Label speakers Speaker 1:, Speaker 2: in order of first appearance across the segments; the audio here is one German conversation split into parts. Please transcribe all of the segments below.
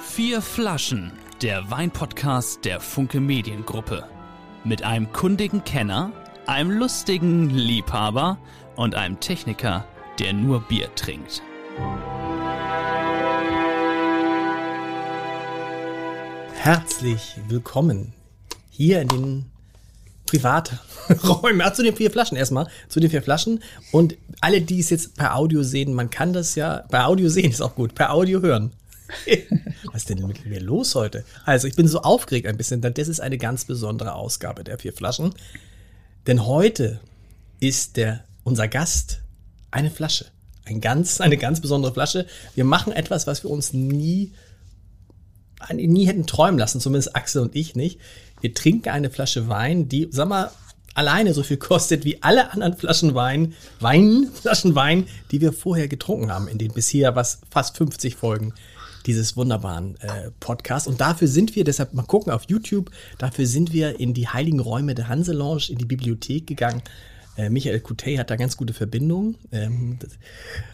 Speaker 1: Vier Flaschen, der Weinpodcast der Funke Mediengruppe. Mit einem kundigen Kenner, einem lustigen Liebhaber und einem Techniker, der nur Bier trinkt.
Speaker 2: Herzlich willkommen hier in den Privaträumen. Ah, zu den vier Flaschen erstmal. Zu den vier Flaschen. Und alle, die es jetzt per Audio sehen, man kann das ja. Per Audio sehen ist auch gut. Per Audio hören. Was ist denn mit mir los heute? Also, ich bin so aufgeregt ein bisschen, denn das ist eine ganz besondere Ausgabe der vier Flaschen. Denn heute ist der, unser Gast eine Flasche. Ein ganz, eine ganz besondere Flasche. Wir machen etwas, was wir uns nie eigentlich nie hätten träumen lassen, zumindest Axel und ich nicht. Wir trinken eine Flasche Wein, die, sag mal, alleine so viel kostet wie alle anderen Flaschen Wein, Wein, Flaschen Wein, die wir vorher getrunken haben in den bisher was fast 50 Folgen dieses wunderbaren äh, Podcasts. Und dafür sind wir, deshalb mal gucken auf YouTube, dafür sind wir in die heiligen Räume der Hanse Lounge, in die Bibliothek gegangen. Äh, Michael Coutet hat da ganz gute Verbindungen. Ähm, das-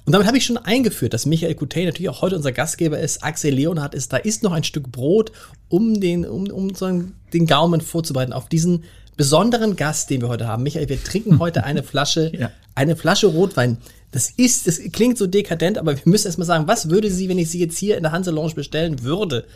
Speaker 2: und damit habe ich schon eingeführt, dass Michael Coutet natürlich auch heute unser Gastgeber ist. Axel Leonhardt ist da, ist noch ein Stück Brot, um den, um, um so einen- den Gaumen vorzubereiten auf diesen besonderen Gast, den wir heute haben. Michael, wir trinken heute eine Flasche,
Speaker 1: Ja.
Speaker 2: eine Flasche Rotwein. Das ist, das klingt so dekadent, aber wir müssen erstmal sagen, was würde sie, wenn ich sie jetzt hier in der Hanse Lounge bestellen würde,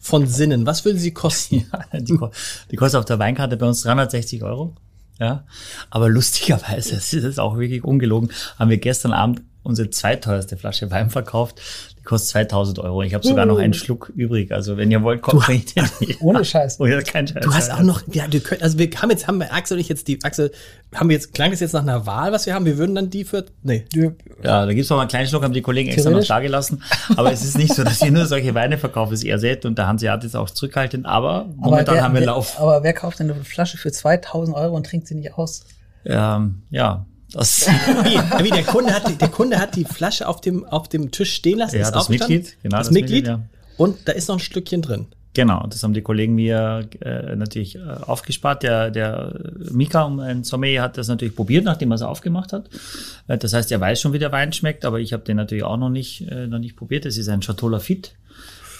Speaker 2: von Sinnen? Was würde sie kosten?
Speaker 3: die, ko- die kostet auf der Weinkarte bei uns 360 Euro. Ja, aber lustigerweise, das ist jetzt auch wirklich ungelogen, haben wir gestern Abend unsere zweiteuerste Flasche Wein verkauft. Die kostet 2000 Euro. Ich habe sogar noch einen Schluck übrig. Also wenn ihr wollt, kommt ich den nicht.
Speaker 4: Ohne Scheiß.
Speaker 3: Oh ja, kein Scheiß.
Speaker 2: Du hast auch noch, ja, du könnt, also wir haben jetzt, haben wir Axel und ich jetzt die, Axel, haben wir jetzt, klang das jetzt nach einer Wahl, was wir haben? Wir würden dann die für, nee.
Speaker 4: Du-
Speaker 3: Ja, da gibt's noch mal einen kleinen Schluck, haben die Kollegen extra noch
Speaker 4: Theoretisch.
Speaker 3: da gelassen. Aber es ist nicht so, dass ihr nur solche Weine verkauft, ist eher selten. Und der Hanseat ist auch zurückhaltend, aber momentan
Speaker 4: wer,
Speaker 3: haben wir
Speaker 4: wer,
Speaker 3: Lauf.
Speaker 4: Aber wer kauft denn eine Flasche für 2000 Euro und trinkt sie nicht aus?
Speaker 3: Ähm, ja, das,
Speaker 2: Wie, wie der Kunde hat, die- der Kunde hat die Flasche auf dem, auf dem Tisch stehen lassen.
Speaker 3: Ja, das
Speaker 2: aufgestanden.
Speaker 3: Mitglied, genau,
Speaker 2: das,
Speaker 3: das
Speaker 2: Mitglied.
Speaker 3: Mitglied, ja.
Speaker 2: Und da ist noch ein Stückchen drin.
Speaker 3: Genau, das haben die Kollegen mir äh, natürlich äh, aufgespart. Der, der Mika, um ein Sommelier, hat das natürlich probiert, nachdem er es aufgemacht hat. Äh, das heißt, er weiß schon, wie der Wein schmeckt, aber ich habe den natürlich auch noch nicht, äh, noch nicht probiert. Das ist ein Chateau Lafitte,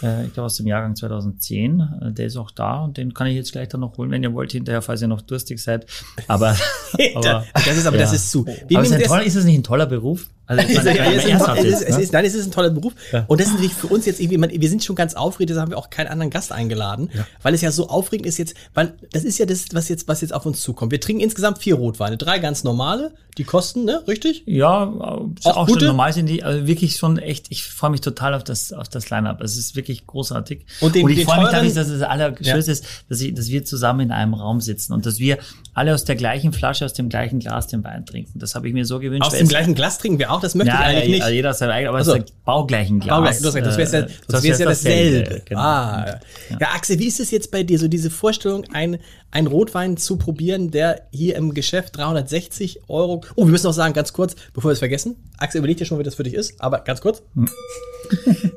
Speaker 3: äh, ich glaube aus dem Jahrgang 2010. Äh, der ist auch da und den kann ich jetzt gleich dann noch holen, wenn ihr wollt, hinterher, falls ihr noch durstig seid. Aber, aber
Speaker 2: das ist aber,
Speaker 3: ja.
Speaker 2: das ist zu.
Speaker 3: aber ist, ein
Speaker 2: das-
Speaker 3: toller, ist das nicht ein toller Beruf? Also, ich
Speaker 2: Es ist-
Speaker 3: meine,
Speaker 2: es ist ein to-
Speaker 3: ernsthaft
Speaker 2: es ist-
Speaker 3: jetzt,
Speaker 2: es
Speaker 3: ne?
Speaker 2: ist- Nein, es ist ein toller Beruf. Und das ist natürlich für uns jetzt irgendwie, man, wir sind schon ganz aufgeregt, deshalb haben wir auch keinen anderen Gast eingeladen, weil es ja so aufregend ist jetzt, weil das ist ja das, was jetzt, was jetzt auf uns zukommt. Wir trinken insgesamt vier Rotweine, drei ganz normale, die kosten, ne, richtig?
Speaker 3: Ja, auch,
Speaker 2: Auch
Speaker 3: auch
Speaker 2: gute?
Speaker 3: schon normal sind die, also wirklich schon echt, ich freue mich total auf das, auf das Line-Up. Es ist wirklich großartig.
Speaker 2: Und den-
Speaker 3: ich
Speaker 2: den
Speaker 3: freue mich
Speaker 2: teuren-
Speaker 3: dadurch, dass es allerschönste ist, dass, ich, dass wir zusammen in einem Raum sitzen und dass wir alle aus der gleichen Flasche, aus dem gleichen Glas den Wein trinken. Das habe ich mir so gewünscht.
Speaker 2: Aus
Speaker 3: weil
Speaker 2: dem
Speaker 3: es-
Speaker 2: gleichen Glas trinken wir auch, das möchte
Speaker 3: ja,
Speaker 2: ich eigentlich
Speaker 3: ja,
Speaker 2: nicht.
Speaker 3: jeder aus seinem eigenen, aber
Speaker 2: so.
Speaker 3: es ist ein baugleichen Glas.
Speaker 2: Baugleich, du hast recht, das wäre ja,
Speaker 3: Äh,
Speaker 2: das wär's ja
Speaker 3: wär's
Speaker 2: dasselbe.
Speaker 3: Genau.
Speaker 2: Ah. Ja. Axel, wie ist es jetzt bei dir, so diese Vorstellung, ein, ein Rotwein zu probieren, der hier im Geschäft 360 Euro. Oh, wir müssen noch sagen, ganz kurz, bevor wir es vergessen. Axel, überleg dir schon, wie das für dich ist, aber ganz kurz.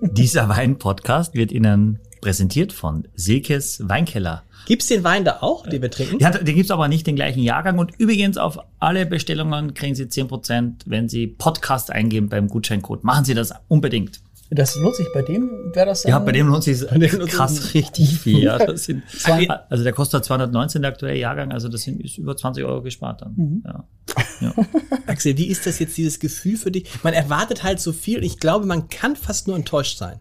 Speaker 3: Dieser Wein-Podcast wird Ihnen präsentiert von Silkes Weinkeller.
Speaker 2: Gibt's den Wein da auch, den wir trinken?
Speaker 3: Ja, den gibt's aber nicht den gleichen Jahrgang. Und übrigens, auf alle Bestellungen kriegen Sie 10%, wenn Sie Podcast eingeben beim Gutscheincode. Machen Sie das unbedingt.
Speaker 4: Das lohnt sich bei dem, wäre das dann,
Speaker 3: Ja, bei dem lohnt sich
Speaker 2: dem lohnt
Speaker 3: krass richtig viel. Ja, das sind, also der kostet 219 der aktuelle Jahrgang, also das sind ist über 20 Euro gespart dann. Ja.
Speaker 2: Axel, wie ist das jetzt, dieses Gefühl für dich? Man erwartet halt so viel. Ich glaube, man kann fast nur enttäuscht sein.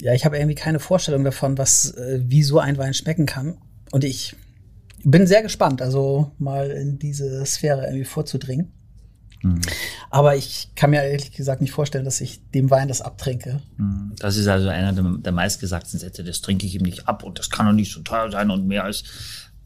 Speaker 4: Ja, ich habe irgendwie keine Vorstellung davon, was, äh, wie so ein Wein schmecken kann. Und ich bin sehr gespannt, also mal in diese Sphäre irgendwie vorzudringen.
Speaker 3: Hm.
Speaker 4: Aber ich kann mir ehrlich gesagt nicht vorstellen, dass ich dem Wein das abtrinke.
Speaker 3: Das ist also einer der, der meistgesagten Sätze, das trinke ich ihm nicht ab und das kann doch nicht so teuer sein und mehr als.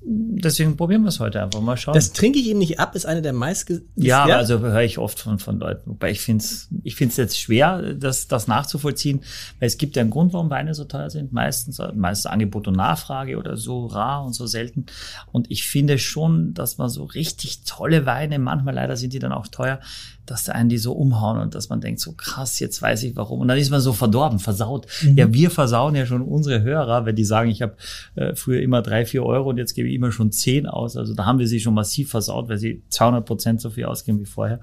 Speaker 3: Deswegen probieren wir es heute einfach mal schauen.
Speaker 2: Das trinke ich ihm nicht ab, ist eine der meistge.
Speaker 3: Ja, aber also höre ich oft von, von Leuten. Wobei ich finde es ich find's jetzt schwer, das, das nachzuvollziehen, weil es gibt ja einen Grund, warum Weine so teuer sind. Meistens, meistens Angebot und Nachfrage oder so rar und so selten. Und ich finde schon, dass man so richtig tolle Weine, manchmal leider sind die dann auch teuer, dass einen die so umhauen und dass man denkt, so krass, jetzt weiß ich warum. Und dann ist man so verdorben, versaut. Ja, wir versauen ja schon unsere Hörer, wenn die sagen, ich habe äh, früher immer drei, vier Euro und jetzt gebe ich immer schon zehn aus. Also da haben wir sie schon massiv versaut, weil sie 200 Prozent so viel ausgeben wie vorher.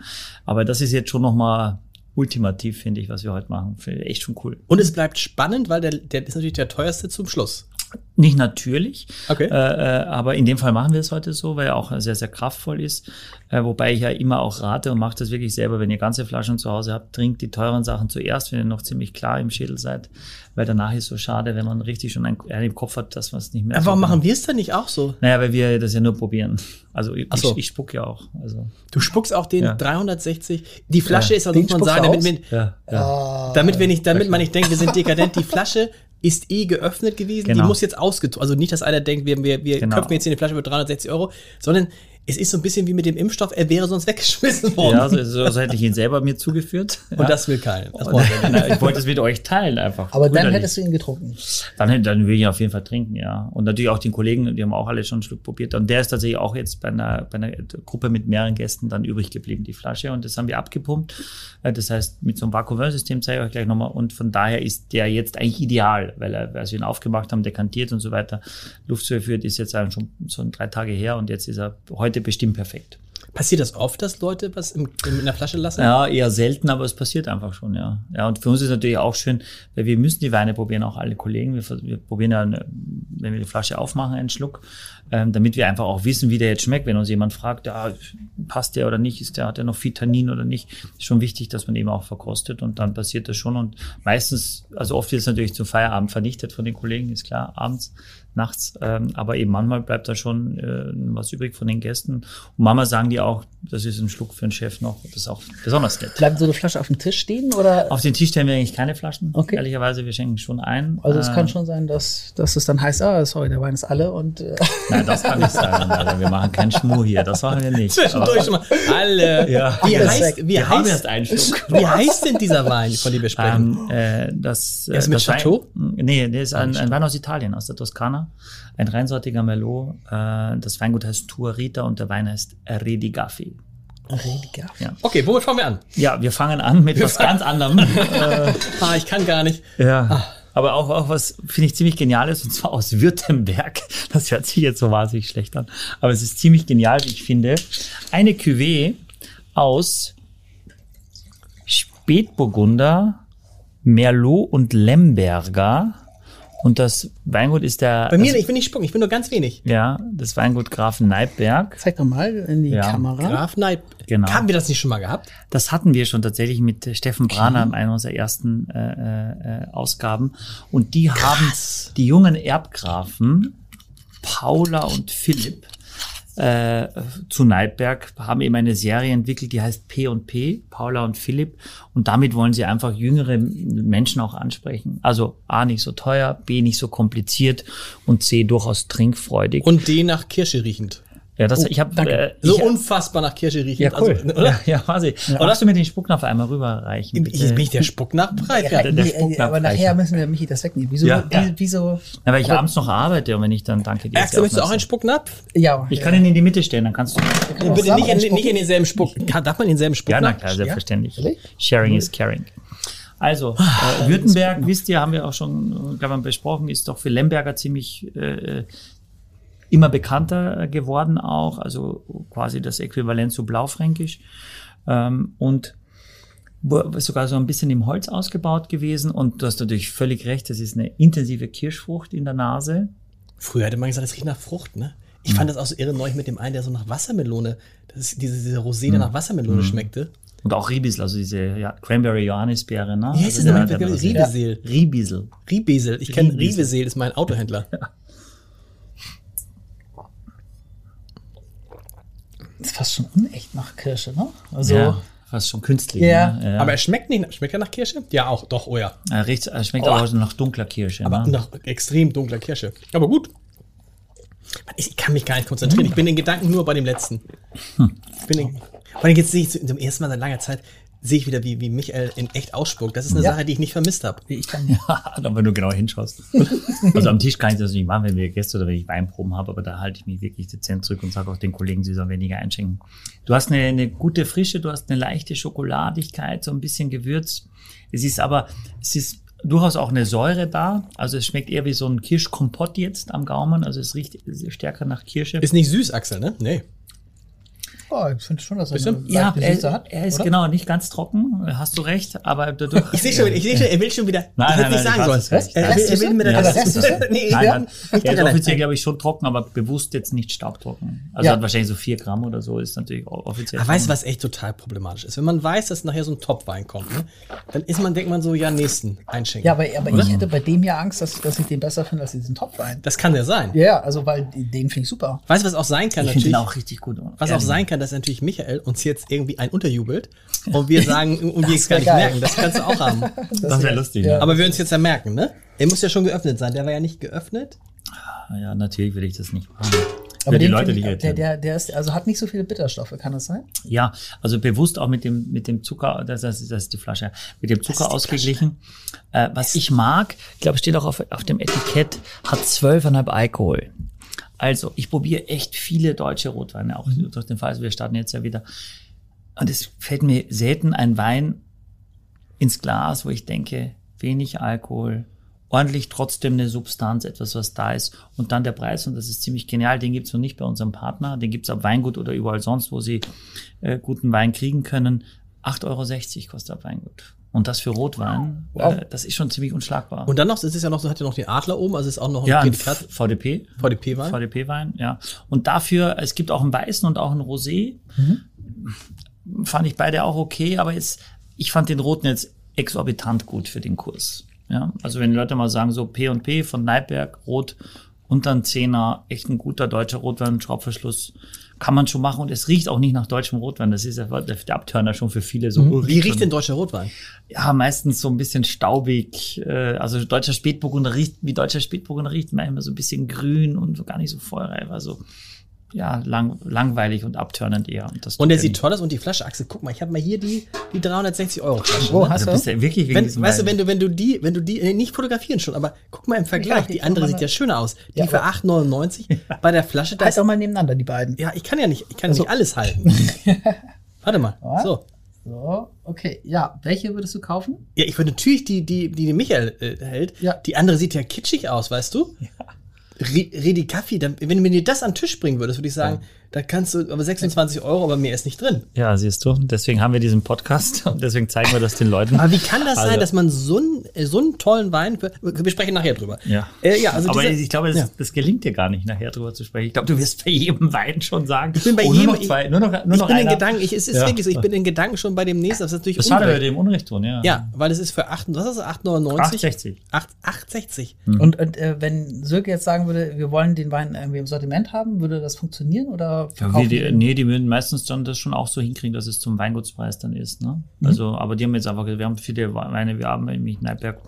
Speaker 3: Aber das ist jetzt schon nochmal ultimativ, finde ich, was wir heute machen. Finde ich echt schon cool.
Speaker 2: Und es bleibt spannend, weil der, der ist natürlich der teuerste zum Schluss.
Speaker 3: Nicht natürlich,
Speaker 2: Okay.
Speaker 3: äh, äh, aber in dem Fall machen wir es heute so, weil er auch sehr, sehr kraftvoll ist. Äh, wobei ich ja immer auch rate und macht das wirklich selber, wenn ihr ganze Flaschen zu Hause habt, trinkt die teuren Sachen zuerst, wenn ihr noch ziemlich klar im Schädel seid, weil danach ist so schade, wenn man richtig schon einen, einen im Kopf hat, dass man es nicht mehr.
Speaker 2: Aber
Speaker 3: so
Speaker 2: warum
Speaker 3: genau-
Speaker 2: machen wir es dann nicht auch so?
Speaker 3: Naja, weil wir das ja nur probieren. Also ich,
Speaker 2: Ach so.
Speaker 3: ich, ich spuck ja auch. Also,
Speaker 2: Du spuckst auch den
Speaker 3: Ja.
Speaker 2: 360. Die Flasche
Speaker 3: Ja.
Speaker 2: ist, also
Speaker 4: Den
Speaker 2: muss man
Speaker 4: spuckst
Speaker 2: sagen,
Speaker 4: du
Speaker 2: damit,
Speaker 4: aus?
Speaker 2: wir-
Speaker 3: ja, ja.
Speaker 4: Ah,
Speaker 2: damit wir nicht, damit man nicht denkt, wir sind dekadent. Die Flasche ist eh geöffnet gewesen. Die
Speaker 3: Genau.
Speaker 2: muss jetzt ausgetrunken. Also nicht, dass einer denkt, wir, wir, wir
Speaker 3: Genau.
Speaker 2: köpfen jetzt hier eine Flasche mit 360 Euro, sondern es ist so ein bisschen wie mit dem Impfstoff. Er wäre sonst weggeschmissen worden.
Speaker 3: Oh. ja so, so hätte ich ihn selber mir zugeführt.
Speaker 2: Und das will keiner. Das wollen wir nicht.
Speaker 3: Nein, ich wollte es mit euch teilen einfach.
Speaker 4: aber dann
Speaker 3: Brüderlich.
Speaker 4: hättest du ihn getrunken.
Speaker 3: dann, hätte- dann würde ich ihn auf jeden Fall trinken, ja. Und natürlich auch den Kollegen, die haben auch alle schon einen Schluck probiert. Und der ist tatsächlich auch jetzt bei einer, bei einer Gruppe mit mehreren Gästen dann übrig geblieben, die Flasche. Und das haben wir abgepumpt. Äh, Das heißt, mit so einem Vakuumsystem zeige ich euch gleich nochmal. Und von daher ist der jetzt eigentlich ideal, weil er, als wir ihn aufgemacht haben, dekantiert und so weiter, Luft zugeführt, ist jetzt schon, schon drei Tage her und jetzt ist er heute bestimmt perfekt.
Speaker 2: Passiert das oft, dass Leute was im, in, in der Flasche lassen?
Speaker 3: Ja, eher selten, aber es passiert einfach schon, ja. Ja, und für uns ist natürlich auch schön, weil wir müssen die Weine probieren, auch alle Kollegen. Wir, vers- wir probieren dann, äh, wenn wir die Flasche aufmachen, einen Schluck, ähm, damit wir einfach auch wissen, wie der jetzt schmeckt. Wenn uns jemand fragt, ah, passt der oder nicht, ist der, hat der noch viel Tannin oder nicht, ist schon wichtig, dass man eben auch verkostet und dann passiert das schon. Und meistens, also oft wird es natürlich zum Feierabend vernichtet von den Kollegen, ist klar, abends nachts. Ähm, aber eben manchmal bleibt da schon äh, was übrig von den Gästen. Und manchmal sagen die auch, das ist ein Schluck für den Chef noch. Das ist auch besonders nett.
Speaker 4: Bleibt so eine Flasche auf dem Tisch stehen oder?
Speaker 3: Auf den Tisch stellen wir eigentlich keine Flaschen.
Speaker 4: Okay.
Speaker 3: Ehrlicherweise, wir schenken schon ein.
Speaker 4: Also es
Speaker 3: Äh,
Speaker 4: kann schon sein, dass, dass es dann heißt, ah, sorry, der Wein ist alle und äh,
Speaker 3: Nein, das kann nicht sein. Alter. Wir machen keinen Schmur hier. Das machen wir nicht.
Speaker 2: Zwischendurch schon mal. Alle.
Speaker 3: Ja.
Speaker 2: Wie
Speaker 4: Alles
Speaker 2: heißt,
Speaker 4: weg.
Speaker 2: wie,
Speaker 3: wir haben
Speaker 2: heißt,
Speaker 3: erst einen Schluck.
Speaker 2: wie heißt denn dieser Wein, von dem wir sprechen?
Speaker 3: Ähm, äh, das, äh,
Speaker 2: Ist mit
Speaker 3: das Wein-
Speaker 2: Chateau?
Speaker 3: Nee, das ist ein, ein Wein aus Italien, aus der Toskana. Ein reinsortiger Merlot. Äh, das Weingut heißt Tuarita und der Wein heißt Redigafi.
Speaker 4: Rediger.
Speaker 2: Okay, womit fangen wir an?
Speaker 3: Ja, wir fangen an mit was ganz anderem. äh,
Speaker 2: Ah, ich kann gar nicht.
Speaker 3: ja. Ah. Aber auch, auch was finde ich ziemlich geniales, und zwar aus Württemberg. Das hört sich jetzt so wahnsinnig schlecht an. Aber es ist ziemlich genial, wie ich finde. Eine Cuvée aus Spätburgunder, Merlot und Lemberger. Und das Weingut ist der.
Speaker 2: Bei mir,
Speaker 3: das,
Speaker 2: ich bin nicht spucken, ich bin nur ganz wenig.
Speaker 3: Ja, das Weingut Grafen Neipberg.
Speaker 4: Zeig doch mal in die
Speaker 3: Ja.
Speaker 4: Kamera.
Speaker 2: Graf Neid.
Speaker 3: Genau.
Speaker 2: Haben wir das nicht schon mal gehabt?
Speaker 3: Das hatten wir schon tatsächlich mit äh, Steffen Brahner in einer unserer ersten äh, äh, Ausgaben. Und die haben die jungen Erbgrafen Paula und Philipp äh, zu Neidberg haben eben eine Serie entwickelt, die heißt P und P, Paula und Philipp. Und damit wollen sie einfach jüngere Menschen auch ansprechen. Also A nicht so teuer, B nicht so kompliziert und C durchaus trinkfreudig.
Speaker 2: Und den nach Kirsche riechend.
Speaker 3: ja, das, ich habe
Speaker 4: danke.
Speaker 3: äh,
Speaker 2: So
Speaker 3: ich-
Speaker 2: unfassbar nach Kirsche riechend.
Speaker 3: ja, cool.
Speaker 2: Also, oder?
Speaker 3: Ja, ja, quasi. Aber lass du mir den Spucknapf einmal rüberreichen.
Speaker 2: Hier bin ich der Spuck nach Breit.
Speaker 4: Ja,
Speaker 2: Ja.
Speaker 3: der- der
Speaker 4: nee, äh,
Speaker 3: spuckt
Speaker 4: aber
Speaker 3: nach
Speaker 4: nachher
Speaker 3: Fleisch.
Speaker 4: müssen wir Michi das wegnehmen. Wieso?
Speaker 3: Ja.
Speaker 4: wie, wieso?
Speaker 3: Na, weil ich abends noch arbeite und wenn ich dann danke dir.
Speaker 2: Axel,
Speaker 3: sehr
Speaker 2: möchtest du auch einen
Speaker 3: aufmerksam.
Speaker 2: Spucknapf?
Speaker 4: Ja.
Speaker 3: Ich kann ihn in die Mitte stellen, dann kannst du.
Speaker 2: Bitte nicht in,
Speaker 4: Spucken?
Speaker 2: nicht in denselben Spuck. Kann- Darf man denselben Spuck?
Speaker 3: Ja, na klar, selbstverständlich.
Speaker 4: Ehrlich?
Speaker 3: Sharing is caring. Also, äh, Württemberg, wisst ihr, haben wir auch schon, äh, glaube ich, besprochen, ist doch für Lemberger ziemlich äh, immer bekannter äh, geworden auch, also quasi das Äquivalent zu Blaufränkisch. Ähm, und wo- sogar so ein bisschen im Holz ausgebaut gewesen. Und du hast natürlich völlig recht, das ist eine intensive Kirschfrucht in der Nase.
Speaker 2: Früher hätte man gesagt, das riecht nach Frucht, ne? Ich fand das auch so irre neu mit dem einen, der so nach Wassermelone, das ist diese, diese Rosé,
Speaker 3: Hm.
Speaker 2: der nach Wassermelone schmeckte.
Speaker 3: Und auch Ribisel, also diese ja, Cranberry Johannisbeere, ne?
Speaker 2: Wie heißt
Speaker 3: also
Speaker 2: das nochmal?
Speaker 3: der- der-
Speaker 2: Ribesel.
Speaker 3: Ribisel.
Speaker 2: Riebesel. Ich kenne
Speaker 3: Riebesel.
Speaker 2: Riebesel, ist mein Autohändler.
Speaker 4: ist fast schon unecht nach Kirsche, ne? Also
Speaker 3: Ja, fast schon künstlich.
Speaker 4: Ja.
Speaker 3: Ne?
Speaker 2: Aber er schmeckt nicht, schmeckt er nach Kirsche? Ja, auch, doch, oh ja.
Speaker 3: Er, riecht, er schmeckt
Speaker 2: Oh.
Speaker 3: auch so nach dunkler Kirsche.
Speaker 2: Aber
Speaker 3: ne?
Speaker 2: nach extrem dunkler Kirsche. Aber gut. Mann, Ich kann mich gar nicht konzentrieren. Ich bin in Gedanken nur bei dem letzten.
Speaker 3: Hm.
Speaker 2: Ich bin in, vor allem jetzt sehe ich zu- zum ersten Mal seit langer Zeit, sehe ich wieder, wie, wie Michael in echt ausspuckt. Das ist eine
Speaker 4: Ja.
Speaker 2: Sache, die ich nicht vermisst habe.
Speaker 4: ich kann
Speaker 3: Aber wenn du genau hinschaust. Also am Tisch kann ich das nicht machen, wenn wir Gäste oder wenn ich Weinproben habe, aber da halte ich mich wirklich dezent zurück und sage auch den Kollegen, sie sollen weniger einschenken. Du hast eine, eine gute Frische, du hast eine leichte Schokoladigkeit, so ein bisschen Gewürz. Es ist aber, es ist durchaus auch eine Säure da. Also es schmeckt eher wie so ein Kirschkompott jetzt am Gaumen. Also es riecht stärker nach Kirsche.
Speaker 2: Ist nicht süß, Axel, ne? Nee.
Speaker 4: Ja, ich finde schon, dass er
Speaker 2: Bisschen?
Speaker 4: eine
Speaker 3: Ja,
Speaker 4: leichte Süße
Speaker 3: er,
Speaker 4: hat.
Speaker 3: er ist
Speaker 4: oder?
Speaker 3: genau nicht ganz trocken, hast du recht, aber dadurch.
Speaker 2: Ich sehe schon, ich sehe schon, er will schon wieder.
Speaker 3: Nein,
Speaker 2: das hätte
Speaker 3: nein,
Speaker 2: ich
Speaker 3: nein,
Speaker 2: sagen
Speaker 3: das
Speaker 2: sollen.
Speaker 3: ist
Speaker 2: Er will, er will mir
Speaker 4: Ja,
Speaker 2: das
Speaker 4: das ist es.
Speaker 2: nee,
Speaker 3: Nein,
Speaker 2: wir
Speaker 3: nein,
Speaker 2: haben nicht
Speaker 3: er ist
Speaker 2: daran-
Speaker 3: offiziell, glaube ich, schon trocken, aber bewusst jetzt nicht staubtrocken. Also
Speaker 4: Ja.
Speaker 3: hat wahrscheinlich so 4 Gramm oder so, ist natürlich o- offiziell.
Speaker 2: Aber weißt du, was echt total problematisch ist? Wenn man weiß, dass nachher so ein Topwein kommt, ne? dann ist man, denkt man so, ja, nächsten einschenken.
Speaker 4: Ja, aber, aber ich hätte bei dem ja Angst, dass, dass ich den besser finde als diesen Topwein.
Speaker 2: Das kann ja sein.
Speaker 4: Ja, ja, also weil den finde ich super.
Speaker 2: Weißt du, was auch sein kann
Speaker 3: Ich finde
Speaker 2: natürlich?
Speaker 3: ihn auch richtig gut.
Speaker 2: was
Speaker 3: Ja.
Speaker 2: auch sein kann, dass natürlich Michael uns jetzt irgendwie ein unterjubelt und wir sagen, und wir es gar
Speaker 4: wär
Speaker 2: nicht
Speaker 4: geil.
Speaker 2: merken. Das kannst du auch haben.
Speaker 3: Das wäre lustig. Ja.
Speaker 2: Aber wir uns jetzt ja merken, ne? Er muss ja schon geöffnet sein. Der war ja nicht geöffnet.
Speaker 3: Ah ja, natürlich will ich das nicht machen.
Speaker 4: Aber
Speaker 3: Für die
Speaker 4: den
Speaker 3: Leute,
Speaker 4: find
Speaker 3: die
Speaker 4: ich, der,
Speaker 3: irritieren.
Speaker 4: der, der ist, also hat nicht so viele Bitterstoffe, kann das sein?
Speaker 3: Ja, also bewusst auch mit dem, mit dem Zucker, das, das, das ist die Flasche, mit dem Zucker ausgeglichen. Äh, was ich mag, ich glaube, steht auch auf, auf dem Etikett, hat 12,5 Alkohol. Also, ich probiere echt viele deutsche Rotweine, auch durch den Fall, wir starten jetzt ja wieder. Und es fällt mir selten ein Wein ins Glas, wo ich denke, wenig Alkohol, ordentlich trotzdem eine Substanz, etwas, was da ist. Und dann der Preis, und das ist ziemlich genial, den gibt's noch nicht bei unserem Partner, den gibt's ab Weingut oder überall sonst, wo sie äh, guten Wein kriegen können. 8,60 Euro kostet ab Weingut. Und das für Rotwein,
Speaker 4: Wow.
Speaker 3: äh, das ist schon ziemlich unschlagbar.
Speaker 2: Und dann noch, es ist ja noch so, hat ja noch den Adler oben, also ist auch noch
Speaker 3: ja,
Speaker 2: ein
Speaker 3: ein
Speaker 2: Prädikat.
Speaker 3: VDP.
Speaker 2: VDP-Wein.
Speaker 3: VDP-Wein, ja. Und dafür, es gibt auch einen weißen und auch einen Rosé.
Speaker 2: Mhm.
Speaker 3: Fand ich beide auch okay, aber jetzt, ich fand den roten jetzt exorbitant gut für den Kurs. Ja, also wenn die Leute mal sagen, so P und P von Neidberg, Rot, unter ein Zehner, echt ein guter deutscher Rotwein, Schraubverschluss, kann man schon machen und es riecht auch nicht nach deutschem Rotwein. Das ist ja der, der Abtörner schon für viele so.
Speaker 2: Mhm. Wie riecht
Speaker 3: schon-
Speaker 2: denn deutscher Rotwein?
Speaker 3: ja, meistens so ein bisschen staubig. äh, Also deutscher Spätburgunder riecht, wie deutscher Spätburgunder riecht, manchmal so ein bisschen grün und so gar nicht so feuerreif. Also ja, lang, langweilig und abtörnend eher. Und, das
Speaker 2: Und der
Speaker 3: tut er
Speaker 2: sieht
Speaker 3: nicht.
Speaker 2: toll aus und die Flasche, Axel, guck mal, ich habe mal hier die, die 360 Euro Flasche.
Speaker 4: Wo
Speaker 2: ne?
Speaker 4: hast
Speaker 3: Also bist
Speaker 4: du?
Speaker 3: du wirklich wegen
Speaker 2: Wenn,
Speaker 3: diesem
Speaker 2: weißt du, wenn
Speaker 3: Wein-
Speaker 2: du, wenn du die, wenn du die, nee, nicht fotografieren schon, aber guck mal im Vergleich,
Speaker 4: die
Speaker 2: die andere
Speaker 4: kann
Speaker 2: sieht
Speaker 4: man-
Speaker 2: ja schöner aus. Die
Speaker 4: Ja,
Speaker 2: für
Speaker 4: aber-
Speaker 2: 8,99 bei der Flasche, da
Speaker 4: Halt
Speaker 2: ist,
Speaker 4: doch mal nebeneinander, die beiden.
Speaker 2: ja, ich kann ja nicht, ich kann
Speaker 3: Also
Speaker 2: nicht alles halten. Warte mal,
Speaker 4: Ja.
Speaker 2: so.
Speaker 4: So, okay. Ja, welche würdest du kaufen?
Speaker 2: Ja, ich würde natürlich die, die, die, die Michael äh, hält,
Speaker 4: Ja.
Speaker 2: die andere sieht ja kitschig aus, weißt du? Ja. Redi Kaffee, dann, wenn du mir dir das an den Tisch bringen würdest, würde ich sagen, da kannst du, aber 26 Euro, aber mehr ist nicht drin.
Speaker 3: ja, siehst du, deswegen haben wir diesen Podcast und deswegen zeigen wir das den Leuten.
Speaker 2: Aber wie kann das sein,
Speaker 3: Also-
Speaker 2: dass man so einen, äh, so einen tollen Wein, wir sprechen nachher drüber.
Speaker 3: Ja.
Speaker 2: Äh, ja, also
Speaker 3: Aber
Speaker 2: diese-
Speaker 3: ich glaube, das,
Speaker 2: ja.
Speaker 3: das gelingt dir gar nicht, nachher drüber zu sprechen. Ich glaube, du wirst bei jedem Wein schon sagen. Ich
Speaker 2: bin bei jedem-
Speaker 3: Nur noch zwei, nur noch, nur
Speaker 2: Ich
Speaker 3: noch
Speaker 2: bin in
Speaker 3: einer.
Speaker 2: Gedanken, ich, es ist
Speaker 3: Ja.
Speaker 2: wirklich so, ich bin in Gedanken schon bei dem nächsten, das ist natürlich
Speaker 3: Das schade, weil wir
Speaker 2: ungerecht.
Speaker 3: dem Unrecht tun, ja.
Speaker 2: Ja, weil es ist für 8, was ist das, 8,99?
Speaker 3: 8,60.
Speaker 2: 8, 8,60.
Speaker 3: Mhm.
Speaker 4: Und, und äh, wenn Sirke jetzt sagen würde, wir wollen den Wein irgendwie im Sortiment haben, würde das funktionieren oder
Speaker 3: Ja, wir,
Speaker 4: verkaufen wir
Speaker 3: die,
Speaker 4: den?
Speaker 3: nee, die würden meistens dann das schon auch so hinkriegen, dass es zum Weingutspreis dann ist. Ne? Also, aber die haben jetzt einfach, gesagt, wir haben viele Weine, wir haben nämlich Neidberg.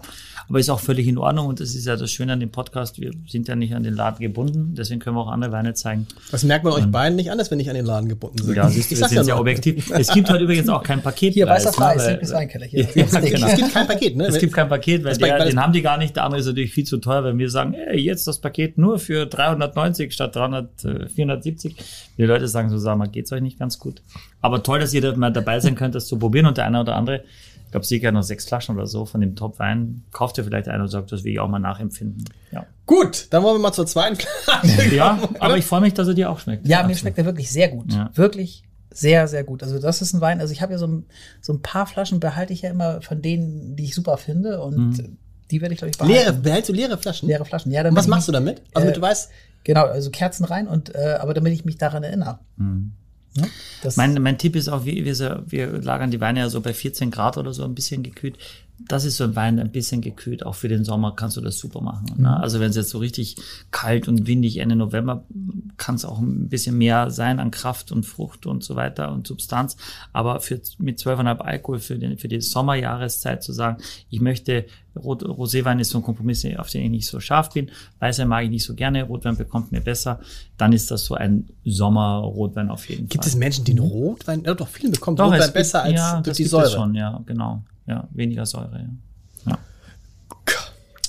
Speaker 3: Aber ist auch völlig in Ordnung und das ist ja das Schöne an dem Podcast. Wir sind ja nicht an den Laden gebunden, deswegen können wir auch andere Weine zeigen.
Speaker 2: Das merkt man euch beiden nicht anders, wenn ich an den Laden gebunden bin.
Speaker 3: Ja, siehst du,
Speaker 2: Ich
Speaker 3: wir
Speaker 2: sag's
Speaker 3: sind ja
Speaker 2: nur.
Speaker 3: objektiv. Es gibt halt übrigens auch kein Paket.
Speaker 4: Hier, weißer Fleiß,
Speaker 3: weil-
Speaker 4: Sirkes Weinkeller. Hier.
Speaker 3: Ja, genau.
Speaker 2: Es gibt kein Paket, ne?
Speaker 3: Es gibt kein Paket, weil
Speaker 2: Das bei-
Speaker 3: der,
Speaker 2: weil das-
Speaker 3: den haben die gar nicht. Der andere ist natürlich viel zu teuer, wenn wir sagen, ey, jetzt das Paket nur für 390 statt 300, äh, 470. Die Leute sagen so, sag mal, geht's euch nicht ganz gut. Aber toll, dass ihr da mal dabei sein könnt, das zu probieren und der eine oder andere, ich glaube, Sieger hat noch sechs Flaschen oder so von dem Top-Wein, kauft ihr vielleicht einen und sagt, das will ich auch mal nachempfinden. Ja,
Speaker 2: Gut, dann wollen wir mal zur zweiten Frage.
Speaker 3: ja aber ich freue mich, dass er dir auch schmeckt.
Speaker 4: Ja, mir schmeckt er wirklich sehr gut.
Speaker 3: Ja.
Speaker 4: Wirklich sehr, sehr gut. Also das ist ein Wein. Also ich habe ja so ein, so ein paar Flaschen behalte ich ja immer von denen, die ich super finde und
Speaker 3: Mhm.
Speaker 4: die werde ich glaube ich behalten.
Speaker 2: Leere, behältst du leere Flaschen?
Speaker 4: Leere Flaschen. Ja,
Speaker 2: Und
Speaker 4: damit
Speaker 2: was
Speaker 4: ich
Speaker 2: machst du
Speaker 4: mich-
Speaker 2: damit? Also, damit
Speaker 4: Äh,
Speaker 2: du weißt,
Speaker 4: Genau, also Kerzen rein und äh, aber damit ich mich daran erinnere.
Speaker 3: Mhm.
Speaker 4: Ne? Das
Speaker 3: Mein, mein Tipp ist auch, wir, wir, so- wir lagern die Weine ja so bei 14 Grad oder so ein bisschen gekühlt. Das ist so ein Wein, ein bisschen gekühlt. Auch für den Sommer kannst du das super machen.
Speaker 2: Mhm.
Speaker 3: Ne? Also wenn es jetzt so richtig kalt und windig Ende November, kann es auch ein bisschen mehr sein an Kraft und Frucht und so weiter und Substanz. Aber für, mit 12,5 Alkohol für, den, für die Sommerjahreszeit zu sagen, ich möchte, Rot, Roséwein ist so ein Kompromiss, auf den ich nicht so scharf bin. Weißwein mag ich nicht so gerne, Rotwein bekommt mir besser. Dann ist das so ein Sommerrotwein auf jeden Fall.
Speaker 2: gibt es Menschen, die einen Rotwein, ja doch, viele bekommen
Speaker 3: Doch, es
Speaker 2: Rotwein
Speaker 3: gibt-
Speaker 2: besser als
Speaker 3: ja,
Speaker 2: durch
Speaker 3: das
Speaker 2: die
Speaker 3: gibt
Speaker 2: Säure.
Speaker 3: es schon, ja, genau. Ja, weniger Säure, ja. Ja,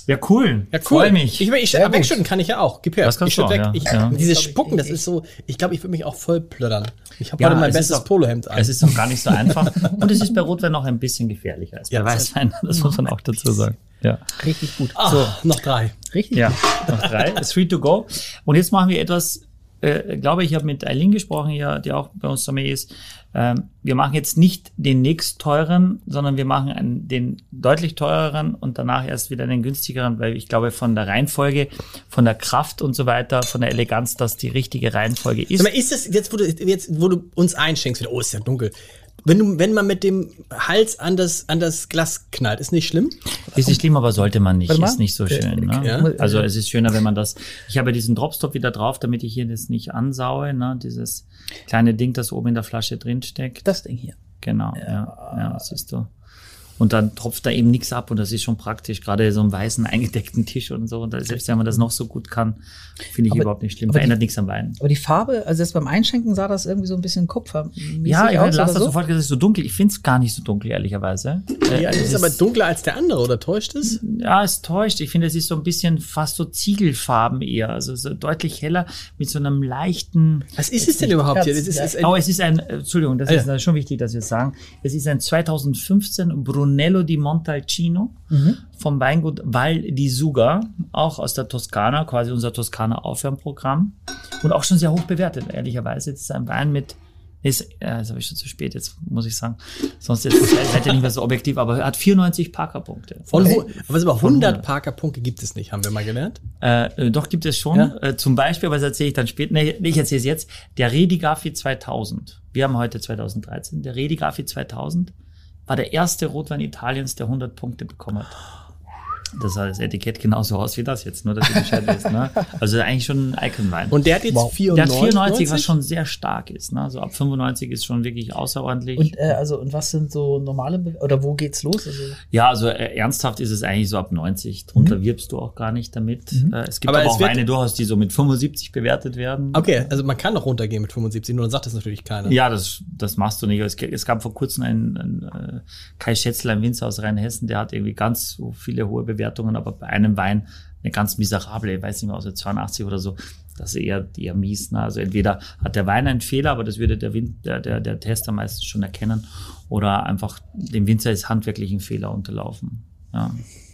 Speaker 3: ja cool.
Speaker 2: Ja, cool.
Speaker 3: Freu mich.
Speaker 2: Ich, ich,
Speaker 4: Sehr
Speaker 2: aber
Speaker 4: gut.
Speaker 2: wegschütten kann ich ja auch. Gib her.
Speaker 3: Das kannst
Speaker 2: ich schütt
Speaker 3: du auch,
Speaker 2: weg.
Speaker 3: ja.
Speaker 2: Ich,
Speaker 3: Ja.
Speaker 2: Dieses
Speaker 4: glaub, ich-
Speaker 2: Schupucken, das
Speaker 4: ich-
Speaker 2: ist so, ich glaube, ich würde mich auch voll plöddern. Ich habe
Speaker 3: Ja,
Speaker 2: heute mein
Speaker 3: es ist
Speaker 2: bestes
Speaker 3: auch-
Speaker 2: Polohemd an.
Speaker 3: es ist auch gar nicht so einfach. Und es ist bei Rotwein noch ein bisschen gefährlicher als bei
Speaker 2: Ja, das
Speaker 3: Weißwein. Das muss man auch dazu sagen. Ja.
Speaker 4: ist richtig gut.
Speaker 2: ah, so, noch drei.
Speaker 4: Richtig
Speaker 3: Ja, noch drei. It's free to go. Und jetzt machen wir etwas, äh, äh, glaube, ich habe mit Eileen gesprochen, ja, die auch bei uns Sommelier ist. Ähm, wir machen jetzt nicht den nächst teuren, sondern wir machen einen, den deutlich teureren und danach erst wieder den günstigeren, weil ich glaube, von der Reihenfolge, von der Kraft und so weiter, von der Eleganz, dass die richtige Reihenfolge ist.
Speaker 2: Sag mal, ist das jetzt, wo du, jetzt, wo du uns einschenkst, wieder, oh, ist ja dunkel. Wenn, du, wenn man mit dem Hals an das, an das Glas knallt, ist nicht schlimm?
Speaker 3: Ist nicht schlimm, aber sollte man nicht.
Speaker 2: Warte mal. Äh,
Speaker 3: Ist nicht so schön. Ne?
Speaker 2: ja.
Speaker 3: Also es ist schöner, wenn man das. Ich habe diesen Dropstop wieder drauf, damit ich hier das nicht ansaue. Ne? Dieses kleine Ding, das oben in der Flasche drin steckt.
Speaker 4: Das Ding hier.
Speaker 3: Genau. Ja. Ja, das siehst du. Und dann tropft da eben nichts ab und das ist schon praktisch. Gerade so einen weißen eingedeckten Tisch und so. Und da, selbst wenn man das noch so gut kann, finde ich
Speaker 4: Aber-
Speaker 3: überhaupt nicht schlimm.
Speaker 4: aber die-
Speaker 3: Verändert nichts am Wein.
Speaker 4: Aber die Farbe, also jetzt beim Einschenken sah das irgendwie so ein bisschen Kupfer.
Speaker 3: Ja, ich lasse
Speaker 4: aus oder
Speaker 3: das
Speaker 4: so.
Speaker 3: sofort gesagt, es ist so dunkel. Ich finde es gar nicht so dunkel, ehrlicherweise. Äh,
Speaker 2: Ja, das
Speaker 3: es
Speaker 2: ist aber dunkler als der andere, oder täuscht es?
Speaker 3: Ja, es täuscht. Ich finde, es ist so ein bisschen fast so Ziegelfarben eher. Also so deutlich heller mit so einem leichten.
Speaker 2: Was ist es denn überhaupt hier?
Speaker 4: Herz,
Speaker 2: Es ist, es ist
Speaker 3: Oh,
Speaker 2: ein,
Speaker 3: es ist ein, äh, Entschuldigung, das
Speaker 2: Ah,
Speaker 3: ist
Speaker 2: ja.
Speaker 3: äh, schon wichtig, dass wir es sagen. Es ist ein 2015 Brunello di Montalcino
Speaker 2: Mhm.
Speaker 3: vom Weingut Val di Suga, auch aus der Toskana, quasi unser Toskana Aufwärmprogramm und auch schon sehr hoch bewertet, ehrlicherweise. Jetzt ist ein Wein mit ist, äh, das habe ich schon zu spät, jetzt muss ich sagen. Sonst jetzt, seid ihr nicht mehr so objektiv, aber er hat 94 Parker-Punkte. Also
Speaker 2: von, hu- aber es ist aber 100
Speaker 3: 100.
Speaker 2: Parker-Punkte gibt es nicht, haben wir mal gelernt.
Speaker 3: Äh, äh, doch, gibt es schon.
Speaker 2: Ja.
Speaker 3: Äh, zum Beispiel, aber das erzähle ich dann später. Nee, nee, ich erzähle es jetzt. Der Redigafi 2000. Wir haben heute 2013. Der Redigafi 2000 war der erste Rotwein Italiens, der 100 Punkte bekommen hat. Das sah das Etikett genauso aus wie das jetzt, nur dass ihr Bescheid wisst. Ne? Also eigentlich schon ein Icon-Wein.
Speaker 2: Und der hat jetzt
Speaker 4: Wow.
Speaker 2: 94.
Speaker 3: der hat 94, was schon sehr stark ist. Ne? Also ab 95 ist schon wirklich außerordentlich.
Speaker 4: Und äh, also und was sind so normale Be oder wo geht's los? Also,
Speaker 3: Ja, also äh, ernsthaft ist es eigentlich so ab 90. Drunter wirbst du auch gar nicht damit. Äh, es gibt
Speaker 2: Mhm. Aber
Speaker 3: aber,
Speaker 2: es
Speaker 3: auch
Speaker 2: wird-
Speaker 3: Weine durchaus, die so mit 75 bewertet werden.
Speaker 2: Okay, also man kann noch runtergehen mit 75, nur dann sagt das natürlich keiner.
Speaker 3: Ja, das, das machst du nicht. Es, g- es gab vor kurzem einen, einen äh, Kai Schätzler, ein Winzer aus Rheinhessen, der hat irgendwie ganz so viele hohe Bewertungen, aber bei einem Wein eine ganz miserable, ich weiß nicht mehr, aus der 82 oder so. Das ist eher, eher mies. Ne? Also entweder hat der Wein einen Fehler, aber das würde der, Win der, der, der Tester meistens schon erkennen, oder einfach dem Winzer ist handwerklich ein Fehler unterlaufen. Ja,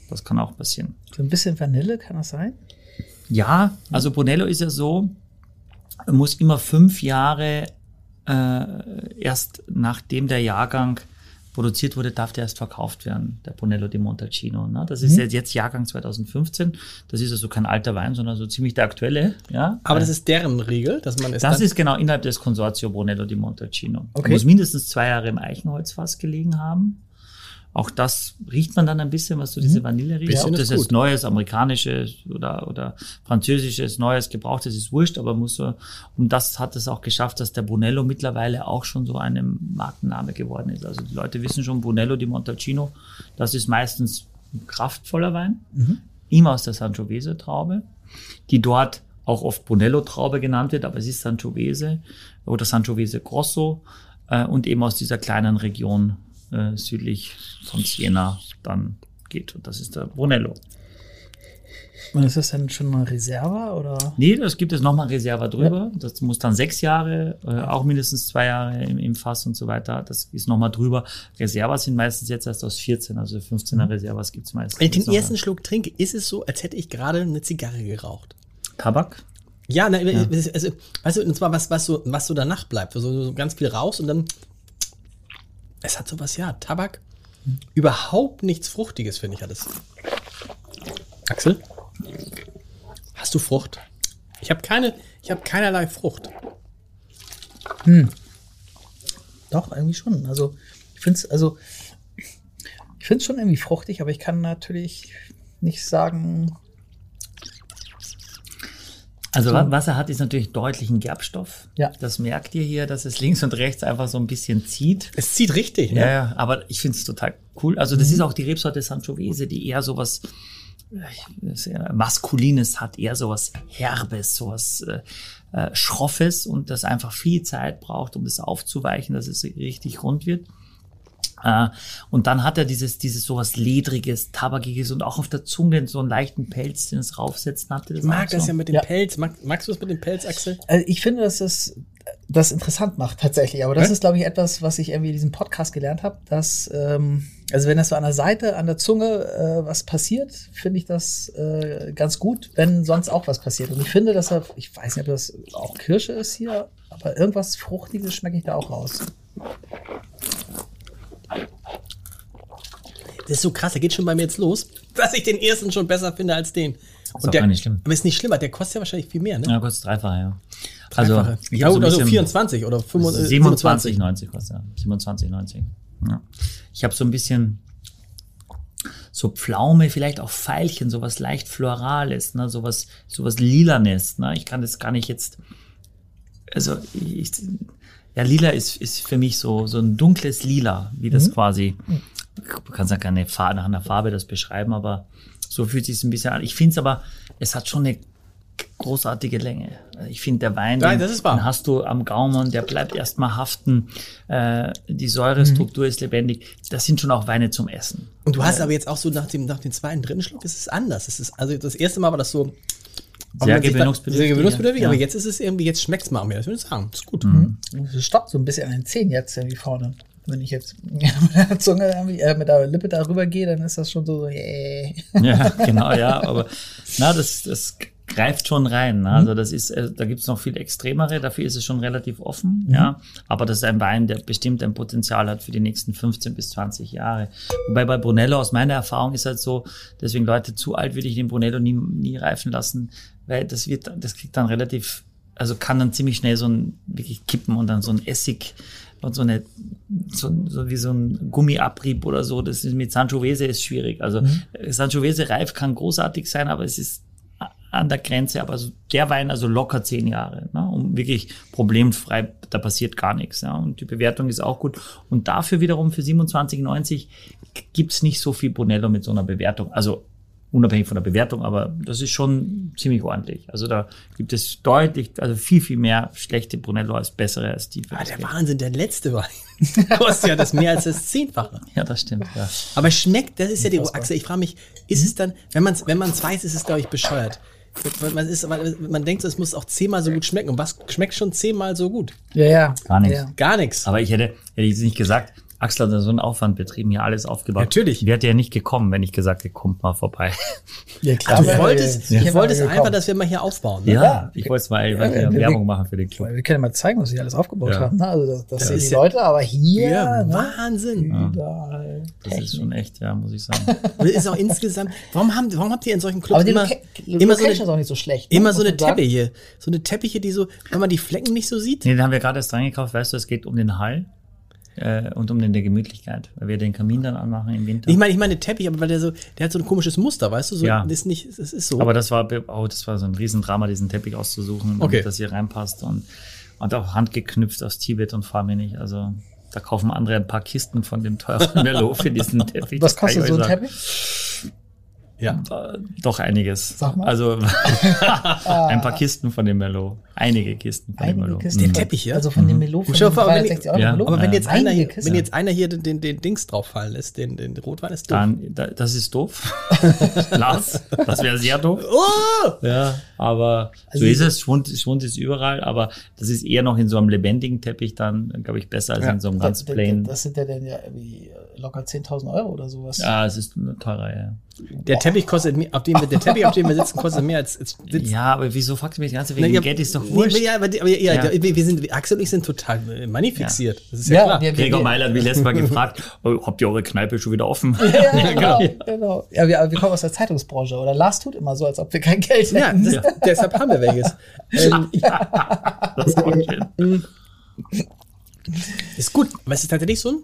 Speaker 3: das kann auch passieren.
Speaker 4: so ein bisschen Vanille kann das sein?
Speaker 3: Ja, also Brunello ist ja so, er muss immer fünf Jahre äh, erst nachdem der Jahrgang produziert wurde, darf der erst verkauft werden, der Brunello di Montalcino. Ne? Das ist jetzt, jetzt Jahrgang 2015. Das ist also kein alter Wein, sondern so ziemlich der aktuelle. Ja?
Speaker 2: Aber
Speaker 3: Äh,
Speaker 2: das ist deren Regel, dass man es
Speaker 3: das
Speaker 2: dann,
Speaker 3: ist genau innerhalb des Konsortio Brunello di Montalcino.
Speaker 4: Okay.
Speaker 3: Muss mindestens zwei Jahre im Eichenholzfass gelegen haben. Auch das riecht man dann ein bisschen, was so diese Vanille riecht.
Speaker 2: Mhm. Bisschen
Speaker 3: Ob
Speaker 2: ist
Speaker 3: das jetzt
Speaker 2: gut.
Speaker 3: neues, amerikanisches oder, oder französisches, neues, gebrauchtes, ist wurscht, aber muss so, und das hat es auch geschafft, dass der Brunello mittlerweile auch schon so ein Markenname geworden ist. Also die Leute wissen schon, Brunello di Montalcino, das ist meistens ein kraftvoller Wein,
Speaker 2: Mhm.
Speaker 3: immer aus der Sangiovese-Traube die dort auch oft Brunello-Traube genannt wird, aber es ist Sangiovese oder Sangiovese Grosso äh, und eben aus dieser kleinen Region äh, südlich von Siena dann geht. Und das ist der Brunello.
Speaker 4: Und ist das dann schon eine Reserva oder?
Speaker 3: Nee, das gibt es nochmal Reserva drüber. Das muss dann sechs Jahre, äh, auch mindestens zwei Jahre im, im Fass und so weiter. Das ist nochmal drüber. Reservas sind meistens jetzt erst aus 14, also 15er Reservas gibt es meistens.
Speaker 2: wenn ich
Speaker 3: nicht
Speaker 2: den
Speaker 3: so.
Speaker 2: ersten Schluck trinke, ist es so, als hätte ich gerade eine Zigarre geraucht.
Speaker 3: Tabak?
Speaker 2: Ja, na, also, weißt du, und zwar was, was so, was so danach bleibt, so, so ganz viel raus und dann, es hat sowas, ja, Tabak, überhaupt nichts Fruchtiges, finde ich, hat es. Axel? Hast du Frucht? Ich habe keine, ich habe keinerlei Frucht.
Speaker 4: Doch, irgendwie schon. Also ich finde es also, ich find's schon irgendwie fruchtig, aber ich kann natürlich nicht sagen.
Speaker 3: Also wa- was er hat, ist natürlich deutlich ein Gerbstoff.
Speaker 4: Ja.
Speaker 3: Das merkt ihr hier, dass es links und rechts einfach so ein bisschen zieht.
Speaker 2: Es zieht richtig,
Speaker 3: Ja,
Speaker 2: ne?
Speaker 3: ja, aber ich finde es total cool. Also
Speaker 2: Mhm.
Speaker 3: das ist auch die Rebsorte Sangiovese, die eher sowas äh, sehr maskulines hat, eher sowas herbes, sowas äh, äh, schroffes und das einfach viel Zeit braucht, um das aufzuweichen, dass es richtig rund wird. Äh, und dann hat er dieses, dieses sowas ledriges, tabakiges und auch auf der Zunge so einen leichten Pelz, den es raufsetzen hat.
Speaker 2: Ich mag das ja mit dem
Speaker 4: Ja.
Speaker 2: Pelz. Mag, magst du es mit dem Pelz, Axel?
Speaker 4: Also ich finde, dass das das interessant macht tatsächlich. Aber das
Speaker 2: Hä?
Speaker 4: ist, glaube ich, etwas, was ich irgendwie in diesem Podcast gelernt habe, dass ähm, Also wenn das so an der Seite, an der Zunge äh, was passiert, finde ich das äh, ganz gut, wenn sonst auch was passiert. Und ich finde, dass er, ich weiß nicht, ob das auch Kirsche ist hier, aber irgendwas Fruchtiges schmecke ich da auch raus.
Speaker 2: Das ist so krass, der geht schon bei mir jetzt los, dass ich den ersten schon besser finde als den.
Speaker 3: auch
Speaker 2: der,
Speaker 3: gar nicht schlimm.
Speaker 2: Aber ist nicht schlimmer, der kostet ja wahrscheinlich viel mehr, ne?
Speaker 3: Ja, kurz dreifacher, ja.
Speaker 2: Dreifache.
Speaker 3: ich
Speaker 2: ja,
Speaker 3: hab
Speaker 2: gut,
Speaker 3: ein
Speaker 2: also
Speaker 3: bisschen- ne?
Speaker 2: 24 oder 25,
Speaker 3: 27,90 kostet er. 27,90. Ja. Ich habe so ein bisschen so Pflaume, vielleicht auch Veilchen, sowas leicht Florales, ne? sowas, sowas Lilanes. Ne? Ich kann das gar nicht jetzt. Also, ich, ja, Lila ist, ist für mich so, so ein dunkles Lila, wie
Speaker 2: Mhm.
Speaker 3: das quasi. Du kannst ja keine Farbe, nach einer Farbe das beschreiben, aber so fühlt sich ein bisschen an. Ich finde es aber, es hat schon eine großartige Länge. Ich finde, der Wein,
Speaker 2: Nein,
Speaker 3: den,
Speaker 2: das ist wahr.
Speaker 3: den hast du am Gaumen, der bleibt erstmal haften. Äh, die Säurestruktur ist lebendig. Das sind schon auch Weine zum Essen.
Speaker 2: Und du hast aber jetzt auch so nach dem, nach dem zweiten, dritten Schluck, ist es anders. Es ist, also das erste Mal war das so. man
Speaker 3: Sehr
Speaker 2: sich da-
Speaker 3: gewöhnungsbedürftig,
Speaker 2: Sehr gewöhnungsbedürftig,
Speaker 3: ja. Mhm.
Speaker 2: aber jetzt ist es irgendwie, jetzt schmeckt es mal mehr, das würde ich sagen. Ist gut.
Speaker 4: Es Hm? stoppt so ein bisschen an den Zähnen jetzt irgendwie vorne. Wenn ich jetzt mit der Zunge, irgendwie, äh, mit der Lippe darüber gehe, dann ist das schon so, yeah.
Speaker 3: Ja, genau, ja. Aber na, das, das greift schon rein. Ne?
Speaker 2: Mhm.
Speaker 3: Also das ist, äh, da gibt's noch viel extremere, dafür ist es schon relativ offen,
Speaker 2: Mhm.
Speaker 3: ja. Aber das ist ein Wein, der bestimmt ein Potenzial hat für die nächsten 15 bis 20 Jahre. Wobei bei Brunello aus meiner Erfahrung ist halt so, deswegen Leute, zu alt will ich den Brunello nie, nie reifen lassen, weil das wird, dann- das kriegt dann relativ, also kann dann ziemlich schnell so ein wirklich kippen und dann so ein Essig und so eine, so, so wie so ein Gummiabrieb oder so, das ist mit Sangiovese ist schwierig. Also äh, Sangiovese reif kann großartig sein, aber es ist a- an der Grenze, aber so der Wein also locker zehn Jahre, ne? um wirklich problemfrei, da passiert gar nichts. Ja? Und die Bewertung ist auch gut. Und dafür wiederum für 27,90 gibt's nicht so viel Brunello mit so einer Bewertung. Also unabhängig von der Bewertung, aber das ist schon ziemlich ordentlich. Also da gibt es deutlich, also viel, viel mehr schlechte Brunello als bessere, als die.
Speaker 2: Ah, der Wahnsinn, der letzte Wein. kostet ja das mehr als das Zehnfache.
Speaker 3: ja, das stimmt. Ja.
Speaker 2: Aber schmeckt, das ist ja die Achse. Ich frage mich, ist es dann, wenn man es wenn man's weiß, ist es, glaube ich, bescheuert. Weil Man, ist, weil man denkt, es muss auch zehnmal so gut schmecken. Und was schmeckt schon zehnmal so gut?
Speaker 4: Ja, ja.
Speaker 3: Gar nichts.
Speaker 4: Ja.
Speaker 2: Gar nichts.
Speaker 3: Aber ich hätte, hätte ich jetzt nicht gesagt, Axel hat da so einen Aufwand betrieben, hier alles aufgebaut.
Speaker 2: Natürlich.
Speaker 3: Wäre ja nicht gekommen, wenn ich gesagt hätte, kommt mal vorbei.
Speaker 4: ja
Speaker 2: Du
Speaker 4: klar.
Speaker 2: wolltest,
Speaker 4: Ja.
Speaker 2: du wolltest
Speaker 4: Ja.
Speaker 2: einfach, dass wir mal hier aufbauen. Ne?
Speaker 3: Ja, ich wollte es mal ich wollte
Speaker 4: Ja,
Speaker 3: ja,
Speaker 4: wir-
Speaker 3: Werbung machen für den Club.
Speaker 4: Wir können ja mal zeigen, was sie alles aufgebaut
Speaker 3: Ja.
Speaker 4: haben. Ne? Also das, das, sehen
Speaker 2: ist
Speaker 4: die
Speaker 2: ja-
Speaker 4: Leute, aber hier,
Speaker 2: Ja,
Speaker 4: ne?
Speaker 2: Wahnsinn.
Speaker 4: überall.
Speaker 3: Das ist schon echt, ja, muss ich sagen.
Speaker 2: Und es ist auch insgesamt. Warum, haben, warum habt ihr in solchen Clubs
Speaker 4: Aber die
Speaker 2: immer,
Speaker 4: Loca-
Speaker 2: immer so
Speaker 4: Location ist
Speaker 2: eine,
Speaker 4: auch nicht so schlecht. ne?
Speaker 2: immer so
Speaker 4: Muss
Speaker 2: eine
Speaker 4: man sagen.
Speaker 2: Teppiche? So eine Teppiche, die so, wenn man die Flecken nicht so sieht?
Speaker 3: Nee, den haben wir gerade erst reingekauft, weißt du, es geht um den Hall äh, und um den, der Gemütlichkeit, weil wir den Kamin dann anmachen im Winter.
Speaker 2: Ich meine, ich meine Teppich, aber weil der so, der hat so ein komisches Muster, weißt du? So,
Speaker 3: Ja.
Speaker 2: das ist nicht, das ist so.
Speaker 3: Aber das war, be- oh, das war so ein Riesendrama, diesen Teppich auszusuchen, damit
Speaker 2: Okay.
Speaker 3: das hier reinpasst und, und auch handgeknüpft aus Tibet und fahr mir nicht. Also da kaufen andere ein paar Kisten von dem teuren Merlot für diesen Teppich.
Speaker 4: Was
Speaker 3: das kann ich
Speaker 4: kostet
Speaker 3: euch
Speaker 4: so ein
Speaker 3: sagen.
Speaker 4: Teppich?
Speaker 2: ja.
Speaker 3: Äh, Doch einiges.
Speaker 4: Sag mal.
Speaker 3: Also ein paar Kisten von dem Merlot. Einige Kisten von dem
Speaker 4: Einige
Speaker 3: Merlot.
Speaker 4: Kisten.
Speaker 2: Der
Speaker 3: Mhm.
Speaker 2: Teppich, ja?
Speaker 4: Also von dem Melo von
Speaker 2: Schau,
Speaker 4: dem
Speaker 2: aber wenn die-
Speaker 4: 360 Euro
Speaker 3: Ja.
Speaker 4: Melo?
Speaker 2: aber wenn
Speaker 3: äh,
Speaker 2: jetzt, einer,
Speaker 4: einige
Speaker 2: hier-
Speaker 4: Kisten.
Speaker 2: wenn jetzt einer hier den, den, den Dings drauf fallen lässt, den, den Rotwein ist doof.
Speaker 3: Dann, da, das ist doof. Lars, das wäre sehr doof.
Speaker 2: Oh!
Speaker 3: Ja, aber
Speaker 4: Also
Speaker 3: so ist
Speaker 4: diese-
Speaker 3: es. Schwund, Schwund ist überall, aber das ist eher noch in so einem lebendigen Teppich dann, glaube ich, besser als in so einem ganz
Speaker 4: das, das,
Speaker 3: plain.
Speaker 4: das sind ja dann ja irgendwie äh, locker 10.000 Euro oder sowas.
Speaker 3: Ja, es ist teurer, ja.
Speaker 2: Der Teppich kostet, mir- auf dem, wir- der Teppich, auf dem wir sitzen, kostet mehr als, als sitzen.
Speaker 3: Ja, aber wieso fragst du mich das Ganze
Speaker 2: Na,
Speaker 3: wegen
Speaker 2: ja,
Speaker 3: Geld? Ist doch
Speaker 2: nee,
Speaker 3: wurscht.
Speaker 2: Ja, aber, die- aber, ja,
Speaker 3: Ja.
Speaker 2: Wir, wir sind, Axel und ich sind total äh, manifixiert. Das ist ja,
Speaker 4: Ja,
Speaker 2: klar.
Speaker 4: wir-
Speaker 3: Gregor Meiler hat mich letztes Mal gefragt, oh, habt ihr eure Kneipe schon wieder offen?
Speaker 4: Ja, genau, genau. Ja, wir, aber wir kommen aus der Zeitungsbranche. Oder Lars tut immer so, als ob wir kein Geld
Speaker 2: ja,
Speaker 4: hätten.
Speaker 2: das, deshalb haben wir welches. Ähm,
Speaker 3: Das ist auch schön.
Speaker 2: ist gut, aber es ist tatsächlich so ein.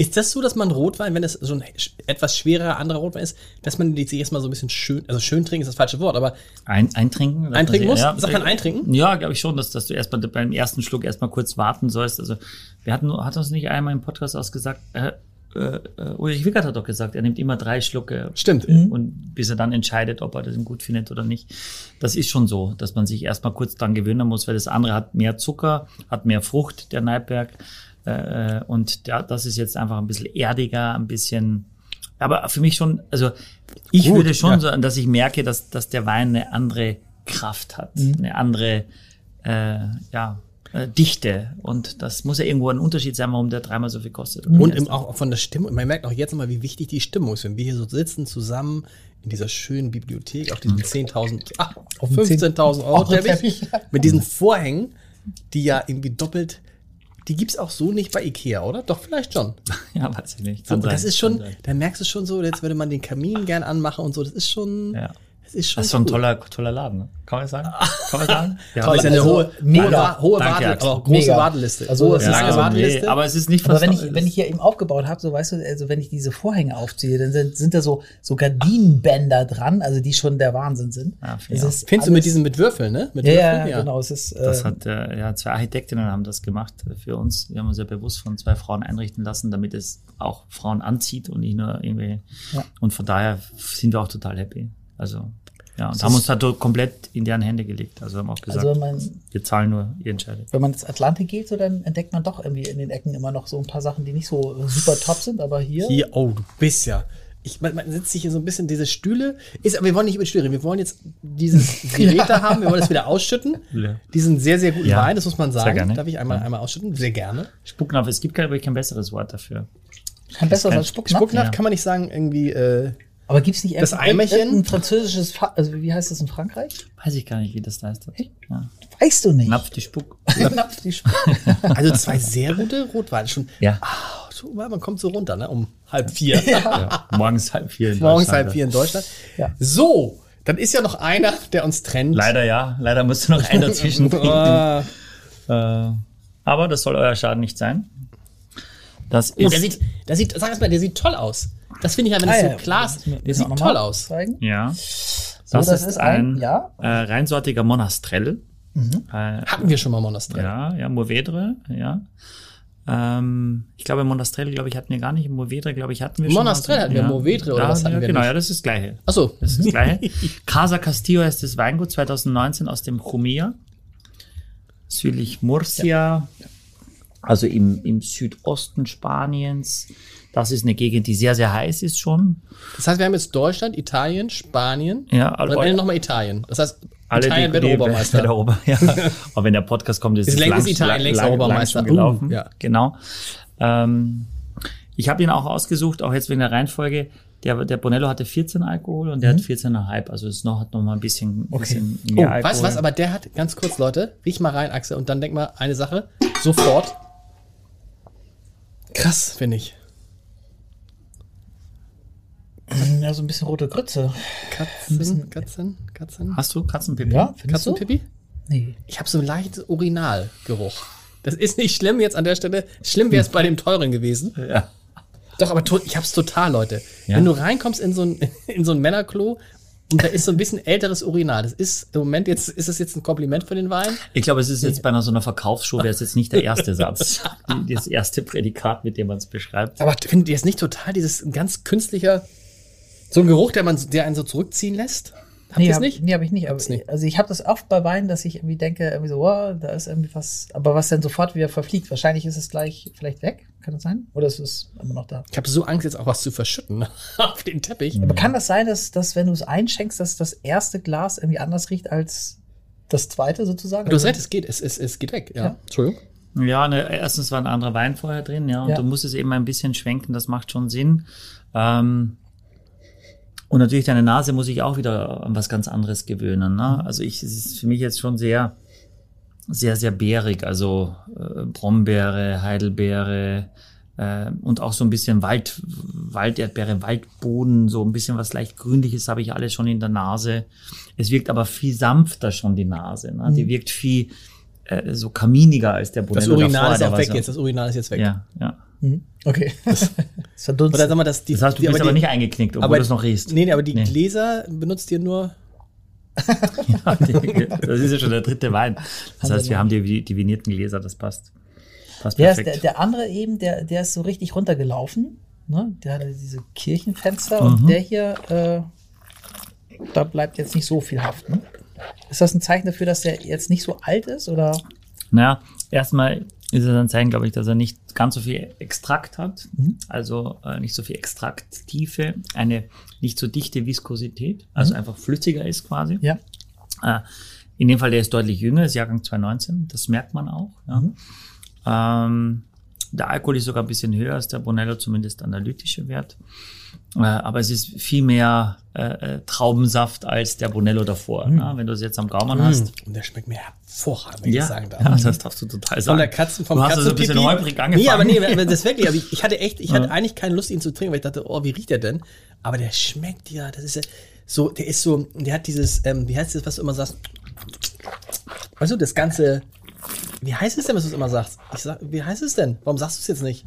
Speaker 2: Ist das so, dass man Rotwein, wenn es so ein sch- etwas schwerer anderer Rotwein ist, dass man die sich erstmal so ein bisschen schön, also schön trinken ist das falsche Wort, aber
Speaker 3: Ein, eintrinken? dass man
Speaker 2: Eintrinken
Speaker 3: sich-
Speaker 2: muss? Sagt man eintrinken?
Speaker 3: Ja, glaube ich schon, dass, dass du erstmal beim ersten Schluck erstmal kurz warten sollst. Also, wir hatten, hat uns nicht einmal im Podcast ausgesagt, äh, äh, äh, Ulrich Wickert hat doch gesagt, er nimmt immer drei Schlucke.
Speaker 2: Stimmt.
Speaker 3: Und bis er dann entscheidet, ob er das gut findet oder nicht. Das ist schon so, dass man sich erstmal kurz dran gewöhnen muss, weil das andere hat mehr Zucker, hat mehr Frucht, der Neidberg. Äh, und der, das ist jetzt einfach ein bisschen erdiger, ein bisschen. Aber für mich schon, also ich
Speaker 2: Gut,
Speaker 3: würde schon
Speaker 2: ja.
Speaker 3: sagen, dass ich merke,
Speaker 2: Mhm.
Speaker 3: dass, dass der Wein eine andere Kraft hat, eine andere, äh, ja, äh, Dichte. Und das muss ja irgendwo ein Unterschied sein, warum der dreimal so viel kostet.
Speaker 2: Mhm. Und im, auch von der Stimmung. Man merkt auch jetzt nochmal, wie wichtig die Stimmung ist, wenn wir hier so sitzen zusammen in dieser schönen Bibliothek auf
Speaker 3: Mhm.
Speaker 2: diesem 10.000, ah, auf 15.000 Euro Teppich mit diesen Vorhängen, die ja irgendwie doppelt. Die gibt's auch so nicht bei Ikea, oder? Doch, vielleicht schon.
Speaker 3: ja, weiß ich nicht.
Speaker 2: So,
Speaker 3: Kann
Speaker 2: und das
Speaker 3: sein,
Speaker 2: ist
Speaker 3: kann
Speaker 2: schon,
Speaker 3: sein.
Speaker 2: da merkst du schon so, jetzt würde man den Kamin gern anmachen und so. Das ist schon,
Speaker 3: Ja.
Speaker 2: das ist schon,
Speaker 3: Das ist schon ein
Speaker 2: cool.
Speaker 3: toller, toller Laden. ne? Kann man das sagen? Kann man sagen? Ja,
Speaker 2: Aber ist ja eine
Speaker 4: Also,
Speaker 2: hohe,
Speaker 4: mega.
Speaker 2: hohe
Speaker 3: Danke,
Speaker 2: Warte,
Speaker 3: Axel.
Speaker 2: aber auch große
Speaker 4: Mega.
Speaker 2: Warteliste.
Speaker 4: Also,
Speaker 2: Hohe,
Speaker 4: das ist
Speaker 2: lange
Speaker 4: also-
Speaker 2: Warteliste.
Speaker 3: nee, aber es ist nicht
Speaker 4: Aber
Speaker 3: fast-
Speaker 4: wenn ich, wenn ich hier eben aufgebaut habe, so weißt du, also wenn ich diese Vorhänge aufziehe, dann sind, sind da so, so Gardinenbänder dran, also die schon der Wahnsinn sind.
Speaker 3: Ja, finde
Speaker 4: Es
Speaker 3: ich auch.
Speaker 4: ist
Speaker 2: Findest du mit
Speaker 4: alles-
Speaker 2: diesen mit Würfeln, ne? Mit
Speaker 4: Ja,
Speaker 2: Würfeln?
Speaker 4: ja, genau. Es ist, äh,
Speaker 2: Ähm,
Speaker 3: Das hat äh, ja zwei Architektinnen haben das gemacht für uns. Wir haben uns ja bewusst von zwei Frauen einrichten lassen, damit es auch Frauen anzieht und nicht nur irgendwie.
Speaker 4: Ja.
Speaker 3: Und von daher sind wir auch total happy. Also ja, und haben uns da do- komplett in deren Hände gelegt. Also haben auch gesagt,
Speaker 4: also wenn man,
Speaker 3: wir zahlen nur, ihr entscheidet.
Speaker 4: wenn man ins Atlantik geht, so, dann entdeckt man doch irgendwie in den Ecken immer noch so ein paar Sachen, die nicht so äh, super top sind, aber hier.
Speaker 2: Hier, oh, du bist ja. Ich, man, man sitzt sich hier so ein bisschen, diese Stühle. Ist, aber wir wollen nicht über die Stühle reden. Wir wollen jetzt dieses Gerät da haben. Wir wollen es wieder ausschütten.
Speaker 3: Ja.
Speaker 2: Diesen sehr, sehr guten
Speaker 3: Ja.
Speaker 2: Wein, das muss man sagen.
Speaker 3: gerne.
Speaker 2: Darf ich einmal, einmal ausschütten? Sehr gerne.
Speaker 3: Spucknapf, es gibt kein, kein besseres Wort dafür.
Speaker 4: Kein besseres als Spucknapf.
Speaker 2: Spucknacht
Speaker 3: Ja.
Speaker 2: kann man nicht sagen, irgendwie. Äh,
Speaker 4: Aber gibt's nicht
Speaker 2: ne? Das
Speaker 4: irgendein-
Speaker 2: Eimerchen?
Speaker 4: irgendein französisches, Fa also wie heißt das in Frankreich?
Speaker 3: Weiß ich gar nicht, wie das heißt. Ja.
Speaker 4: Weißt du nicht.
Speaker 3: Napf die Spuck.
Speaker 4: Napf die Spuck.
Speaker 2: also zwei sehr gute Rotweine. Schon,
Speaker 3: Ja.
Speaker 2: Ah, so, man kommt so runter, ne? Um halb vier.
Speaker 3: ja. Morgens halb vier. in
Speaker 2: Morgens
Speaker 3: Deutschland.
Speaker 2: halb vier in Deutschland.
Speaker 4: ne? Ja.
Speaker 2: So, dann ist ja noch einer, der uns trennt.
Speaker 3: Leider ja. Leider musst du noch einen dazwischen bringen.
Speaker 2: Ah,
Speaker 3: Äh, aber das soll euer Schaden nicht sein. Das
Speaker 2: oh,
Speaker 3: ist.
Speaker 2: der sieht, der sieht, sag es mal, der sieht toll aus. Das finde ich ja, wenn
Speaker 4: Ah,
Speaker 2: es
Speaker 4: ja.
Speaker 2: so klar ist, der sieht
Speaker 4: Auch noch mal
Speaker 2: toll aus.
Speaker 4: Zeigen.
Speaker 3: ja.
Speaker 4: So, das ist ein- ja. Mhm.
Speaker 3: äh, reinsortiger Monastrell. Äh,
Speaker 2: Hatten wir schon mal Monastrell.
Speaker 3: ja, ja, Mourvedre, ja. Ähm, ich glaube, Monastrell, glaube ich, hatten wir gar nicht. Mourvedre, glaube ich, hatten wir
Speaker 2: Monastrell
Speaker 3: schon.
Speaker 2: hatten wir, Mourvedre oder
Speaker 3: ja,
Speaker 2: was hatten
Speaker 3: ja,
Speaker 2: wir
Speaker 3: Genau,
Speaker 2: nicht?
Speaker 3: ja, das ist das Gleiche.
Speaker 2: Achso,
Speaker 3: Das ist das Gleiche. Casa Castillo heißt das Weingut 2019 aus dem Chumia, südlich Murcia, also im, im Südosten Spaniens. Das ist eine Gegend, die sehr, sehr heiß ist schon.
Speaker 2: das heißt, wir haben jetzt Deutschland, Italien, Spanien
Speaker 3: Ja,
Speaker 2: und am
Speaker 3: alle-
Speaker 2: Ende nochmal Italien. Das heißt,
Speaker 3: Alle
Speaker 2: Italien
Speaker 3: die-
Speaker 2: wird
Speaker 3: die-
Speaker 2: Obermeister.
Speaker 3: Wird Ober, ja. Aber wenn der Podcast kommt, ist
Speaker 2: Ist
Speaker 3: es
Speaker 2: längst
Speaker 3: lang-
Speaker 2: Italien,
Speaker 3: lang-
Speaker 2: längst
Speaker 3: lang-
Speaker 2: Obermeister.
Speaker 3: lang schon gelaufen.
Speaker 2: Uh, ja.
Speaker 3: Genau. Ähm, ich habe ihn auch ausgesucht, auch jetzt wegen der Reihenfolge. Der, der Bonello hatte 14 Alkohol und der hat 14,5. Also es noch, hat noch mal ein bisschen, bisschen
Speaker 2: Mhm. Oh,
Speaker 3: mehr Alkohol.
Speaker 2: weißt du was, aber der hat, ganz kurz, Leute, riech mal rein, Axel, und dann denk mal eine Sache, sofort. Krass, finde ich.
Speaker 4: Ja, so ein bisschen rote Grütze.
Speaker 2: Katzen, Katzen, Katzen.
Speaker 3: Hast du Katzenpipi?
Speaker 4: Ja, findest du?
Speaker 2: Katzenpipi?
Speaker 4: Nee.
Speaker 2: Ich habe so einen leichten Urinalgeruch. Das ist nicht schlimm jetzt an der Stelle. Schlimm wäre es bei dem teuren gewesen.
Speaker 3: Ja.
Speaker 2: Doch, aber to- ich hab's total, Leute.
Speaker 3: Ja?
Speaker 2: Wenn du reinkommst in so ein, in so ein Männerklo und da ist so ein bisschen älteres Urinal. Das ist im Moment jetzt, ist das jetzt ein Kompliment für den Wein?
Speaker 3: Ich glaube, es ist jetzt bei einer so einer Verkaufsshow, wäre es jetzt nicht der erste Satz, die- das erste Prädikat, mit dem man es beschreibt.
Speaker 2: Aber findet ihr es nicht total, dieses ganz künstlicher, so ein Geruch, der man, der einen so zurückziehen lässt? Habt
Speaker 4: nee,
Speaker 2: ihr es
Speaker 4: hab-
Speaker 2: nicht?
Speaker 4: Nee, habe ich nicht. Aber,
Speaker 2: Hab's nicht.
Speaker 4: Also ich habe das oft bei Weinen, dass ich irgendwie denke, irgendwie so, wow, da ist irgendwie was, aber was dann sofort wieder verfliegt. Wahrscheinlich ist es gleich vielleicht weg, kann das sein? Oder ist es immer noch da?
Speaker 2: Ich habe so Angst, jetzt auch was zu verschütten auf den Teppich.
Speaker 4: Aber kann das sein, dass, dass wenn du es einschenkst, dass das erste Glas irgendwie anders riecht als das zweite sozusagen?
Speaker 2: Du hast recht, es geht, es, es, es geht weg. Ja.
Speaker 4: Ja.
Speaker 2: Entschuldigung.
Speaker 3: Ja, ne, erstens war ein anderer Wein vorher drin, ja, und
Speaker 4: Ja.
Speaker 3: du musst es eben ein bisschen schwenken, das macht schon Sinn. Ähm, und natürlich deine Nase muss ich auch wieder an was ganz anderes gewöhnen. Ne? Also ich, es ist für mich jetzt schon sehr, sehr, sehr bärig. Also äh, Brombeere, Heidelbeere äh, und auch so ein bisschen Wald, Walderdbeere, Waldboden, so ein bisschen was leicht Grünliches habe ich alles schon in der Nase. Es wirkt aber viel sanfter schon die Nase. Ne? Die wirkt viel äh, so kaminiger als der
Speaker 2: Mhm. Das
Speaker 3: Brunello davor,
Speaker 2: Urinal ist
Speaker 3: der
Speaker 2: auch
Speaker 3: war
Speaker 2: weg
Speaker 3: so-
Speaker 2: jetzt. Das Urinal ist jetzt weg.
Speaker 3: Ja, ja.
Speaker 4: Mhm. Okay. Das
Speaker 2: Oder
Speaker 4: verdunstet.
Speaker 2: sag mal, dass die,
Speaker 3: Das heißt, du
Speaker 2: die,
Speaker 3: bist aber
Speaker 2: die-
Speaker 3: nicht eingeknickt, obwohl du es noch riechst.
Speaker 2: Nee, nee, aber die
Speaker 3: Nee.
Speaker 2: Gläser benutzt ihr nur.
Speaker 3: das ist ja schon der dritte Wein. Das heißt, wir haben die, die vinierten Gläser, das passt. Passt
Speaker 4: Der, ist,
Speaker 3: perfekt.
Speaker 4: der, der andere eben, der, der ist so richtig runtergelaufen. Ne? Der hatte diese Kirchenfenster
Speaker 2: Mhm.
Speaker 4: und der hier, äh, da bleibt jetzt nicht so viel haften. Ist das ein Zeichen dafür, dass der jetzt nicht so alt ist? Oder?
Speaker 3: Naja, erstmal ist es ein Zeichen, glaube ich, dass er nicht ganz so viel Extrakt hat,
Speaker 4: Mhm.
Speaker 3: also äh, nicht so viel Extrakttiefe,
Speaker 4: Mhm.
Speaker 3: eine nicht so dichte Viskosität, also einfach flüssiger ist quasi.
Speaker 4: Ja.
Speaker 3: Äh, In dem Fall, der ist deutlich jünger, ist Jahrgang 2019, das merkt man auch. Ja.
Speaker 2: Mhm.
Speaker 3: Ähm, der Alkohol ist sogar ein bisschen höher als der Brunello, zumindest analytische Wert. Äh, aber es ist viel mehr äh, äh, Traubensaft als der Brunello davor.
Speaker 2: Mhm.
Speaker 3: ne? Wenn du es jetzt am Gaumen hast,
Speaker 2: Und der schmeckt mir hervorragend, wenn
Speaker 3: Hm. ja,
Speaker 2: ich sagen darf.
Speaker 3: ja, also das darfst du total Äh, sagen.
Speaker 2: mhm. Von der Katzen, vom
Speaker 3: du hast also ein bisschen
Speaker 2: Katzenpipi.
Speaker 3: holprig angefangen.
Speaker 2: Nee, aber nee, aber das ist wirklich, aber ich, ich hatte echt, ich hatte eigentlich keine Lust, ihn zu trinken, weil ich dachte, oh, wie riecht der denn? Aber der schmeckt ja, das ist ja so, der ist so, der hat dieses, ähm, wie heißt das, was du immer sagst? Weißt du, das ganze, wie heißt es denn, was du immer sagst? Ich sag, wie heißt es denn? Warum sagst du es jetzt nicht?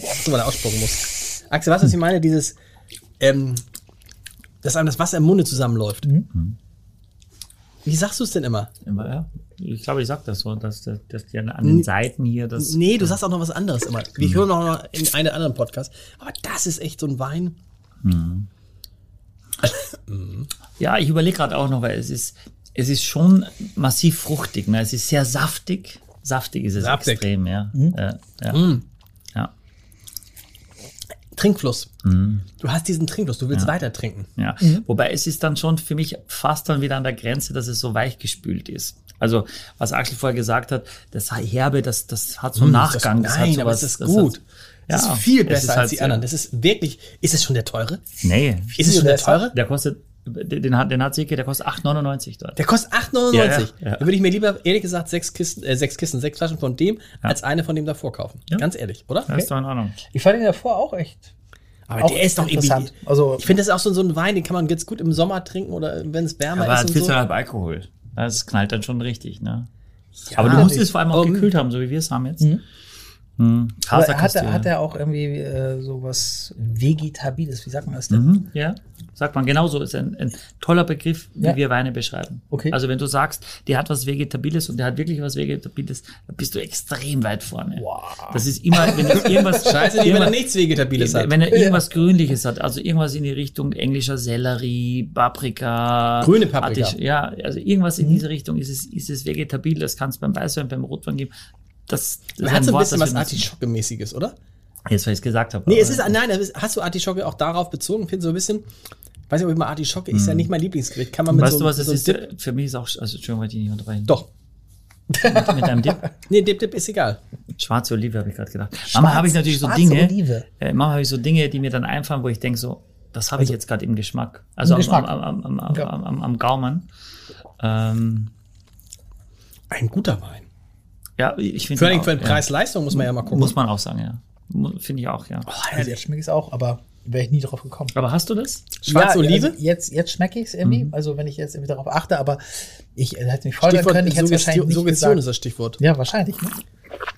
Speaker 2: Dass du mal ausspucken musst. Axel, weißt du, was ich meine? Dieses, ähm, dass einem das Wasser im Munde zusammenläuft.
Speaker 3: Mhm.
Speaker 2: Wie sagst du es denn immer?
Speaker 3: Immer, ja. Ich glaube, ich sag das so, dass, dass, dass die an an den Seiten hier das.
Speaker 2: Nee, du sagst auch noch was anderes immer. Wir hören auch noch in einem anderen Podcast. Aber das ist echt so ein Wein.
Speaker 3: Ja, ich überlege gerade auch noch, weil es ist, es ist schon massiv fruchtig. Ne? Es ist sehr saftig. Saftig ist es
Speaker 2: Saftig. Mhm.
Speaker 3: extrem, ja. Äh, ja. ja.
Speaker 2: Trinkfluss. Du hast diesen Trinkfluss, du willst weiter trinken.
Speaker 3: Mhm. Ja. Wobei es ist dann schon für mich fast dann wieder an der Grenze, dass es so weichgespült ist. Also, was Axel vorher gesagt hat, das Herbe, das, das hat so einen
Speaker 2: Mhm, Das-
Speaker 3: Nachgang. das hat
Speaker 2: Nein,
Speaker 3: so
Speaker 2: aber
Speaker 3: was-
Speaker 2: es ist
Speaker 3: das
Speaker 2: gut.
Speaker 3: Hat,
Speaker 2: Das
Speaker 3: ja,
Speaker 2: ist viel
Speaker 3: es
Speaker 2: besser als
Speaker 3: halt
Speaker 2: die
Speaker 3: sehr-
Speaker 2: anderen. Das ist wirklich. Ist es schon der teure?
Speaker 3: Nee,
Speaker 2: Ist es schon der
Speaker 4: besser?
Speaker 2: teure?
Speaker 3: der kostet, den hat, den hat Silke, der kostet 8,99 dort.
Speaker 2: Der kostet 8,99.
Speaker 3: Ja, ja, ja.
Speaker 2: Da würde ich mir lieber, ehrlich gesagt, sechs Kisten, äh, sechs Kisten, sechs Flaschen von dem, als eine von dem davor kaufen. Ganz ehrlich, oder?
Speaker 3: Das ist doch in Ordnung.
Speaker 4: Ich fand ihn davor auch echt.
Speaker 2: Aber
Speaker 4: Auch
Speaker 2: der ist doch irgendwie.
Speaker 4: interessant. Also-
Speaker 2: ich finde, das ist auch so, so ein Wein, den kann man jetzt gut im Sommer trinken oder wenn es wärmer
Speaker 3: Aber
Speaker 2: ist. Und
Speaker 3: viel zu
Speaker 2: so.
Speaker 3: halb Alkohol. Das knallt dann schon richtig, ne?
Speaker 2: Ja,
Speaker 3: aber du musst
Speaker 2: natürlich.
Speaker 3: es vor allem auch
Speaker 2: Ähm,
Speaker 3: gekühlt haben, so wie wir es haben jetzt. Mhm.
Speaker 4: Um, hm?
Speaker 3: Kasa
Speaker 4: Aber hat, er,
Speaker 3: Castilla.
Speaker 4: hat er auch irgendwie äh, sowas Vegetabiles? Wie sagt man das denn?
Speaker 3: Mhm, ja, sagt man genauso. Ist ein, ein toller Begriff, wie
Speaker 4: Ja.
Speaker 3: wir Weine beschreiben.
Speaker 4: Okay.
Speaker 3: Also wenn du sagst, der hat was Vegetabiles und der hat wirklich was Vegetabiles, dann bist du extrem weit vorne. Wow. Das ist immer, wenn du irgendwas...
Speaker 2: Scheiße, die, wenn er
Speaker 3: irgendwas
Speaker 2: nichts Vegetabiles hat.
Speaker 3: wenn er irgendwas Grünliches hat, also irgendwas in die Richtung englischer Sellerie, Paprika.
Speaker 2: Grüne Paprika.
Speaker 3: Artisch- ja, also irgendwas
Speaker 2: Mhm.
Speaker 3: in diese Richtung ist es, ist es vegetabil, das kann es beim Weißwein, beim Rotwein geben. Das, das
Speaker 2: Man hat so ein
Speaker 3: Wort,
Speaker 2: bisschen
Speaker 3: das
Speaker 2: was
Speaker 3: wir nutzen.
Speaker 2: Artischocke-mäßiges, oder?
Speaker 3: Jetzt, weil ich es gesagt habe.
Speaker 2: Nee, es
Speaker 3: aber-
Speaker 2: ist, nein, das ist- hast du Artischocke auch darauf bezogen? Ich finde so ein bisschen, weiß nicht, ob ich mal Artischocke, ist ja nicht mein Lieblingsgericht. Kann man mit
Speaker 3: Hm. Weißt
Speaker 2: so,
Speaker 3: du, was es
Speaker 2: so einem
Speaker 3: ist?
Speaker 2: Dip,
Speaker 3: Für mich ist auch, also Entschuldigung, wollte ich nicht unterbrechen.
Speaker 2: doch.
Speaker 3: Mit einem Dip.
Speaker 2: Nee, Dip, Dip ist egal.
Speaker 3: Schwarze Olive habe ich gerade gedacht. Mama habe ich natürlich so
Speaker 4: schwarze
Speaker 3: Dinge.
Speaker 4: Olive.
Speaker 3: Äh, Mama habe ich so Dinge, die mir dann einfallen, wo ich denke so, das habe ich jetzt gerade im Geschmack. Also
Speaker 4: Im Geschmack.
Speaker 3: Am, am, am, am,
Speaker 4: Ja.
Speaker 3: am, am, am Gaumen. Ähm,
Speaker 2: Ein guter Wein.
Speaker 3: ja, ich finde
Speaker 2: Vor allem für den
Speaker 3: Genau, ja.
Speaker 2: Preis-Leistung muss man ja mal gucken.
Speaker 3: Muss man auch sagen, ja. Mu- Finde ich auch, ja.
Speaker 4: Also jetzt schmecke ich es auch, aber wäre ich nie drauf gekommen.
Speaker 3: Aber hast du das?
Speaker 2: Schwarze
Speaker 4: Ja,
Speaker 2: Olive? Mhm.
Speaker 4: Also jetzt jetzt schmecke ich es irgendwie. Also wenn ich jetzt irgendwie darauf achte, aber ich äh, hätte mich folgen
Speaker 2: Stichwort
Speaker 4: können. Ich hätte es wahrscheinlich
Speaker 2: Suggestion,
Speaker 4: nicht
Speaker 2: Suggestion ist
Speaker 4: gesagt.
Speaker 2: das Stichwort.
Speaker 4: Ja, wahrscheinlich. Ne?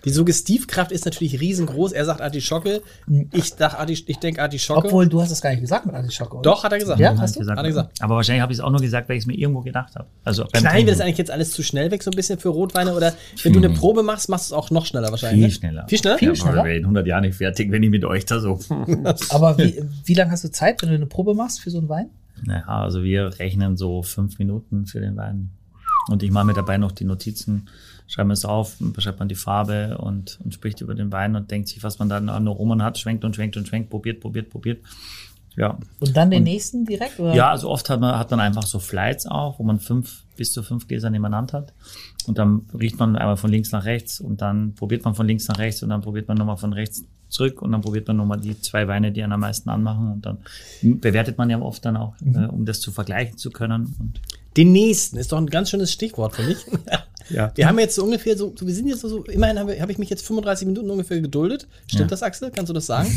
Speaker 2: Die Suggestivkraft ist natürlich riesengroß. Er sagt Artischocke. Ich, dach Artisch, ich denke Artischocke.
Speaker 4: Obwohl, du hast es gar nicht gesagt mit Artischocke, oder?
Speaker 2: Doch, hat er gesagt.
Speaker 4: Ja,
Speaker 2: Hat
Speaker 4: hast du?
Speaker 2: er gesagt.
Speaker 3: halt Aber wahrscheinlich habe ich es auch nur gesagt, weil ich es mir irgendwo gedacht habe. Also beim
Speaker 2: Knallen wir das
Speaker 3: Trinken.
Speaker 2: eigentlich jetzt alles zu schnell weg, so ein bisschen für Rotweine? Oder wenn du eine Probe machst, machst du es auch noch schneller wahrscheinlich.
Speaker 3: Hm. viel
Speaker 2: ne?
Speaker 3: schneller.
Speaker 2: Viel schneller?
Speaker 4: Viel
Speaker 3: Ja, aber
Speaker 4: schneller?
Speaker 3: wir wären in 100 Jahren nicht fertig, wenn ich mit euch da so.
Speaker 4: Aber wie, wie lange hast du Zeit, wenn du eine Probe machst für so einen Wein?
Speaker 3: Naja, also wir rechnen so fünf Minuten für den Wein. Und ich mache mir dabei noch die Notizen, schreibe es auf, beschreibt man die Farbe und, und spricht über den Wein und denkt sich, was man dann an Aromen hat, schwenkt und schwenkt und schwenkt, probiert, probiert, probiert. Ja.
Speaker 4: Und dann den nächsten direkt? Oder?
Speaker 3: Ja, also oft hat man, hat man einfach so Flights auch, wo man fünf bis zu fünf Gläser nebeneinander hat. Und dann riecht man einmal von links nach rechts und dann probiert man von links nach rechts und dann probiert man nochmal von rechts zurück und dann probiert man nochmal die zwei Weine, die einen am meisten anmachen und dann bewertet man ja oft dann auch,
Speaker 2: Mhm.
Speaker 3: äh, um das zu vergleichen zu können. Und
Speaker 2: Den nächsten ist doch ein ganz schönes Stichwort für mich.
Speaker 3: Ja.
Speaker 2: Wir haben jetzt so ungefähr so, so wir sind jetzt so, so immerhin habe hab ich mich jetzt 35 Minuten ungefähr geduldet. Stimmt
Speaker 3: Ja.
Speaker 2: das, Axel? Kannst du das sagen?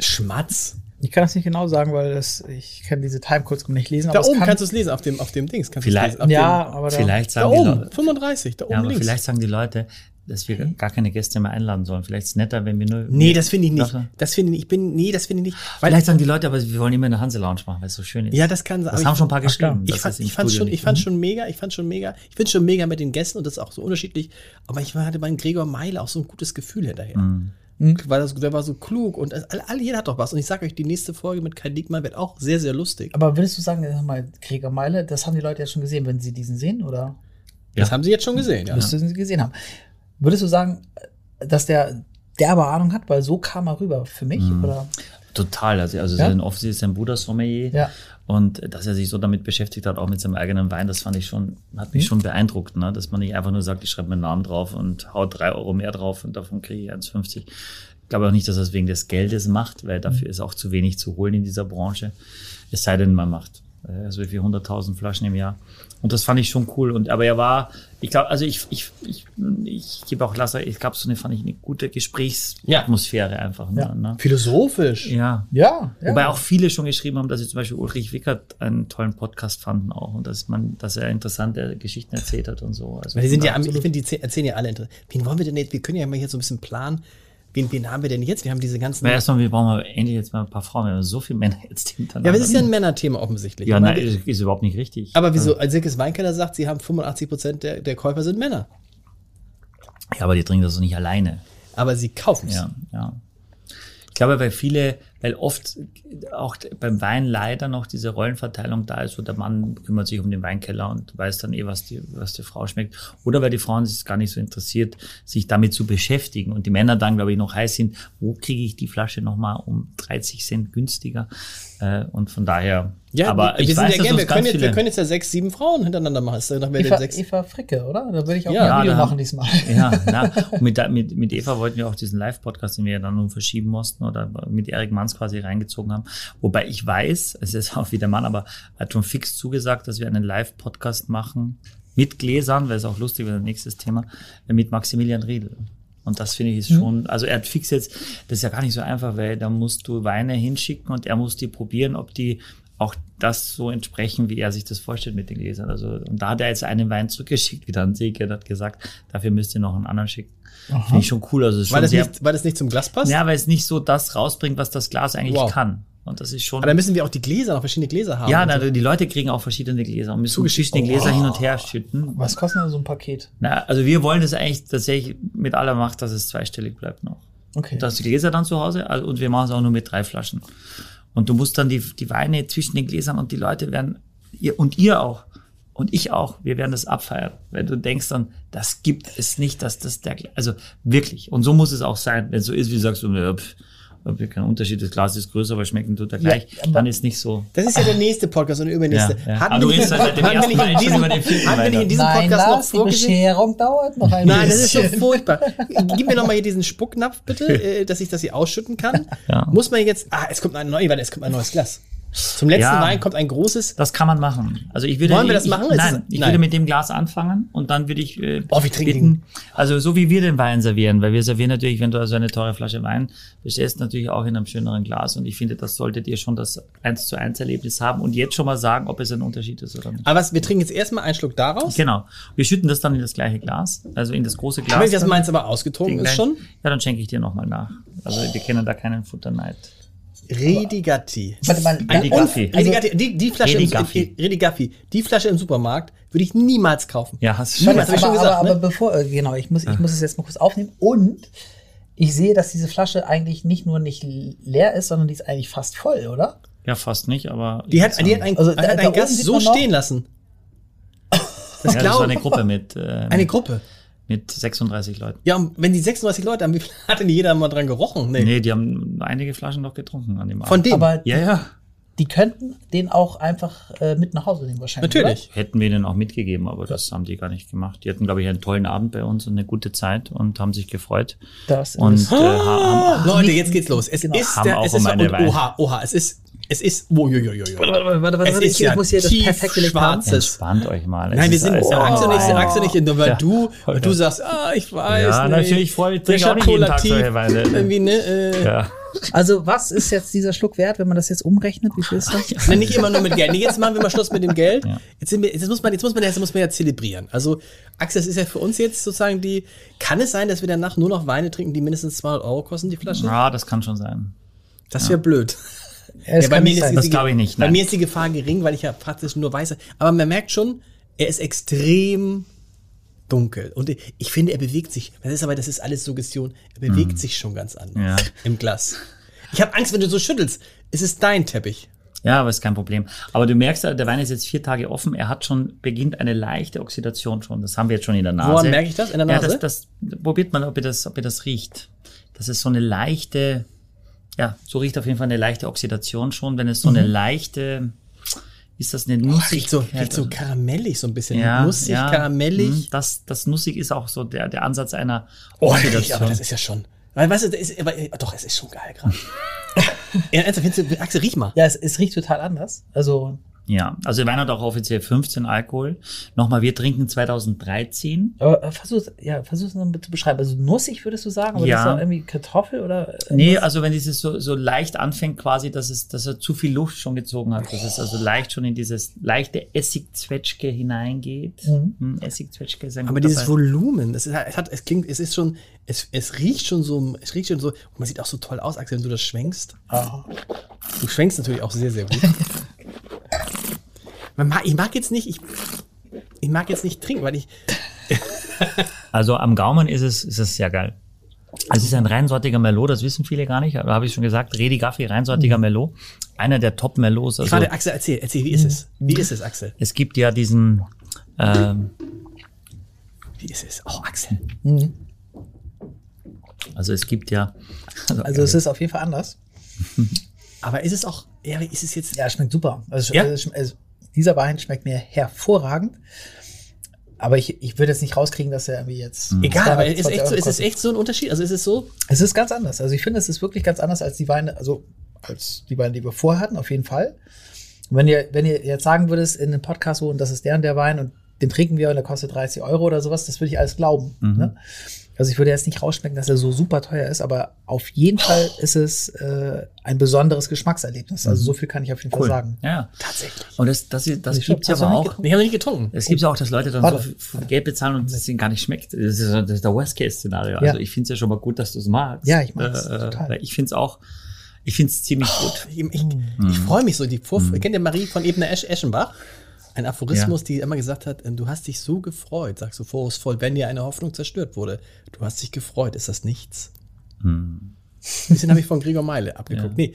Speaker 2: Schmatz.
Speaker 4: Ich kann das nicht genau sagen, weil das, ich kann diese Timecodes nicht lesen.
Speaker 2: Da
Speaker 4: aber es
Speaker 2: oben
Speaker 4: kann,
Speaker 2: kannst du es lesen, auf dem, auf dem Dings. Kannst du's
Speaker 3: Vielleicht-
Speaker 2: Lesen, auf
Speaker 4: Ja,
Speaker 2: dem,
Speaker 4: aber da,
Speaker 3: vielleicht
Speaker 2: da
Speaker 3: sagen die
Speaker 2: oben,
Speaker 3: Leute,
Speaker 2: 35, da oben
Speaker 3: ja, aber
Speaker 2: links.
Speaker 3: vielleicht sagen die Leute, dass wir gar keine Gäste mehr einladen sollen. Vielleicht ist es netter, wenn wir nur.
Speaker 2: Mhm. Nee, das finde ich nicht.
Speaker 3: Dafür-
Speaker 2: Das finde ich, ich bin, nee, das finde ich nicht. Weil,
Speaker 3: Vielleicht sagen die Leute, aber wir wollen immer eine Hanse Lounge machen, weil es so schön ist.
Speaker 2: ja, das kann sein.
Speaker 3: das
Speaker 2: aber
Speaker 3: haben
Speaker 2: ich-
Speaker 3: schon ein paar geschrieben.
Speaker 2: Ich
Speaker 3: dass
Speaker 2: fand,
Speaker 3: es im
Speaker 2: ich fand's
Speaker 3: Studio
Speaker 2: schon, ich
Speaker 3: nicht- Mhm.
Speaker 2: fand's schon mega, ich fand schon mega, ich find's schon mega mit den Gästen und das ist auch so unterschiedlich. Aber ich hatte bei Gregor Meile auch so ein gutes Gefühl
Speaker 3: Mhm.
Speaker 2: hinterher. Weil das, der war so klug und alle, alle, jeder hat doch was. Und ich sage euch, die nächste Folge mit Kai Diekmann wird auch sehr, sehr lustig.
Speaker 4: aber würdest du sagen, sag mal, Kriegermeile, das haben die Leute ja schon gesehen, wenn sie diesen sehen, oder?
Speaker 2: Das haben sie jetzt schon gesehen, ja.
Speaker 4: Müsste sie gesehen haben.
Speaker 2: Mhm.
Speaker 4: Würdest du sagen, dass der derbe Ahnung hat, weil so kam er rüber für mich? Oder?
Speaker 3: Total. Also, also
Speaker 4: Ja?
Speaker 3: sein Office ist sein Bruder Sommelier.
Speaker 4: Ja.
Speaker 3: Und äh, dass er sich so damit beschäftigt hat, auch mit seinem eigenen Wein, das fand ich schon, hat
Speaker 4: Mhm.
Speaker 3: mich schon beeindruckt, ne? dass man nicht einfach nur sagt, ich schreibe meinen Namen drauf und hau drei Euro mehr drauf und davon kriege ich 1,50. Ich glaube auch nicht, dass er es wegen des Geldes macht, weil
Speaker 4: Mhm.
Speaker 3: dafür ist auch zu wenig zu holen in dieser Branche. Es sei denn, man macht äh, so wie 100.000 Flaschen im Jahr. Und das fand ich schon cool. Und, aber er war, ich glaube, also ich, ich, ich, ich gebe auch Lasser, ich glaube, so eine, fand ich eine gute Gesprächsatmosphäre einfach. Ne? Ne?
Speaker 2: Philosophisch.
Speaker 3: Ja.
Speaker 4: Ja, ja.
Speaker 3: Wobei auch viele schon geschrieben haben, dass sie zum Beispiel Ulrich Wickert einen tollen Podcast fanden auch und dass man, dass er interessante Geschichten erzählt hat und so. Also
Speaker 2: Weil die sind ja, am- ich
Speaker 3: absolut.
Speaker 2: finde, die zäh- erzählen ja alle Inter- Wen wollen wir denn jetzt? Wir können ja mal hier so ein bisschen planen. Wen, wen haben wir denn jetzt? Wir haben diese ganzen.
Speaker 3: Na, erstmal, wir brauchen mal endlich jetzt mal ein paar Frauen. Wir haben so viele Männer jetzt
Speaker 2: ja,
Speaker 3: hintereinander.
Speaker 2: aber das ist ja ein Männerthema offensichtlich.
Speaker 3: Ja,
Speaker 2: Ich meine,
Speaker 3: nein, ist, ist überhaupt nicht richtig.
Speaker 2: aber wieso? Also Silkes Weinkeller sagt, sie haben 85% der, der Käufer sind Männer.
Speaker 3: Ja, aber die trinken das doch nicht alleine.
Speaker 2: Aber sie kaufen es.
Speaker 3: Ja, ja. Ich glaube, weil viele, weil oft auch beim Wein leider noch diese Rollenverteilung da ist, wo der Mann kümmert sich um den Weinkeller und weiß dann eh, was die, was die Frau schmeckt. Oder weil die Frauen sich gar nicht so interessiert, sich damit zu beschäftigen. Und die Männer dann, glaube ich, noch heiß sind, wo kriege ich die Flasche nochmal um 30 Cent günstiger? Äh, Und von daher, aber
Speaker 2: wir,
Speaker 3: ich
Speaker 2: wir
Speaker 3: weiß,
Speaker 2: sind ja gern,
Speaker 3: dass uns
Speaker 2: wir,
Speaker 3: ganz
Speaker 2: können jetzt, wir
Speaker 3: viele-
Speaker 2: können jetzt ja sechs, sieben Frauen hintereinander machen. Ist dann noch mehr
Speaker 4: Eva,
Speaker 2: denn sechs.
Speaker 4: Eva Fricke, oder? Da würde ich auch
Speaker 2: Ja,
Speaker 4: mal ein Video
Speaker 3: da-
Speaker 4: machen diesmal.
Speaker 3: Ja, na, und mit, mit, mit Eva wollten wir auch diesen Live-Podcast, den wir ja dann nun verschieben mussten oder mit Erik Manns quasi reingezogen haben. Wobei ich weiß, es ist auch wieder Mann, aber hat schon fix zugesagt, dass wir einen Live-Podcast machen mit Gläsern, weil es auch lustig wäre, nächstes Thema, mit Maximilian Riedel. Und das finde ich
Speaker 2: Mhm.
Speaker 3: ist schon, also er hat fix jetzt, das ist ja gar nicht so einfach, weil da musst du Weine hinschicken und er muss die probieren, ob die auch das so entsprechen, wie er sich das vorstellt mit den Gläsern. Also, und da hat er jetzt einen Wein zurückgeschickt, wieder an Seke und hat gesagt, dafür müsst ihr noch einen anderen schicken. Finde ich schon cool. Also, es ist
Speaker 2: Weil,
Speaker 3: schon
Speaker 2: das
Speaker 3: sehr,
Speaker 2: nicht, weil das nicht zum Glas passt?
Speaker 3: ja, weil es nicht so das rausbringt, was das Glas eigentlich
Speaker 2: Wow.
Speaker 3: kann. Und das ist schon.
Speaker 2: Aber dann müssen wir auch die Gläser, noch verschiedene Gläser haben.
Speaker 3: ja,
Speaker 2: Und so.
Speaker 3: na, die Leute kriegen auch verschiedene Gläser und müssen
Speaker 2: Zugeschickt. Oh.
Speaker 3: verschiedene Gläser hin und her schütten.
Speaker 4: Was kostet denn so ein Paket?
Speaker 3: Na, also wir wollen es eigentlich tatsächlich mit aller Macht, dass es zweistellig bleibt noch.
Speaker 4: Okay.
Speaker 3: Du hast die Gläser dann zu Hause also, und wir machen es auch nur mit drei Flaschen. Und du musst dann die, die Weine zwischen den Gläsern und die Leute werden, ihr, und ihr auch, und ich auch, wir werden das abfeiern. Wenn du denkst dann, das gibt es nicht, dass das der, Gle- also wirklich. Und so muss es auch sein. Wenn es so ist, wie du sagst du, ja, pff, kein Unterschied, das Glas ist größer, aber schmecken tut er gleich,
Speaker 4: aber-
Speaker 3: dann ist nicht so.
Speaker 2: Das ist ja der nächste Podcast und der übernächste.
Speaker 3: Ja, ja.
Speaker 2: Hatten wir
Speaker 3: Aber du redest
Speaker 2: nicht-
Speaker 3: halt seit dem
Speaker 2: hatten wir
Speaker 3: ersten
Speaker 2: nicht in
Speaker 3: Mal schon
Speaker 2: diesem-
Speaker 3: über den Film
Speaker 2: Hatten wir nicht in diesem
Speaker 4: Nein,
Speaker 2: Podcast noch
Speaker 4: Lars, die
Speaker 2: vorgesehen?
Speaker 4: Bescherung dauert noch ein
Speaker 2: Nein, das ist
Speaker 4: bisschen.
Speaker 2: so furchtbar. Gib mir noch mal hier diesen Spucknapf bitte, äh, dass ich das hier ausschütten kann.
Speaker 3: Ja.
Speaker 2: Muss man jetzt. Ah, es kommt ein neues, warte, es kommt ein neues Glas. Zum letzten
Speaker 3: Ja.
Speaker 2: Wein kommt ein großes.
Speaker 3: Das kann man machen. Also ich würde,
Speaker 2: Wollen wir das
Speaker 3: ich,
Speaker 2: machen? Ist
Speaker 3: Nein,
Speaker 2: es-
Speaker 3: ich
Speaker 2: nein.
Speaker 3: würde mit dem Glas anfangen und dann würde ich äh,
Speaker 2: Oh, wir trinken
Speaker 3: bitten, also so wie wir den Wein servieren, weil wir servieren natürlich, wenn du so eine teure Flasche Wein bestellst, natürlich auch in einem schöneren Glas und ich finde, das solltet ihr schon das eins zu eins Erlebnis haben und jetzt schon mal sagen, ob es ein Unterschied ist oder nicht.
Speaker 2: Aber was, wir trinken jetzt erstmal einen Schluck daraus.
Speaker 3: Genau. Wir schütten das dann in das gleiche Glas, also in das große Glas.
Speaker 2: Wenn ich das
Speaker 3: dann.
Speaker 2: meins aber ausgetrunken ist schon.
Speaker 3: Ja, dann schenke ich dir nochmal nach. Also wir kennen da keinen Futterneid.
Speaker 2: Redigatti.
Speaker 4: Warte mal,
Speaker 2: Ein
Speaker 3: Redi
Speaker 2: Un-
Speaker 3: Gaffi.
Speaker 2: Redigatti. Die, die Flasche
Speaker 3: Redi
Speaker 2: im,
Speaker 3: Gaffi.
Speaker 2: Redi Gaffi. Die Flasche im Supermarkt würde ich niemals kaufen.
Speaker 3: Ja, hast du
Speaker 2: Schau
Speaker 3: schon
Speaker 2: mal,
Speaker 3: gesagt.
Speaker 2: hab ich schon
Speaker 4: aber,
Speaker 2: gesagt,
Speaker 4: aber,
Speaker 2: ne?
Speaker 4: aber bevor, äh, genau, ich muss, ich muss es jetzt mal kurz aufnehmen. Und ich sehe, dass diese Flasche eigentlich nicht nur nicht leer ist, sondern die ist eigentlich fast voll, oder?
Speaker 3: Ja, fast nicht, aber.
Speaker 2: Die hat, die hat einen,
Speaker 4: Also, da-
Speaker 2: hat
Speaker 4: da
Speaker 2: einen
Speaker 4: oben
Speaker 2: Gast
Speaker 4: sieht
Speaker 2: so
Speaker 4: man noch-
Speaker 2: stehen lassen.
Speaker 3: das
Speaker 2: Das
Speaker 3: ja, das
Speaker 2: glaub
Speaker 3: war
Speaker 2: ich.
Speaker 3: eine Gruppe mit, äh,
Speaker 2: Eine Gruppe.
Speaker 3: mit 36 Leuten.
Speaker 2: Ja, und wenn die 36 Leute haben, wie viel hat denn jeder mal dran gerochen? Nee.
Speaker 3: Nee, die haben einige Flaschen noch getrunken an dem Abend.
Speaker 2: Von dem.
Speaker 4: Aber
Speaker 3: ja, ja.
Speaker 4: die könnten den auch einfach äh, mit nach Hause nehmen wahrscheinlich.
Speaker 2: Natürlich.
Speaker 3: Hätten wir denen auch mitgegeben, aber das haben die gar nicht gemacht. Die hatten, glaube ich, einen tollen Abend bei uns und eine gute Zeit und haben sich gefreut.
Speaker 4: Oder? Das
Speaker 3: Und
Speaker 4: ist
Speaker 3: äh, ha- haben,
Speaker 2: Leute, jetzt geht's los. Es
Speaker 4: Genau.
Speaker 2: ist
Speaker 3: Haben
Speaker 2: der,
Speaker 3: auch um
Speaker 2: es ist
Speaker 3: meine
Speaker 2: und
Speaker 3: Wahl.
Speaker 2: oha, oha, es ist, es ist, oh, jo, jo, jo, jo.
Speaker 4: warte, warte,
Speaker 2: Es ist ja tief schwarz. Das-
Speaker 3: entspannt euch mal. Es
Speaker 2: Nein, wir
Speaker 3: ist-
Speaker 2: sind
Speaker 3: es ist
Speaker 2: oh,
Speaker 3: ja
Speaker 2: Axel nicht,
Speaker 3: Wein.
Speaker 2: Axel nicht, nur weil
Speaker 3: Ja,
Speaker 2: du, weil
Speaker 3: voll
Speaker 2: du
Speaker 3: geil.
Speaker 2: sagst, ah, ich weiß
Speaker 3: Ja,
Speaker 2: nicht.
Speaker 3: natürlich, voll, ich
Speaker 2: Der
Speaker 3: trinke auch nicht jeden Tag
Speaker 2: Schokolativ,
Speaker 3: solche Weine.
Speaker 2: Irgendwie, ne, äh,
Speaker 3: Ja.
Speaker 4: Also was ist jetzt dieser Schluck wert, wenn man das jetzt umrechnet? Wie viel ist das?
Speaker 2: Nein, nicht immer nur mit Geld. Nee, jetzt machen wir mal Schluss mit dem Geld.
Speaker 3: Ja.
Speaker 2: Jetzt, sind wir, jetzt, muss man, jetzt muss man jetzt muss man ja zelebrieren. Also, Axel, das ist ja für uns jetzt sozusagen die. Kann es sein, dass wir danach nur noch Weine trinken, die mindestens 200 Euro kosten, die Flasche?
Speaker 3: ja, das kann schon sein.
Speaker 2: Das wäre blöd.
Speaker 4: Es
Speaker 2: Ja, bei
Speaker 4: kann
Speaker 2: mir
Speaker 4: nicht
Speaker 2: ist
Speaker 4: sein.
Speaker 2: die-
Speaker 3: Das glaube ich nicht,
Speaker 2: Bei
Speaker 3: nein.
Speaker 2: mir ist die Gefahr gering, weil ich ja praktisch nur weiß. Aber man merkt schon, er ist extrem dunkel. Und ich finde, er bewegt sich. Das ist aber, das ist alles Suggestion. Er bewegt sich schon ganz anders
Speaker 3: Mhm. Ja.
Speaker 2: im Glas. Ich habe Angst, wenn du so schüttelst. Es ist dein Teppich.
Speaker 3: Ja, aber ist kein Problem. Aber du merkst, der Wein ist jetzt vier Tage offen. Er hat schon, beginnt eine leichte Oxidation schon. Das haben wir jetzt schon in der Nase.
Speaker 2: Woran merke ich das? In der Nase?
Speaker 3: Ja, das, das, probiert mal, ob ihr das, ob ihr das riecht. Das ist so eine leichte, ja, so riecht auf jeden Fall eine leichte Oxidation schon, wenn es so eine leichte, ist das eine
Speaker 2: Oh, Mhm. riecht so, riecht
Speaker 3: Nussigkeit?
Speaker 2: so
Speaker 3: oder-
Speaker 2: karamellig, so ein bisschen
Speaker 3: ja,
Speaker 2: nussig,
Speaker 3: ja.
Speaker 2: karamellig.
Speaker 3: Mhm, Das, das Nussig ist auch so der, der Ansatz einer
Speaker 2: Oh, richtig, aber
Speaker 3: Oxidation.
Speaker 2: das ist ja schon. Weil, weißt du, das ist, aber, äh, doch, es ist schon geil gerade. ja, ernsthaft, findest du, Axel, riech mal.
Speaker 4: Ja, es, es riecht total anders. Also,
Speaker 3: ja, also der Wein hat auch offiziell 15 Alkohol. Nochmal, wir trinken 2013.
Speaker 4: aber äh, versuch's, ja, versuch's nochmal zu beschreiben. Also nussig würdest du sagen, aber
Speaker 3: Ja.
Speaker 4: das ist auch irgendwie Kartoffel oder? äh,
Speaker 3: Nee, also wenn dieses so, so leicht anfängt quasi, dass, es, dass er zu viel Luft schon gezogen hat, dass es also leicht schon in dieses leichte Essigzwetschge hineingeht.
Speaker 4: Mhm.
Speaker 3: Mhm. Essigzwetschge ist ein
Speaker 2: Aber
Speaker 3: guter
Speaker 2: dieses
Speaker 3: Be-
Speaker 2: Volumen, das ist, halt- es hat, es klingt, es ist schon, es, es riecht schon so, es riecht schon so, und man sieht auch so toll aus, Axel, wenn du das schwenkst. Du schwenkst natürlich auch sehr, sehr gut. Man mag, ich mag jetzt nicht, ich, ich mag jetzt nicht trinken, weil ich,
Speaker 3: Also am Gaumen ist es, ist es sehr geil. Es ist ein reinsortiger Merlot, das wissen viele gar nicht, aber habe ich schon gesagt, Redi Gaffi,
Speaker 4: Mhm.
Speaker 3: reinsortiger Merlot, einer der Top-Merlots.
Speaker 2: ich
Speaker 3: Also,
Speaker 2: warte, Axel, erzähl, erzähl, wie ist es? Wie ist es, Axel?
Speaker 3: es gibt ja diesen, ähm,
Speaker 2: Wie ist es? Oh, Axel.
Speaker 3: also es gibt ja,
Speaker 4: Also es ist auf jeden Fall anders.
Speaker 2: Aber ist es auch, ja, ist es jetzt,
Speaker 4: Ja, schmeckt super. Also,
Speaker 2: Ja?
Speaker 4: also, also dieser Wein schmeckt mir hervorragend. Aber ich, ich würde jetzt nicht rauskriegen, dass er irgendwie jetzt.
Speaker 2: egal, aber ist,
Speaker 4: 220
Speaker 2: echt so,
Speaker 4: Euro
Speaker 2: ist es
Speaker 4: kostet.
Speaker 2: echt so ein Unterschied? Also ist es so,
Speaker 4: Es ist ganz anders. Also ich finde, es ist wirklich ganz anders als die Weine, also als die Weine, die wir vorher hatten, auf jeden Fall. Und wenn ihr, wenn ihr jetzt sagen würdest in einem Podcast so, und das ist der und der Wein und den trinken wir und der kostet 30 Euro oder sowas, das würde ich alles glauben.
Speaker 3: Mhm.
Speaker 4: Ne? Also ich würde jetzt nicht rausschmecken, dass er so super teuer ist, aber auf jeden Fall ist es äh, ein besonderes Geschmackserlebnis. Also so viel kann ich auf jeden Fall
Speaker 3: Mhm. cool.
Speaker 4: sagen.
Speaker 3: Ja,
Speaker 2: tatsächlich.
Speaker 3: und das, das, das
Speaker 4: Ich hab-
Speaker 3: gibt's ja
Speaker 4: hast du
Speaker 3: aber
Speaker 4: noch
Speaker 3: auch,
Speaker 4: nicht
Speaker 2: Ich habe noch nicht getrunken.
Speaker 3: es gibt ja auch, dass Leute dann
Speaker 4: Warte.
Speaker 3: so viel Geld bezahlen und es ihnen gar nicht schmeckt. Das ist, ja- das ist der Worst-Case-Szenario.
Speaker 4: Ja.
Speaker 3: Also ich finde es ja schon mal gut, dass du es magst. Äh,
Speaker 4: Ja, ich mag's, total.
Speaker 3: weil Ich finde es auch, ich finde es ziemlich gut.
Speaker 2: Ich, ich, ich freue mich so. Die Vorf Kennt ihr Marie von Ebner Esch Eschenbach? Ein Aphorismus, die immer gesagt hat, ähm, du hast dich so gefreut, sagst du vorwurfsvoll, wenn dir eine Hoffnung zerstört wurde. Du hast dich gefreut, ist das nichts?
Speaker 3: Hm.
Speaker 2: Ein bisschen habe ich von Gregor Meile abgeguckt. Nee.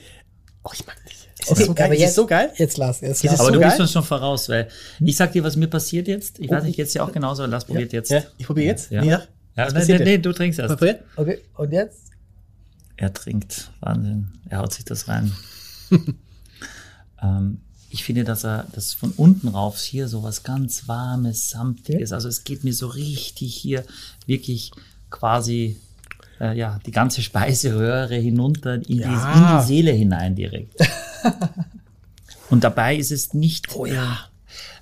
Speaker 2: Oh, ich mag dich. Ist das so geil?
Speaker 4: aber
Speaker 2: ist das so geil?
Speaker 4: Jetzt Lars,
Speaker 2: Ist
Speaker 4: jetzt Lars.
Speaker 2: es
Speaker 3: Aber
Speaker 2: so
Speaker 3: du
Speaker 2: geil?
Speaker 3: bist uns schon voraus, weil ich sag dir, was mir passiert jetzt. Ich weiß nicht, jetzt ja auch genauso, Lars probiert jetzt. Also
Speaker 2: Ja,
Speaker 3: Ja,
Speaker 2: ich probiere jetzt.
Speaker 3: Ja.
Speaker 2: Nee, sag. Was
Speaker 3: nee,
Speaker 2: passiert
Speaker 3: nee, nee, du trinkst
Speaker 2: denn?
Speaker 3: erst.
Speaker 2: Probiert?
Speaker 4: Okay, und jetzt?
Speaker 3: Er trinkt. Wahnsinn. Er haut sich das rein. ähm, ich finde, dass er das von unten rauf hier so was ganz Warmes, Samtiges. Also es geht mir so richtig hier wirklich quasi äh, ja, die ganze Speiseröhre hinunter in,
Speaker 2: Ja.
Speaker 3: die, in die Seele hinein direkt. Und dabei ist es nicht. Oh ja.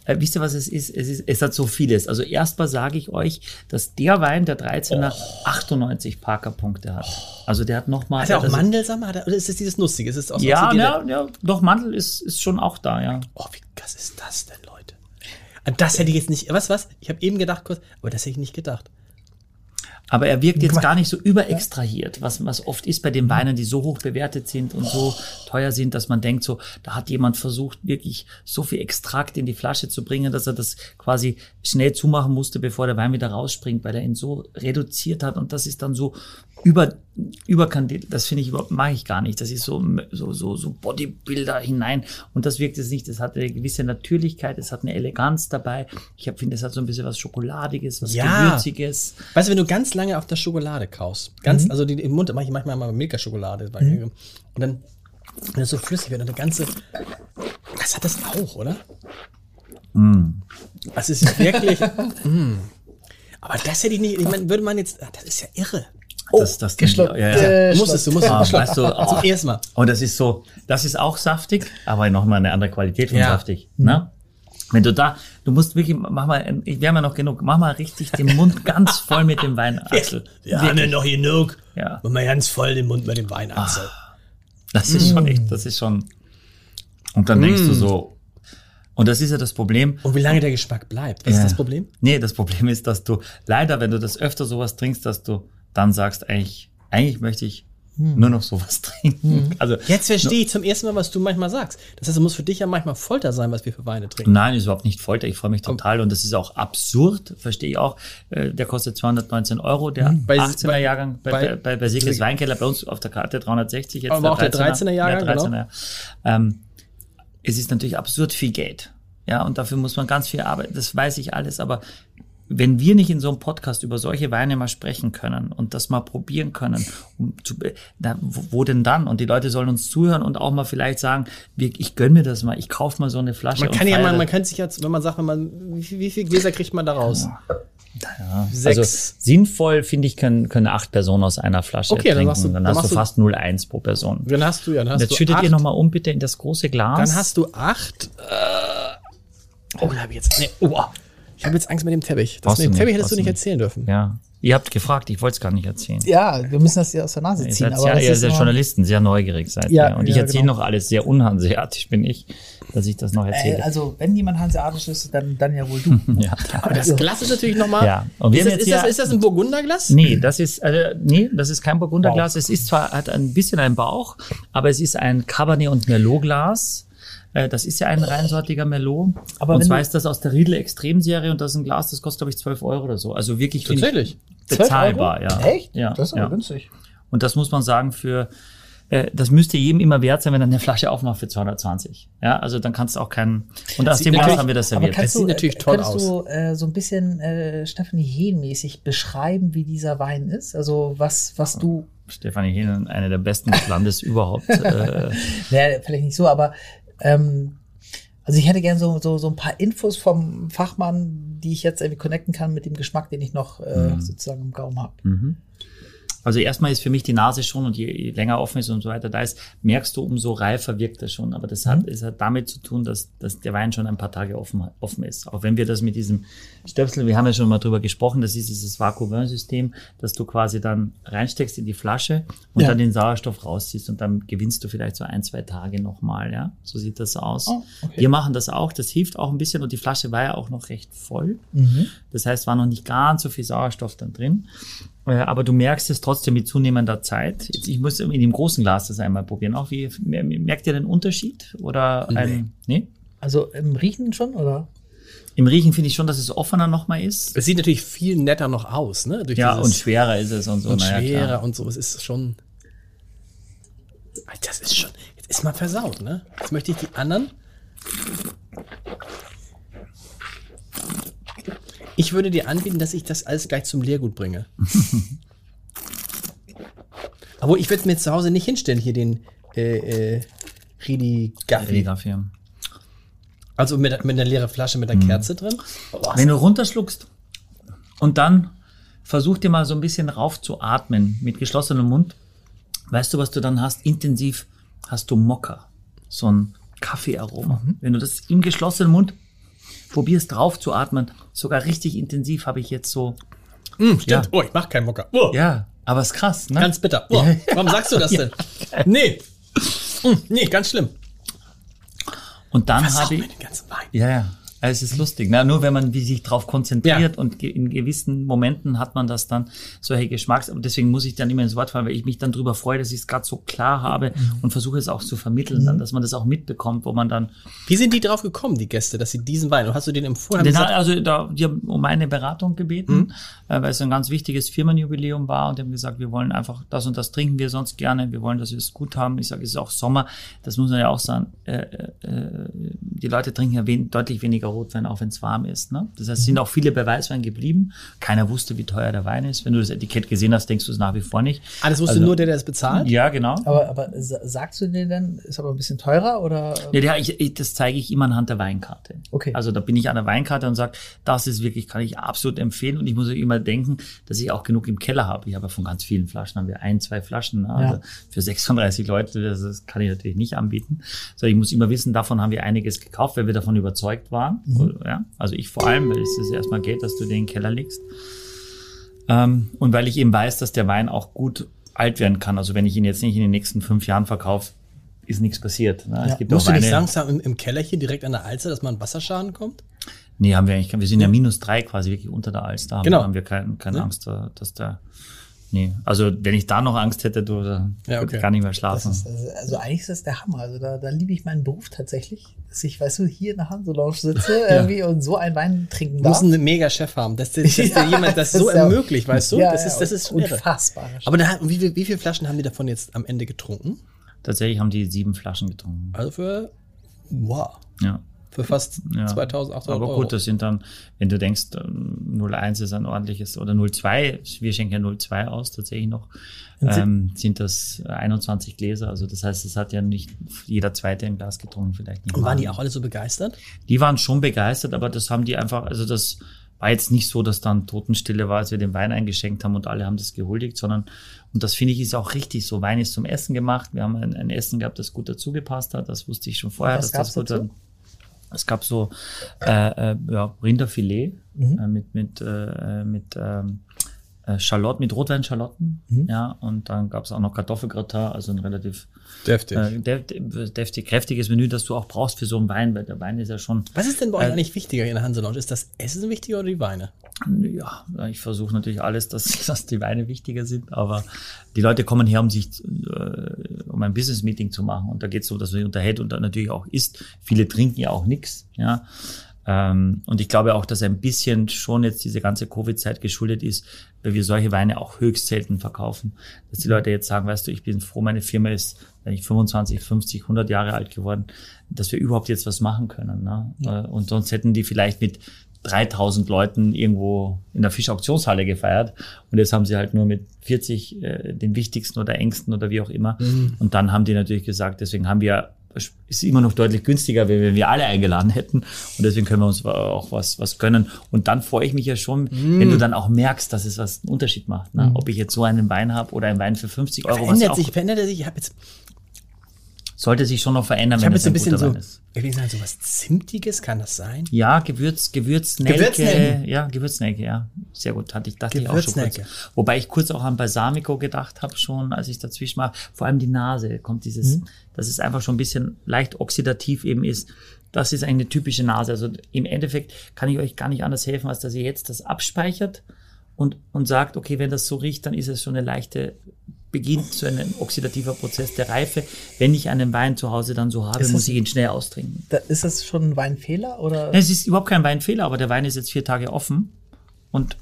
Speaker 3: Äh, wisst ihr, was es ist? es ist? Es hat so vieles. Also erstmal sage ich euch, dass der Wein, der 13er, 98 Parker-Punkte hat. Also der hat nochmal.
Speaker 2: Oh. Hat er auch
Speaker 3: also,
Speaker 2: Mandelsamen? Hat er, oder ist das dieses Nussige? Ist es auch so
Speaker 3: Ja, ne?
Speaker 2: zu dir-
Speaker 3: ja, ja, doch, Mandel ist, ist schon auch da, ja.
Speaker 2: Oh, wie krass ist das denn, Leute? An Das hätte ich jetzt nicht. Was, was? Ich habe eben gedacht kurz, aber das hätte ich nicht gedacht.
Speaker 3: Aber er wirkt jetzt gar nicht so überextrahiert, was, was oft ist bei den Weinen, die so hoch bewertet sind und so teuer sind, dass man denkt, so, da hat jemand versucht, wirklich so viel Extrakt in die Flasche zu bringen, dass er das quasi schnell zumachen musste, bevor der Wein wieder rausspringt, weil er ihn so reduziert hat und das ist dann so über, überkandidelt. Das finde ich überhaupt, mache ich gar nicht. Das ist so, so, so, so Bodybuilder hinein und das wirkt es nicht. Es hat eine gewisse Natürlichkeit, es hat eine Eleganz dabei. Ich hab- finde, es hat so ein bisschen was Schokoladiges, was
Speaker 2: Ja.
Speaker 3: Gewürziges.
Speaker 2: Weißt du, wenn du ganz lange auf der Schokolade kaust, ganz,
Speaker 3: Mhm.
Speaker 2: also die, im Mund mache ich manchmal mal Milka-Schokolade, und dann, wenn es so flüssig wird und der ganze, das hat das auch, oder?
Speaker 3: Mhm.
Speaker 2: Das ist wirklich, mm. aber das hätte ich nicht, ich meine, würde man jetzt, ah, das ist ja irre. Oh,
Speaker 3: Das, das geschluckt. Ja, ja.
Speaker 4: Äh,
Speaker 2: Du musst es, du musst
Speaker 3: Ah,
Speaker 2: es.
Speaker 3: weißt du, ah.
Speaker 2: Zum ersten Mal.
Speaker 3: Und das ist so, das ist auch saftig, aber nochmal eine andere Qualität von
Speaker 2: Ja.
Speaker 3: saftig. Ne? Wenn du da, du musst wirklich, mach mal, ich- wir haben ja noch genug, mach mal richtig den Mund ganz voll mit dem Wein, Axel.
Speaker 2: Wir haben ja ne. noch genug.
Speaker 3: Ja. Ah.
Speaker 2: Mach mal ganz voll den Mund mit dem Wein, Axel.
Speaker 3: Das ist
Speaker 2: Mm.
Speaker 3: schon echt, das ist schon. Und dann denkst du so, und das ist ja das Problem.
Speaker 2: Und wie lange der Geschmack bleibt, was
Speaker 3: Ja.
Speaker 2: ist das Problem?
Speaker 3: Nee, das Problem ist, dass du leider, wenn du das öfter sowas trinkst, dass du dann sagst, eigentlich, eigentlich möchte ich
Speaker 2: Hm.
Speaker 3: nur noch sowas trinken. Also
Speaker 2: Jetzt verstehe ich zum ersten Mal, was du manchmal sagst. Das heißt, es muss für dich ja manchmal Folter sein, was wir für Weine trinken.
Speaker 3: Nein, ist überhaupt nicht Folter. Ich freue mich total und das ist auch absurd, verstehe ich auch. Äh, Der kostet 219 Euro, der
Speaker 2: Hm. Bei-
Speaker 3: 18er
Speaker 2: bei-
Speaker 3: Jahrgang bei,
Speaker 2: bei-
Speaker 3: bei, bei, bei Sigles Weinkeller, bei uns auf der Karte 360. Jetzt
Speaker 2: Aber auch der 13er Jahrgang,
Speaker 3: Der 13er. Ähm, es ist natürlich absurd viel Geld. Ja, und dafür muss man ganz viel arbeiten. Das weiß ich alles, aber wenn wir nicht in so einem Podcast über solche Weine mal sprechen können und das mal probieren können, um zu, na, wo, wo denn dann? Und die Leute sollen uns zuhören und auch mal vielleicht sagen, wir, ich gönn mir das mal, ich kauf mal so eine Flasche.
Speaker 2: Man
Speaker 3: und
Speaker 2: kann ja
Speaker 3: feier
Speaker 2: mal,
Speaker 3: das.
Speaker 2: man kann sich jetzt, wenn man sagt, wenn man, wie, viel- wie viel Gläser kriegt man da raus? Sechs.
Speaker 3: Also sinnvoll, finde ich, können, können acht Personen aus einer Flasche
Speaker 2: Okay, dann
Speaker 3: trinken.
Speaker 2: machst du-
Speaker 3: dann
Speaker 2: dann
Speaker 3: hast
Speaker 2: machst
Speaker 3: du
Speaker 2: du-
Speaker 3: fast 0,1 pro Person.
Speaker 2: dann hast du ja, dann hast
Speaker 3: Jetzt
Speaker 2: du
Speaker 3: schüttet
Speaker 2: acht,
Speaker 3: ihr nochmal um, bitte, in das große Glas.
Speaker 2: Dann hast du acht. Äh, oh, da hab ich jetzt, nee, oh, ich habe jetzt Angst mit dem Teppich. Das
Speaker 3: Brauchst
Speaker 2: mit dem
Speaker 3: du nicht,
Speaker 2: Teppich hättest du
Speaker 3: brauchst
Speaker 2: nicht
Speaker 3: du
Speaker 2: erzählen dürfen.
Speaker 3: ja. Ihr habt gefragt, ich wollte es gar nicht erzählen.
Speaker 4: Ja, wir müssen das hier aus der Nase
Speaker 3: Ihr
Speaker 4: ziehen.
Speaker 3: seid
Speaker 4: Aber
Speaker 3: ja,
Speaker 4: das
Speaker 3: ihr
Speaker 4: ist
Speaker 3: seid
Speaker 4: nur-
Speaker 3: Journalisten, sehr neugierig seid
Speaker 4: Ja,
Speaker 3: ihr. Und ich
Speaker 4: ja,
Speaker 3: erzähle
Speaker 4: genau.
Speaker 3: noch alles sehr unhanseatisch, bin ich, dass ich das noch
Speaker 4: äh,
Speaker 3: erzähle.
Speaker 4: also, wenn jemand hanseatisch ist, dann, dann ja wohl du. Also,
Speaker 3: ja.
Speaker 2: Aber das Glas ist natürlich nochmal.
Speaker 3: Ja, und wir
Speaker 2: ist,
Speaker 3: haben
Speaker 2: das,
Speaker 3: jetzt
Speaker 2: ist, das,
Speaker 3: ja-
Speaker 2: ist das ein Burgunderglas?
Speaker 3: Nee, das ist, also, nee, das ist kein Burgunderglas. Es ist zwar, hat ein bisschen einen Bauch, aber es ist ein Cabernet- und Merlot-Glas. Äh, Das ist ja ein reinsortiger Merlot.
Speaker 4: Aber
Speaker 3: Aber und
Speaker 4: wenn
Speaker 3: zwar
Speaker 4: du-
Speaker 3: ist das aus der Riedle Extremserie und das ist ein Glas, das kostet, glaube ich, 12 Euro oder so. Also wirklich finde ich,
Speaker 2: Tatsächlich.
Speaker 4: 12
Speaker 3: bezahlbar,
Speaker 4: Euro?
Speaker 3: ja.
Speaker 4: Echt?
Speaker 3: Ja,
Speaker 4: Das ist aber
Speaker 3: ja.
Speaker 4: günstig.
Speaker 3: Und das muss man sagen für, äh, das müsste jedem immer wert sein, wenn er eine Flasche aufmacht für 220. Ja, also dann kannst du auch keinen. Und aus dem Glas
Speaker 2: natürlich-
Speaker 3: haben wir das
Speaker 4: Aber
Speaker 3: serviert.
Speaker 4: kannst
Speaker 2: sieht
Speaker 4: du,
Speaker 2: natürlich
Speaker 4: äh,
Speaker 2: toll
Speaker 4: kannst du äh, so ein bisschen äh, Stephanie Hehn-mäßig beschreiben, wie dieser Wein ist? Also was, was du,
Speaker 3: Stefanie Hehn, eine der besten des Landes überhaupt. Äh,
Speaker 4: naja, vielleicht nicht so, aber ähm, also ich hätte gern so, so, so ein paar Infos vom Fachmann, die ich jetzt irgendwie connecten kann mit dem Geschmack, den ich noch äh,
Speaker 2: Mhm.
Speaker 4: sozusagen im Gaumen habe.
Speaker 3: Also erstmal ist für mich die Nase schon und je, je länger offen ist und so weiter da ist, merkst du, umso reifer wirkt er schon. Aber das
Speaker 4: Mhm.
Speaker 3: hat, es hat damit zu tun, dass, dass der Wein schon ein paar Tage offen, offen ist. Auch wenn wir das mit diesem Stöpsel, wir haben ja schon mal drüber gesprochen, das ist dieses Vakuum-System, dass du quasi dann reinsteckst in die Flasche und
Speaker 4: Ja.
Speaker 3: dann den Sauerstoff rausziehst und dann gewinnst du vielleicht so ein, zwei Tage nochmal. Ja? So sieht das aus.
Speaker 4: Oh, okay.
Speaker 3: Wir machen das auch, das hilft auch ein bisschen und die Flasche war ja auch noch recht voll.
Speaker 4: Mhm.
Speaker 3: Das heißt, war noch nicht ganz so viel Sauerstoff dann drin. Äh, Aber du merkst es trotzdem mit zunehmender Zeit. Jetzt, ich muss in dem großen Glas das einmal probieren. Auch wie, mer- merkt ihr den Unterschied? Oder ein, nee?
Speaker 4: Also im Riechen schon, oder?
Speaker 3: Im Riechen finde ich schon, dass es offener nochmal ist.
Speaker 2: Es sieht natürlich viel netter noch aus, ne? Durch
Speaker 3: Ja,
Speaker 2: dieses-
Speaker 3: und schwerer ist es und so.
Speaker 2: und
Speaker 3: naja,
Speaker 2: schwerer
Speaker 3: klar.
Speaker 2: und so. Es ist schon. Das ist schon. Jetzt ist man versaut, ne? Jetzt möchte ich die anderen. Ich würde dir anbieten, dass ich das alles gleich zum Leergut bringe. Obwohl, ich würde mir jetzt zu Hause nicht hinstellen, hier den äh, äh, Ridi
Speaker 3: Wie
Speaker 2: Gaffi.
Speaker 3: dafür.
Speaker 2: Also mit, mit einer leeren Flasche mit einer Kerze drin. Boah,
Speaker 3: Wenn du runterschluckst und dann versuch dir mal so ein bisschen rauf zu atmen mit geschlossenem Mund, weißt du, was du dann hast? Intensiv hast du Mokka, so ein Kaffeearoma.
Speaker 2: Mhm.
Speaker 3: Wenn du das im geschlossenen Mund probierst, drauf zu atmen, sogar richtig intensiv habe ich jetzt so.
Speaker 2: stimmt. Oh, ich mach keinen Mocker. Oh.
Speaker 3: Ja, aber ist krass, ne?
Speaker 2: Ganz bitter. Oh, warum sagst du das denn? Nee. Mm, Nee, ganz schlimm.
Speaker 3: und dann
Speaker 2: Versau
Speaker 3: habe
Speaker 2: mir
Speaker 3: ich.
Speaker 2: den ganzen Wein.
Speaker 3: Ja, ja. Also es ist lustig. Na, nur wenn man wie sich drauf konzentriert und ge in gewissen Momenten hat man das dann solche Geschmacks. Aber deswegen muss ich dann immer ins Wort fallen, weil ich mich dann drüber freue, dass ich es gerade so klar habe und versuche es auch zu vermitteln, dann, dass man das auch mitbekommt, wo man dann.
Speaker 2: Wie sind die drauf gekommen, die Gäste, dass sie diesen Wein, oder hast du den empfohlen? Haben die
Speaker 3: Den hat,
Speaker 2: gesagt,
Speaker 3: also da, die haben um eine Beratung gebeten, äh, weil es ein ganz wichtiges Firmenjubiläum war und die haben gesagt, wir wollen einfach das und das trinken wir sonst gerne, wir wollen, dass wir es gut haben. Ich sage, es ist auch Sommer, das muss man ja auch sagen. Äh, äh, die Leute trinken ja wen deutlich weniger Rotwein, auch wenn es warm ist. Ne? Das heißt, es sind auch viele bei Weißwein geblieben. Keiner wusste, wie teuer der Wein ist. Wenn du das Etikett gesehen hast, denkst du es nach wie vor nicht.
Speaker 2: ah, das wusste
Speaker 3: also-
Speaker 2: nur der, der es bezahlt?
Speaker 3: Ja, genau.
Speaker 4: Aber, aber sa- sagst du dir denn, ist aber ein bisschen teurer oder?
Speaker 3: Ja, der, ich, ich, das zeige ich immer anhand der Weinkarte.
Speaker 4: Okay.
Speaker 3: Also da bin ich an der Weinkarte und sage, das ist wirklich, kann ich absolut empfehlen. Und ich muss ja immer denken, dass ich auch genug im Keller habe. Ich habe ja von ganz vielen Flaschen, haben wir ein, zwei Flaschen. ne? Also
Speaker 4: Ja.
Speaker 3: Für 36 Leute, das, das kann ich natürlich nicht anbieten. Sondern ich muss immer wissen, davon haben wir einiges gekauft, weil wir davon überzeugt waren.
Speaker 2: Mhm.
Speaker 3: Ja? Also ich vor allem, weil es ist erstmal Geld, dass du den in den Keller legst. Ähm, und weil ich eben weiß, dass der Wein auch gut alt werden kann. Also wenn ich ihn jetzt nicht in den nächsten fünf Jahren verkaufe, ist nichts passiert. Ne?
Speaker 4: Ja.
Speaker 3: gibt
Speaker 2: Musst du
Speaker 3: auch
Speaker 2: nicht
Speaker 3: Weine-
Speaker 2: sagen, es ist im, im Keller hier direkt an der Alster, dass man Wasserschaden kommt?
Speaker 3: Nee, haben wir eigentlich, wir sind ja minus drei quasi wirklich unter der Alster. Haben,
Speaker 2: Genau.
Speaker 3: haben wir kein, keine
Speaker 2: Ne?
Speaker 3: Angst, da- dass da. Nee, also wenn ich da noch Angst hätte, du, da
Speaker 2: Ja,
Speaker 3: würde
Speaker 2: okay.
Speaker 3: ich gar nicht mehr
Speaker 4: Das
Speaker 3: schlafen.
Speaker 4: ist, also, also eigentlich ist das der Hammer. Also da, da liebe ich meinen Beruf tatsächlich, dass ich, weißt du, hier in der Hanselounge sitze irgendwie und so einen Wein trinken
Speaker 2: Du
Speaker 4: darf.
Speaker 2: musst einen mega Chef haben, dass, der- dass der
Speaker 4: Ja,
Speaker 2: jemand das,
Speaker 4: das
Speaker 2: so
Speaker 4: ist ja-
Speaker 2: ermöglicht, weißt du?
Speaker 4: Ja,
Speaker 2: das
Speaker 4: ja,
Speaker 2: ist, das ist schon irre.
Speaker 4: unfassbar.
Speaker 2: Aber da, wie, viel- wie viele Flaschen haben die davon jetzt am Ende getrunken?
Speaker 3: Tatsächlich haben die sieben Flaschen getrunken.
Speaker 2: Also für, wow.
Speaker 3: Ja.
Speaker 2: Für fast
Speaker 3: Ja.
Speaker 2: 2800
Speaker 3: Aber
Speaker 2: Euro.
Speaker 3: gut, das sind dann, wenn du denkst, ähm, 0,1 ist ein ordentliches oder 0,2, wir schenken ja 0,2 aus tatsächlich noch, ähm, sind das 21 Gläser. Also das heißt, es hat ja nicht jeder zweite im Glas getrunken, vielleicht nicht.
Speaker 2: Und waren
Speaker 3: mal.
Speaker 2: die auch alle so begeistert?
Speaker 3: Die waren schon begeistert, aber das haben die einfach, also das war jetzt nicht so, dass dann Totenstille war, als wir den Wein eingeschenkt haben und alle haben das gehuldigt, sondern, und das finde ich ist auch richtig so, Wein ist zum Essen gemacht, wir haben ein, ein Essen gehabt, das gut dazu gepasst hat, das wusste ich schon vorher, dass
Speaker 4: Was
Speaker 3: das
Speaker 4: gab's
Speaker 3: gut
Speaker 4: dazu?
Speaker 3: Es gab so äh, äh, ja, Rinderfilet
Speaker 4: Mhm.
Speaker 3: äh, mit, mit, äh, mit ähm, äh, Schalotten, mit Rotweinschalotten,
Speaker 4: Mhm.
Speaker 3: ja, und dann gab es auch noch Kartoffelgratin, also ein relativ
Speaker 2: Deftig.
Speaker 3: äh, def- deftig, kräftiges Menü, das du auch brauchst für so einen Wein, weil der Wein ist ja schon
Speaker 2: Was ist denn bei euch
Speaker 3: Äh,
Speaker 2: eigentlich wichtiger in der Hanse Lounge? Ist das Essen wichtiger oder die Weine?
Speaker 3: Ja, ich versuche natürlich alles, dass, dass die Weine wichtiger sind, aber die Leute kommen her, um sich äh, um ein Business-Meeting zu machen. Und da geht es so, dass man sich unterhält und dann natürlich auch isst. Viele trinken ja auch nichts. Ja. Ähm, und ich glaube auch, dass ein bisschen schon jetzt diese ganze Covid-Zeit geschuldet ist, weil wir solche Weine auch höchst selten verkaufen. Dass die Leute jetzt sagen, weißt du, ich bin froh, meine Firma ist wenn ich 25, 50, 100 Jahre alt geworden, dass wir überhaupt jetzt was machen können. Ne? Äh, Und sonst hätten die vielleicht mit 3000 Leuten irgendwo in der Fischauktionshalle gefeiert. Und jetzt haben sie halt nur mit 40 äh, den wichtigsten oder engsten oder wie auch immer.
Speaker 2: Mhm.
Speaker 3: Und dann haben die natürlich gesagt, deswegen haben wir, ist immer noch deutlich günstiger, wenn wir- wenn wir alle eingeladen hätten. Und deswegen können wir uns wa- auch was, was gönnen. Und dann freue ich mich ja schon, wenn du
Speaker 2: Mhm.
Speaker 3: dann auch merkst, dass es was einen Unterschied macht. Ne? Ob ich jetzt so einen Wein habe oder einen Wein für 50 Euro. was ja
Speaker 2: Verändert
Speaker 3: auch-
Speaker 2: Mhm. sich, verändert er sich. Ich habe jetzt,
Speaker 3: sollte sich schon noch verändern,
Speaker 2: ich
Speaker 3: wenn
Speaker 2: hab
Speaker 3: es
Speaker 2: jetzt
Speaker 3: ein,
Speaker 2: ein bisschen
Speaker 3: guter
Speaker 2: so,
Speaker 3: Wein ist.
Speaker 2: ich will sagen, so was Zimtiges, kann das sein?
Speaker 3: Ja, Gewürz, Gewürznelke.
Speaker 2: Gewürznelke.
Speaker 3: Ja, Gewürznelke, ja. Sehr gut, hatte ich, dachte ich auch schon kurz.
Speaker 2: Gewürznelke.
Speaker 3: Wobei ich kurz auch an Balsamico gedacht habe schon, als ich dazwischen war. Vor allem die Nase kommt dieses, dass es einfach schon ein bisschen leicht oxidativ eben ist. Das ist eine typische Nase. Also im Endeffekt kann ich euch gar nicht anders helfen, als dass ihr jetzt das abspeichert und, und sagt, okay, wenn das so riecht, dann ist es schon eine leichte, beginnt so ein oxidativer Prozess der Reife. Wenn ich einen Wein zu Hause dann so habe,
Speaker 4: Ist das-
Speaker 3: muss ich ihn schnell austrinken.
Speaker 4: Da, ist das schon ein Weinfehler oder?
Speaker 3: Ja, Es ist überhaupt kein Weinfehler, aber der Wein ist jetzt vier Tage offen und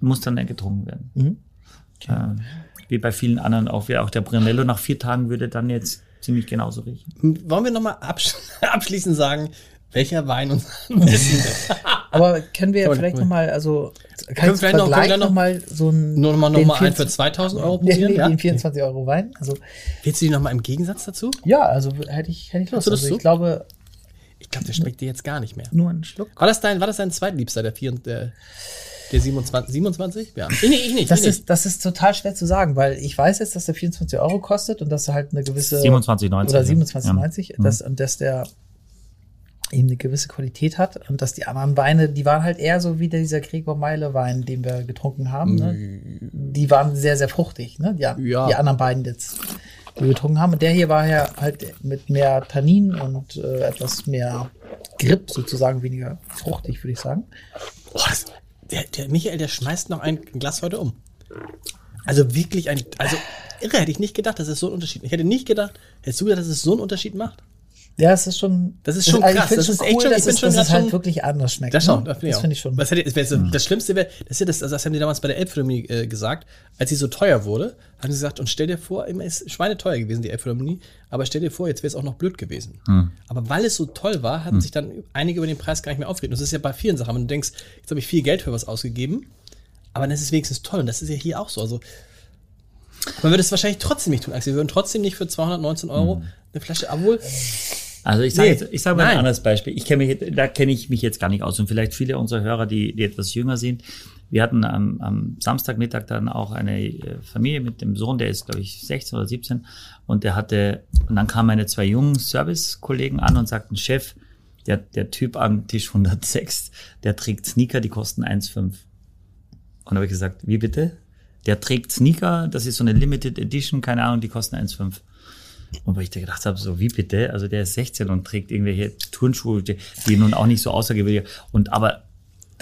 Speaker 3: muss dann getrunken werden. Ähm, wie bei vielen anderen auch. Wie auch der Brunello nach vier Tagen würde dann jetzt ziemlich genauso riechen.
Speaker 2: Wollen wir nochmal absch abschließend sagen, welcher Wein uns am besten ist?
Speaker 4: Aber können wir
Speaker 2: Kann man-
Speaker 4: vielleicht noch mal, also
Speaker 2: Können
Speaker 4: kannst du
Speaker 2: vielleicht noch- können
Speaker 4: vielleicht
Speaker 2: wir
Speaker 4: noch,
Speaker 2: noch-
Speaker 4: noch mal so ein
Speaker 2: Nur nochmal noch
Speaker 4: den
Speaker 2: mal einen für
Speaker 4: 24
Speaker 2: 2000 Euro
Speaker 4: Nee,
Speaker 2: probieren?
Speaker 4: nee,
Speaker 2: Ja?
Speaker 4: den 24 Euro Wein. Also
Speaker 2: Willst du die nochmal im Gegensatz dazu?
Speaker 4: ja, also hätte ich hätte ich
Speaker 2: Hast
Speaker 4: Lust.
Speaker 2: du Lust
Speaker 4: Also
Speaker 2: zu?
Speaker 4: ich glaube
Speaker 2: Ich glaube, der schmeckt dir jetzt gar nicht mehr.
Speaker 4: nur einen Schluck.
Speaker 2: War das dein, war das dein zweitliebster, der, vier, der, der 27? 27? Ja. Ich, nee, ich nicht.
Speaker 4: Das
Speaker 2: ich
Speaker 4: ist das ist total schwer zu sagen, weil ich weiß jetzt, dass der 24 Euro kostet und dass er halt eine gewisse
Speaker 3: 27,90.
Speaker 4: oder 27,90
Speaker 3: Ja. Mhm.
Speaker 4: dass, und dass der eben eine gewisse Qualität hat und dass die anderen Weine, die waren halt eher so wie der, dieser Gregor Meile Wein, den wir getrunken haben. Ne? Die waren sehr, sehr fruchtig, ne? Ja,
Speaker 2: Mhm. Ja.
Speaker 4: Die anderen beiden jetzt, die wir getrunken haben. Und der hier war ja halt mit mehr Tannin und äh, etwas mehr Grip sozusagen, weniger fruchtig, würde ich sagen.
Speaker 2: Oh, das, der, der Michael, der schmeißt noch ein Glas heute um. Also wirklich ein. Also irre, hätte ich nicht gedacht, dass es so einen Unterschied Ich hätte nicht gedacht, hättest du gedacht, dass es so einen Unterschied macht.
Speaker 4: Ja, es ist schon.
Speaker 2: Das ist schon
Speaker 4: also ich
Speaker 2: krass.
Speaker 4: find's
Speaker 2: Das ist echt schon- ich
Speaker 4: dass
Speaker 2: bin
Speaker 4: es-
Speaker 2: schon
Speaker 4: dass
Speaker 2: grad
Speaker 4: es halt
Speaker 2: schon-
Speaker 4: wirklich anders schmeckt.
Speaker 2: Das schon,
Speaker 4: ne?
Speaker 2: das,
Speaker 4: das finde ich schon. Hm.
Speaker 2: Was hätte, es wäre so, Das Schlimmste wäre, das, ist ja das, also das haben die damals bei der Elbphilharmonie äh, gesagt, als sie so teuer wurde, haben sie gesagt, und stell dir vor, immer ist schweineteuer gewesen, die Elbphilharmonie, aber stell dir vor, jetzt wäre es auch noch blöd gewesen.
Speaker 4: Hm.
Speaker 2: Aber weil es so toll war, hatten sich dann einige über den Preis gar nicht mehr aufgeregt. Und das ist ja bei vielen Sachen, wenn du denkst, jetzt habe ich viel Geld für was ausgegeben, aber das ist wenigstens toll und das ist ja hier auch so. Also, man würde es wahrscheinlich trotzdem nicht tun, Axel. Wir würden trotzdem nicht für 219 Euro
Speaker 4: Hm.
Speaker 2: eine Flasche, obwohl,
Speaker 3: Also ich sage
Speaker 2: Nee,
Speaker 3: jetzt, ich sage mal
Speaker 2: nein.
Speaker 3: ein anderes Beispiel. Ich kenne mich, da kenne ich mich jetzt gar nicht aus und vielleicht viele unserer Hörer, die, die etwas jünger sind. Wir hatten am, am Samstagmittag dann auch eine äh, Familie mit dem Sohn, der ist glaube ich 16 oder 17 und der hatte und dann kamen meine zwei jungen Servicekollegen an und sagten Chef, der, der Typ am Tisch 106, der trägt Sneaker, die kosten 1,5. Und habe ich gesagt, wie bitte? Der trägt Sneaker, das ist so eine Limited Edition, keine Ahnung, die kosten 1,5. Und weil ich da gedacht habe, so wie bitte? Also der ist 16 und trägt irgendwelche Turnschuhe, die die nun auch nicht so außergewöhnlich und aber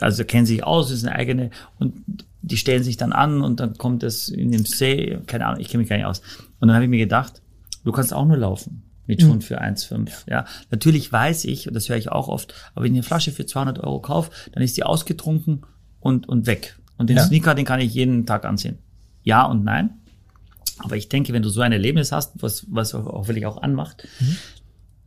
Speaker 3: also kennen sich aus, ist eine eigene und die stellen sich dann an und dann kommt das in dem Say, keine Ahnung, ich kenne mich gar nicht aus. Und dann habe ich mir gedacht, du kannst auch nur laufen mit Schuhen für 1,5. Ja, natürlich weiß ich und das höre ich auch oft, aber wenn ich eine Flasche für 200 Euro kaufe, dann ist die ausgetrunken und und weg. Und den
Speaker 2: Ja.
Speaker 3: Sneaker, den kann ich jeden Tag anziehen. Ja und nein. Aber ich denke, wenn du so ein Erlebnis hast, was, was auch- auch wirklich auch anmacht,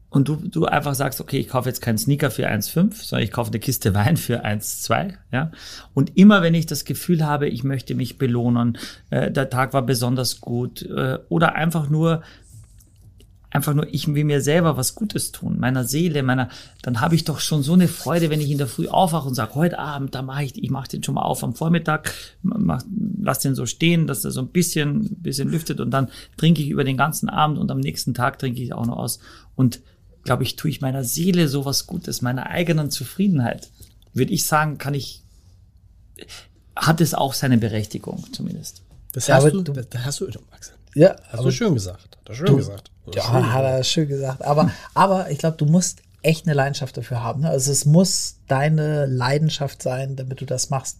Speaker 3: und du, du einfach sagst, okay, ich kaufe jetzt keinen Sneaker für 1,5, sondern ich kaufe eine Kiste Wein für 1,2, ja. Und immer wenn ich das Gefühl habe, ich möchte mich belohnen, äh, der Tag war besonders gut äh, oder einfach nur einfach nur ich will mir selber was Gutes tun, meiner Seele, meiner, dann habe ich doch schon so eine Freude, wenn ich in der Früh aufwache und sage, heute Abend, da mache ich, ich mache den schon mal auf am Vormittag, mach, lass den so stehen, dass er so ein bisschen, bisschen lüftet und dann trinke ich über den ganzen Abend und am nächsten Tag trinke ich auch noch aus und glaube ich, tue ich meiner Seele so was Gutes, meiner eigenen Zufriedenheit. Würde ich sagen, kann ich, hat es auch seine Berechtigung zumindest.
Speaker 2: Das
Speaker 4: Ja,
Speaker 2: hast
Speaker 4: aber
Speaker 2: du,
Speaker 4: du-
Speaker 2: das hast du, Max.
Speaker 4: Ja,
Speaker 2: Hast du schön gesagt. Hast du schön gesagt.
Speaker 4: Ja, hat er schön gesagt. Aber, aber ich glaube, du musst echt eine Leidenschaft dafür haben. Ne? Also es muss deine Leidenschaft sein, damit du das machst.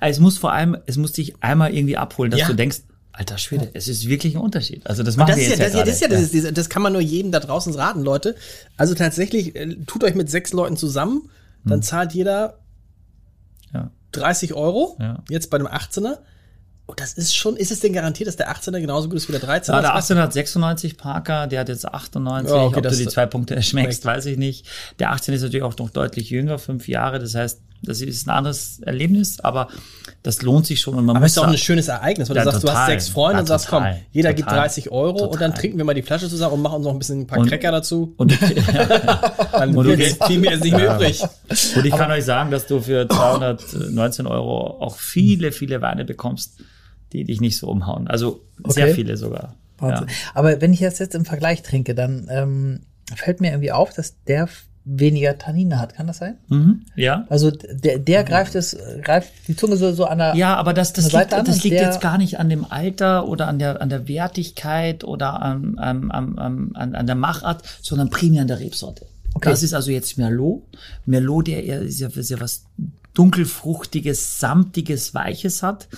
Speaker 3: Also es muss vor allem, es muss dich einmal irgendwie abholen, dass
Speaker 2: Ja.
Speaker 3: du denkst, alter Schwede, es ist wirklich ein Unterschied. Also das
Speaker 2: Und
Speaker 3: machen
Speaker 2: das
Speaker 3: wir
Speaker 2: ist ja,
Speaker 3: jetzt
Speaker 2: das, ja,
Speaker 3: ja,
Speaker 2: das, ist ja, das,
Speaker 3: gerade.
Speaker 2: ist, das, das kann man nur jedem da draußen raten, Leute. Also tatsächlich, äh, tut euch mit sechs Leuten zusammen, dann zahlt jeder
Speaker 3: Hm. Ja.
Speaker 2: 30 Euro,
Speaker 3: Ja.
Speaker 2: jetzt bei dem 18er. Und das ist schon, ist es denn garantiert, dass der 18er genauso gut ist wie der 13er?
Speaker 3: Ja, der
Speaker 2: Das
Speaker 3: 18 hat 96 Parker, der hat jetzt 98.
Speaker 2: Ja, okay,
Speaker 3: Ob du
Speaker 2: das-
Speaker 3: die zwei Punkte schmeckst, weiß ich nicht. Der 18 ist natürlich auch noch deutlich jünger, fünf Jahre. Das heißt, das ist ein anderes Erlebnis, aber das lohnt sich schon. Und man
Speaker 2: Aber
Speaker 3: muss
Speaker 2: es ist auch
Speaker 3: da-
Speaker 2: ein schönes Ereignis, weil
Speaker 3: Ja,
Speaker 2: du sagst, du hast
Speaker 3: total.
Speaker 2: sechs Freunde
Speaker 3: Ja,
Speaker 2: und sagst,
Speaker 3: total.
Speaker 2: komm, jeder gibt
Speaker 3: Total.
Speaker 2: 30 Euro und dann
Speaker 3: Total.
Speaker 2: trinken wir mal die Flasche zusammen und machen uns noch ein bisschen ein paar
Speaker 3: Und-
Speaker 2: Cracker dazu.
Speaker 3: und,
Speaker 2: Dann
Speaker 3: und du
Speaker 2: wird's-
Speaker 3: gehst-
Speaker 2: viel mehr ist nicht mehr übrig.
Speaker 3: und ich kann euch sagen, dass du für 219 Euro auch viele, viele Weine bekommst, die dich nicht so umhauen. Also sehr
Speaker 4: Okay.
Speaker 3: viele sogar. Ja.
Speaker 4: Wahnsinn. Aber wenn ich das jetzt im Vergleich trinke, dann ähm, fällt mir irgendwie auf, dass der f- weniger Tannine hat. Kann das sein?
Speaker 3: Mhm. ja.
Speaker 4: Also d- der, der greift es, äh, greift die Zunge so, so an der.
Speaker 3: Ja, aber das, das
Speaker 4: Eine
Speaker 3: liegt,
Speaker 4: Seite an
Speaker 3: das
Speaker 4: und
Speaker 3: liegt
Speaker 4: der-
Speaker 3: jetzt gar nicht an dem Alter oder an der, an der Wertigkeit oder an, an, an, an, an an der Machart, sondern primär an der Rebsorte.
Speaker 4: Okay.
Speaker 3: Das ist also jetzt Merlot. Merlot, der eher, ist, ja, ist ja was dunkelfruchtiges, samtiges, weiches hat.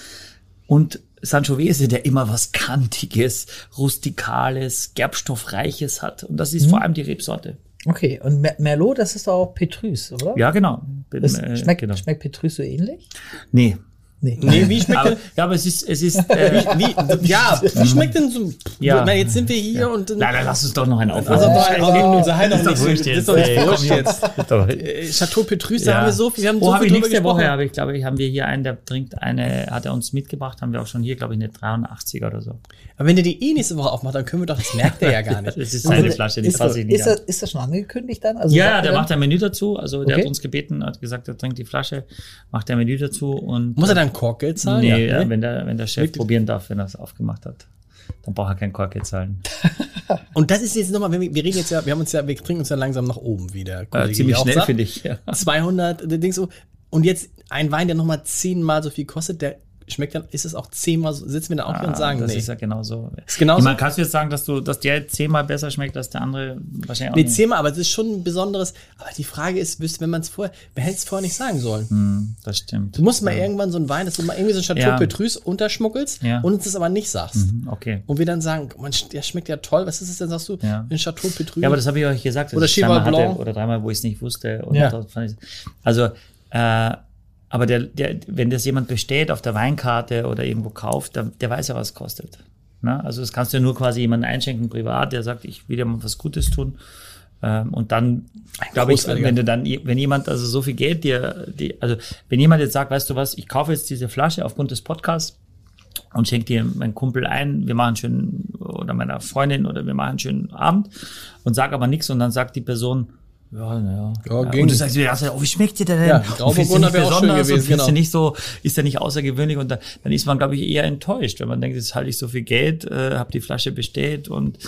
Speaker 3: Und Sanchovese, der immer was kantiges, rustikales, gerbstoffreiches hat. Und
Speaker 4: Mhm.
Speaker 3: das ist vor allem die Rebsorte.
Speaker 4: Okay, und Mer Merlot, das ist doch auch Petrus, oder?
Speaker 3: Ja, genau. Bin,
Speaker 4: Das
Speaker 3: äh,
Speaker 4: schmeckt,
Speaker 3: genau.
Speaker 4: schmeckt Petrus so ähnlich?
Speaker 3: Nee.
Speaker 4: Nee.
Speaker 2: Nee, wie schmeckt
Speaker 3: Aber,
Speaker 2: denn?
Speaker 3: ja, aber es ist, es ist, äh,
Speaker 2: Wie, ja, wie schmeckt denn so?
Speaker 3: Ja.
Speaker 2: Na, jetzt sind wir hier und dann.
Speaker 3: Nein, nein, lass uns doch noch einen aufmachen.
Speaker 2: Also, aber, aber unser Heil
Speaker 3: Oh. Ist
Speaker 2: noch
Speaker 3: doch
Speaker 2: nicht so.
Speaker 3: wurscht
Speaker 2: das Ist
Speaker 3: jetzt,
Speaker 2: doch
Speaker 3: ey,
Speaker 2: nicht
Speaker 3: komm,
Speaker 2: wurscht
Speaker 3: ja.
Speaker 2: jetzt.
Speaker 3: Äh,
Speaker 2: Äh, Chateau Petrus, da haben wir so viel, wir haben
Speaker 3: oh,
Speaker 2: so
Speaker 3: habe
Speaker 2: viel
Speaker 3: ich
Speaker 2: drüber
Speaker 3: nächste
Speaker 2: gesprochen.
Speaker 3: Woche, aber ich glaube, ich haben wir hier einen, der trinkt eine, hat er uns mitgebracht, haben wir auch schon hier, glaube ich, eine 83er oder so.
Speaker 2: Aber wenn ihr die eh nächste Woche aufmacht, dann können wir doch, das merkt er ja gar nicht.
Speaker 3: Das ist
Speaker 4: Also,
Speaker 3: seine Flasche, die
Speaker 4: ist,
Speaker 3: fasse ich nicht
Speaker 4: ist,
Speaker 3: an.
Speaker 4: das, ist das schon angekündigt dann? Also
Speaker 3: Ja,
Speaker 4: sagt
Speaker 3: ja,
Speaker 4: er
Speaker 3: der
Speaker 4: dann-
Speaker 3: macht ein Menü dazu, also der
Speaker 4: Okay.
Speaker 3: hat uns gebeten, hat gesagt, er trinkt die Flasche, macht ein Menü dazu und
Speaker 2: Muss er dann Korkgeld zahlen?
Speaker 3: nee,
Speaker 2: ja,
Speaker 3: ja,
Speaker 2: ne?
Speaker 3: wenn, der, wenn der Chef probieren darf, wenn er es aufgemacht hat. Dann braucht er kein Korkett zahlen. Äh,
Speaker 2: Und das ist jetzt nochmal, wir, wir reden jetzt ja, wir haben uns ja, wir trinken uns ja langsam nach oben wieder.
Speaker 3: Äh, ziemlich schnell, finde ich. Ja.
Speaker 2: 200, der äh, Dings, so. und jetzt ein Wein, der nochmal zehnmal so viel kostet, der schmeckt dann, ist es auch zehnmal so, sitzen wir da auch hier und sagen,
Speaker 3: Ah, das
Speaker 2: nee.
Speaker 3: ist ja genauso.
Speaker 2: Ist genauso.
Speaker 3: Ich meine, kannst du jetzt sagen, dass, du, dass der zehnmal besser schmeckt als der andere? Wahrscheinlich auch
Speaker 2: Nee,
Speaker 3: nicht.
Speaker 2: zehnmal, aber es ist schon ein besonderes. Aber die Frage ist, wüsste, wenn man es vorher, man hätte es vorher nicht sagen sollen.
Speaker 3: Hm, das stimmt.
Speaker 2: Du musst mal irgendwann so einen Wein, dass du mal irgendwie so ein Chateau
Speaker 3: Ja.
Speaker 2: Petrus unterschmuggelst
Speaker 3: Ja. Mhm.
Speaker 2: und uns das aber nicht sagst.
Speaker 3: Okay.
Speaker 2: Und wir dann sagen, man, der schmeckt ja toll, was ist es denn, sagst du?
Speaker 3: Ja.
Speaker 2: Ein Chateau Petrus.
Speaker 3: Ja, aber das habe ich euch gesagt. dass
Speaker 2: Oder
Speaker 3: ich
Speaker 2: Cheval
Speaker 3: zweimal
Speaker 2: Blanc.
Speaker 3: hatte Oder dreimal, wo ich es nicht wusste. Und
Speaker 2: Ja.
Speaker 3: da fand ich, also, äh, aber der, der, wenn das jemand bestellt auf der Weinkarte oder irgendwo kauft, der, der weiß ja, was es kostet. Ne? Also das kannst du ja nur quasi jemandem einschenken privat, der sagt, ich will dir mal was Gutes tun. Ähm, und dann, glaube ich,
Speaker 2: großartiger.
Speaker 3: wenn du dann, wenn jemand also so viel Geld dir, die, also wenn jemand jetzt sagt, weißt du was, ich kaufe jetzt diese Flasche aufgrund des Podcasts, und schenkt dir mein Kumpel ein, wir machen einen schönen oder meiner Freundin oder wir machen einen schönen Abend und sag aber nichts und dann sagt die Person, ja, naja.
Speaker 2: Ja,
Speaker 3: ja,
Speaker 2: ging.
Speaker 3: und du sagst wieder, oh, wie schmeckt dir der denn?
Speaker 2: Ja,
Speaker 3: und findest du
Speaker 2: Grauburgunder
Speaker 3: nicht
Speaker 2: wäre auch schön
Speaker 3: besonders und
Speaker 2: gewesen,
Speaker 3: findest du
Speaker 2: genau.
Speaker 3: nicht so, ist der nicht außergewöhnlich und dann, dann ist man, glaube ich, eher enttäuscht, wenn man denkt, jetzt halte ich so viel Geld, äh, habe die Flasche bestellt und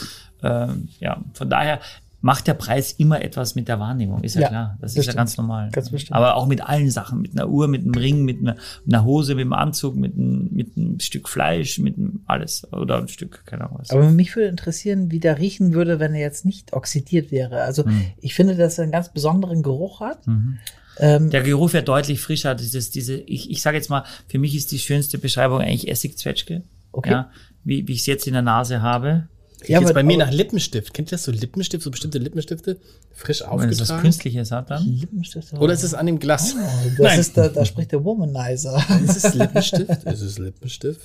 Speaker 3: ähm, ja, von daher macht der Preis immer etwas mit der Wahrnehmung, ist ja,
Speaker 4: Ja,
Speaker 3: klar, das,
Speaker 4: das
Speaker 3: ist ja
Speaker 4: stimmt.
Speaker 3: ganz normal.
Speaker 4: Ganz bestimmt.
Speaker 3: Aber auch mit allen Sachen, mit einer Uhr, mit einem Ring, mit einer, mit einer Hose, mit einem Anzug, mit einem, mit einem Stück Fleisch, mit einem alles oder ein Stück, keine Ahnung was.
Speaker 4: Aber mich würde interessieren, wie der riechen würde, wenn er jetzt nicht oxidiert wäre. Also
Speaker 2: Mhm.
Speaker 4: ich finde, dass er einen ganz besonderen Geruch hat. Ähm,
Speaker 3: der Geruch wird deutlich frischer. Dieses, diese, ich, ich sage jetzt mal, für mich ist die schönste Beschreibung eigentlich Essigzwetschge.
Speaker 4: Okay.
Speaker 3: Ja, wie, wie ich es jetzt in der Nase habe.
Speaker 2: Riecht jetzt
Speaker 4: aber-
Speaker 2: bei mir
Speaker 4: aber-
Speaker 2: nach Lippenstift. Kennt ihr das so Lippenstift, so bestimmte Lippenstifte? Frisch
Speaker 3: Wenn es was
Speaker 2: aufgetragen.
Speaker 3: Künstliches hat dann.
Speaker 4: Lippenstift äh,
Speaker 2: Oder ist es an dem Glas?
Speaker 4: das
Speaker 2: Nein.
Speaker 4: ist da, da spricht der Womanizer.
Speaker 2: Ist es Lippenstift? ist es Lippenstift?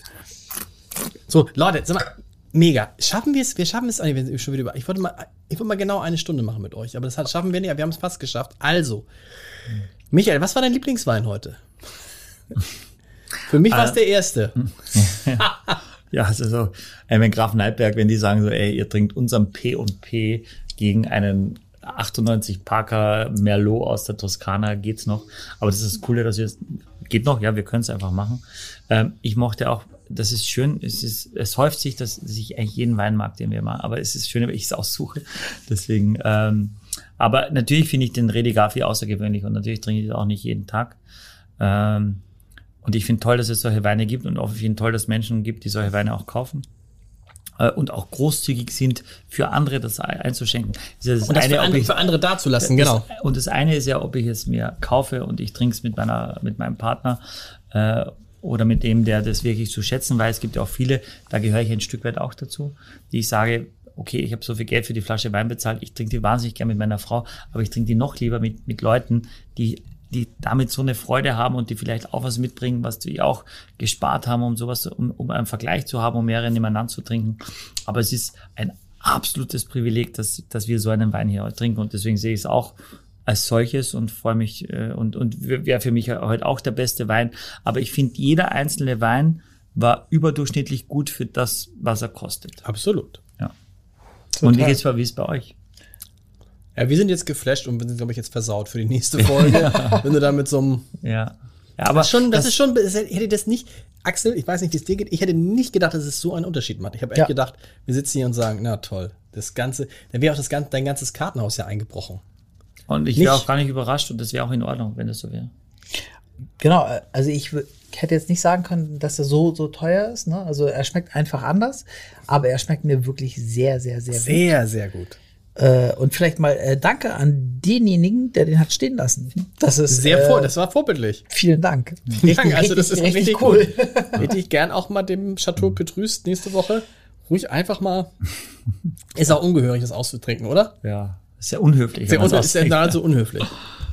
Speaker 2: So, Leute, sag mal, Mega. Schaffen wir es? Wir schaffen es. ah, nee, Wir sind schon wieder über. Ich wollte mal, ich wollte mal genau eine Stunde machen mit euch, aber das hat, schaffen wir nicht. aber Wir haben es fast geschafft. Also, Michael, was war dein Lieblingswein heute? Für mich
Speaker 3: Äh,
Speaker 2: war es der erste.
Speaker 3: Ja, also so, äh, wenn Graf Neidberg, wenn die sagen so, ey, ihr trinkt unseren P&P gegen einen 98 Parker Merlot aus der Toskana, geht's noch. Aber das ist das Coole, dass wir es, geht noch, ja, wir können es einfach machen. Ähm, ich mochte auch, das ist schön, es ist, es häuft sich, dass ich eigentlich jeden Wein mag, den wir machen, aber es ist schön, wenn ich es aussuche. Deswegen, ähm, aber natürlich finde ich den Redigafi außergewöhnlich und natürlich trinke ich das auch nicht jeden Tag. Ähm, und ich finde toll, dass es solche Weine gibt und auch ich finde toll, dass es Menschen gibt, die solche Weine auch kaufen äh, und auch großzügig sind, für andere das ein- einzuschenken. Das ist das
Speaker 2: Und das
Speaker 3: eine,
Speaker 2: für,
Speaker 3: ob
Speaker 2: andere,
Speaker 3: ich-
Speaker 2: für andere dazulassen,
Speaker 3: das-
Speaker 2: genau.
Speaker 3: Und das eine ist ja, ob ich es mir kaufe und ich trinke es mit, meiner, mit meinem Partner äh, oder mit dem, der das wirklich zu schätzen weiß. Es gibt ja auch viele, da gehöre ich ein Stück weit auch dazu, die ich sage, okay, ich habe so viel Geld für die Flasche Wein bezahlt, ich trinke die wahnsinnig gern mit meiner Frau, aber ich trinke die noch lieber mit, mit Leuten, die die damit so eine Freude haben und die vielleicht auch was mitbringen, was die auch gespart haben, um sowas, um, um einen Vergleich zu haben, um mehrere nebeneinander zu trinken. Aber es ist ein absolutes Privileg, dass, dass wir so einen Wein hier trinken und deswegen sehe ich es auch als solches und freue mich äh, und, und wäre für mich heute auch der beste Wein. Aber ich finde, jeder einzelne Wein war überdurchschnittlich gut für das, was er kostet.
Speaker 2: Absolut.
Speaker 3: Und wie geht's bei, wie ist bei euch?
Speaker 2: Ja, wir sind jetzt geflasht und wir sind, glaube ich, jetzt versaut für die nächste Folge. wenn du da mit so einem.
Speaker 3: Ja. ja aber
Speaker 2: Das, schon, das, ist schon. das- Ich hätte das nicht. Axel, ich weiß nicht, wie es dir geht. Ich hätte nicht gedacht, dass es so einen Unterschied macht. Ich habe echt
Speaker 4: Ja.
Speaker 2: gedacht, wir sitzen hier und sagen, na toll, das Ganze. Dann wäre auch das ganze, dein ganzes Kartenhaus ja eingebrochen.
Speaker 3: und ich wäre
Speaker 2: nicht-
Speaker 3: auch gar nicht überrascht und das wäre auch in Ordnung, wenn das so wäre.
Speaker 4: Genau, äh, also ich wü- hätte jetzt nicht sagen können, dass er so, so teuer ist. Ne? Also er schmeckt einfach anders, aber er schmeckt mir wirklich sehr, sehr, sehr, gut.
Speaker 2: Sehr, sehr gut.
Speaker 4: Äh, und vielleicht mal äh, danke an denjenigen, der den hat stehen lassen. Das ist
Speaker 2: Sehr vor,
Speaker 4: äh,
Speaker 2: das war vorbildlich.
Speaker 4: Vielen Dank.
Speaker 2: Danke, also das ist richtig, cool.
Speaker 4: cool.
Speaker 2: Hätte ich gern auch mal dem Chateau Petrus nächste Woche ruhig einfach mal. Ist auch ungehörig, das auszutrinken, oder?
Speaker 3: Ja. Ist ja unhöflich.
Speaker 2: Sehr
Speaker 3: wenn man's
Speaker 2: unhöflich, ist ja
Speaker 3: ausspricht.
Speaker 2: nahezu unhöflich.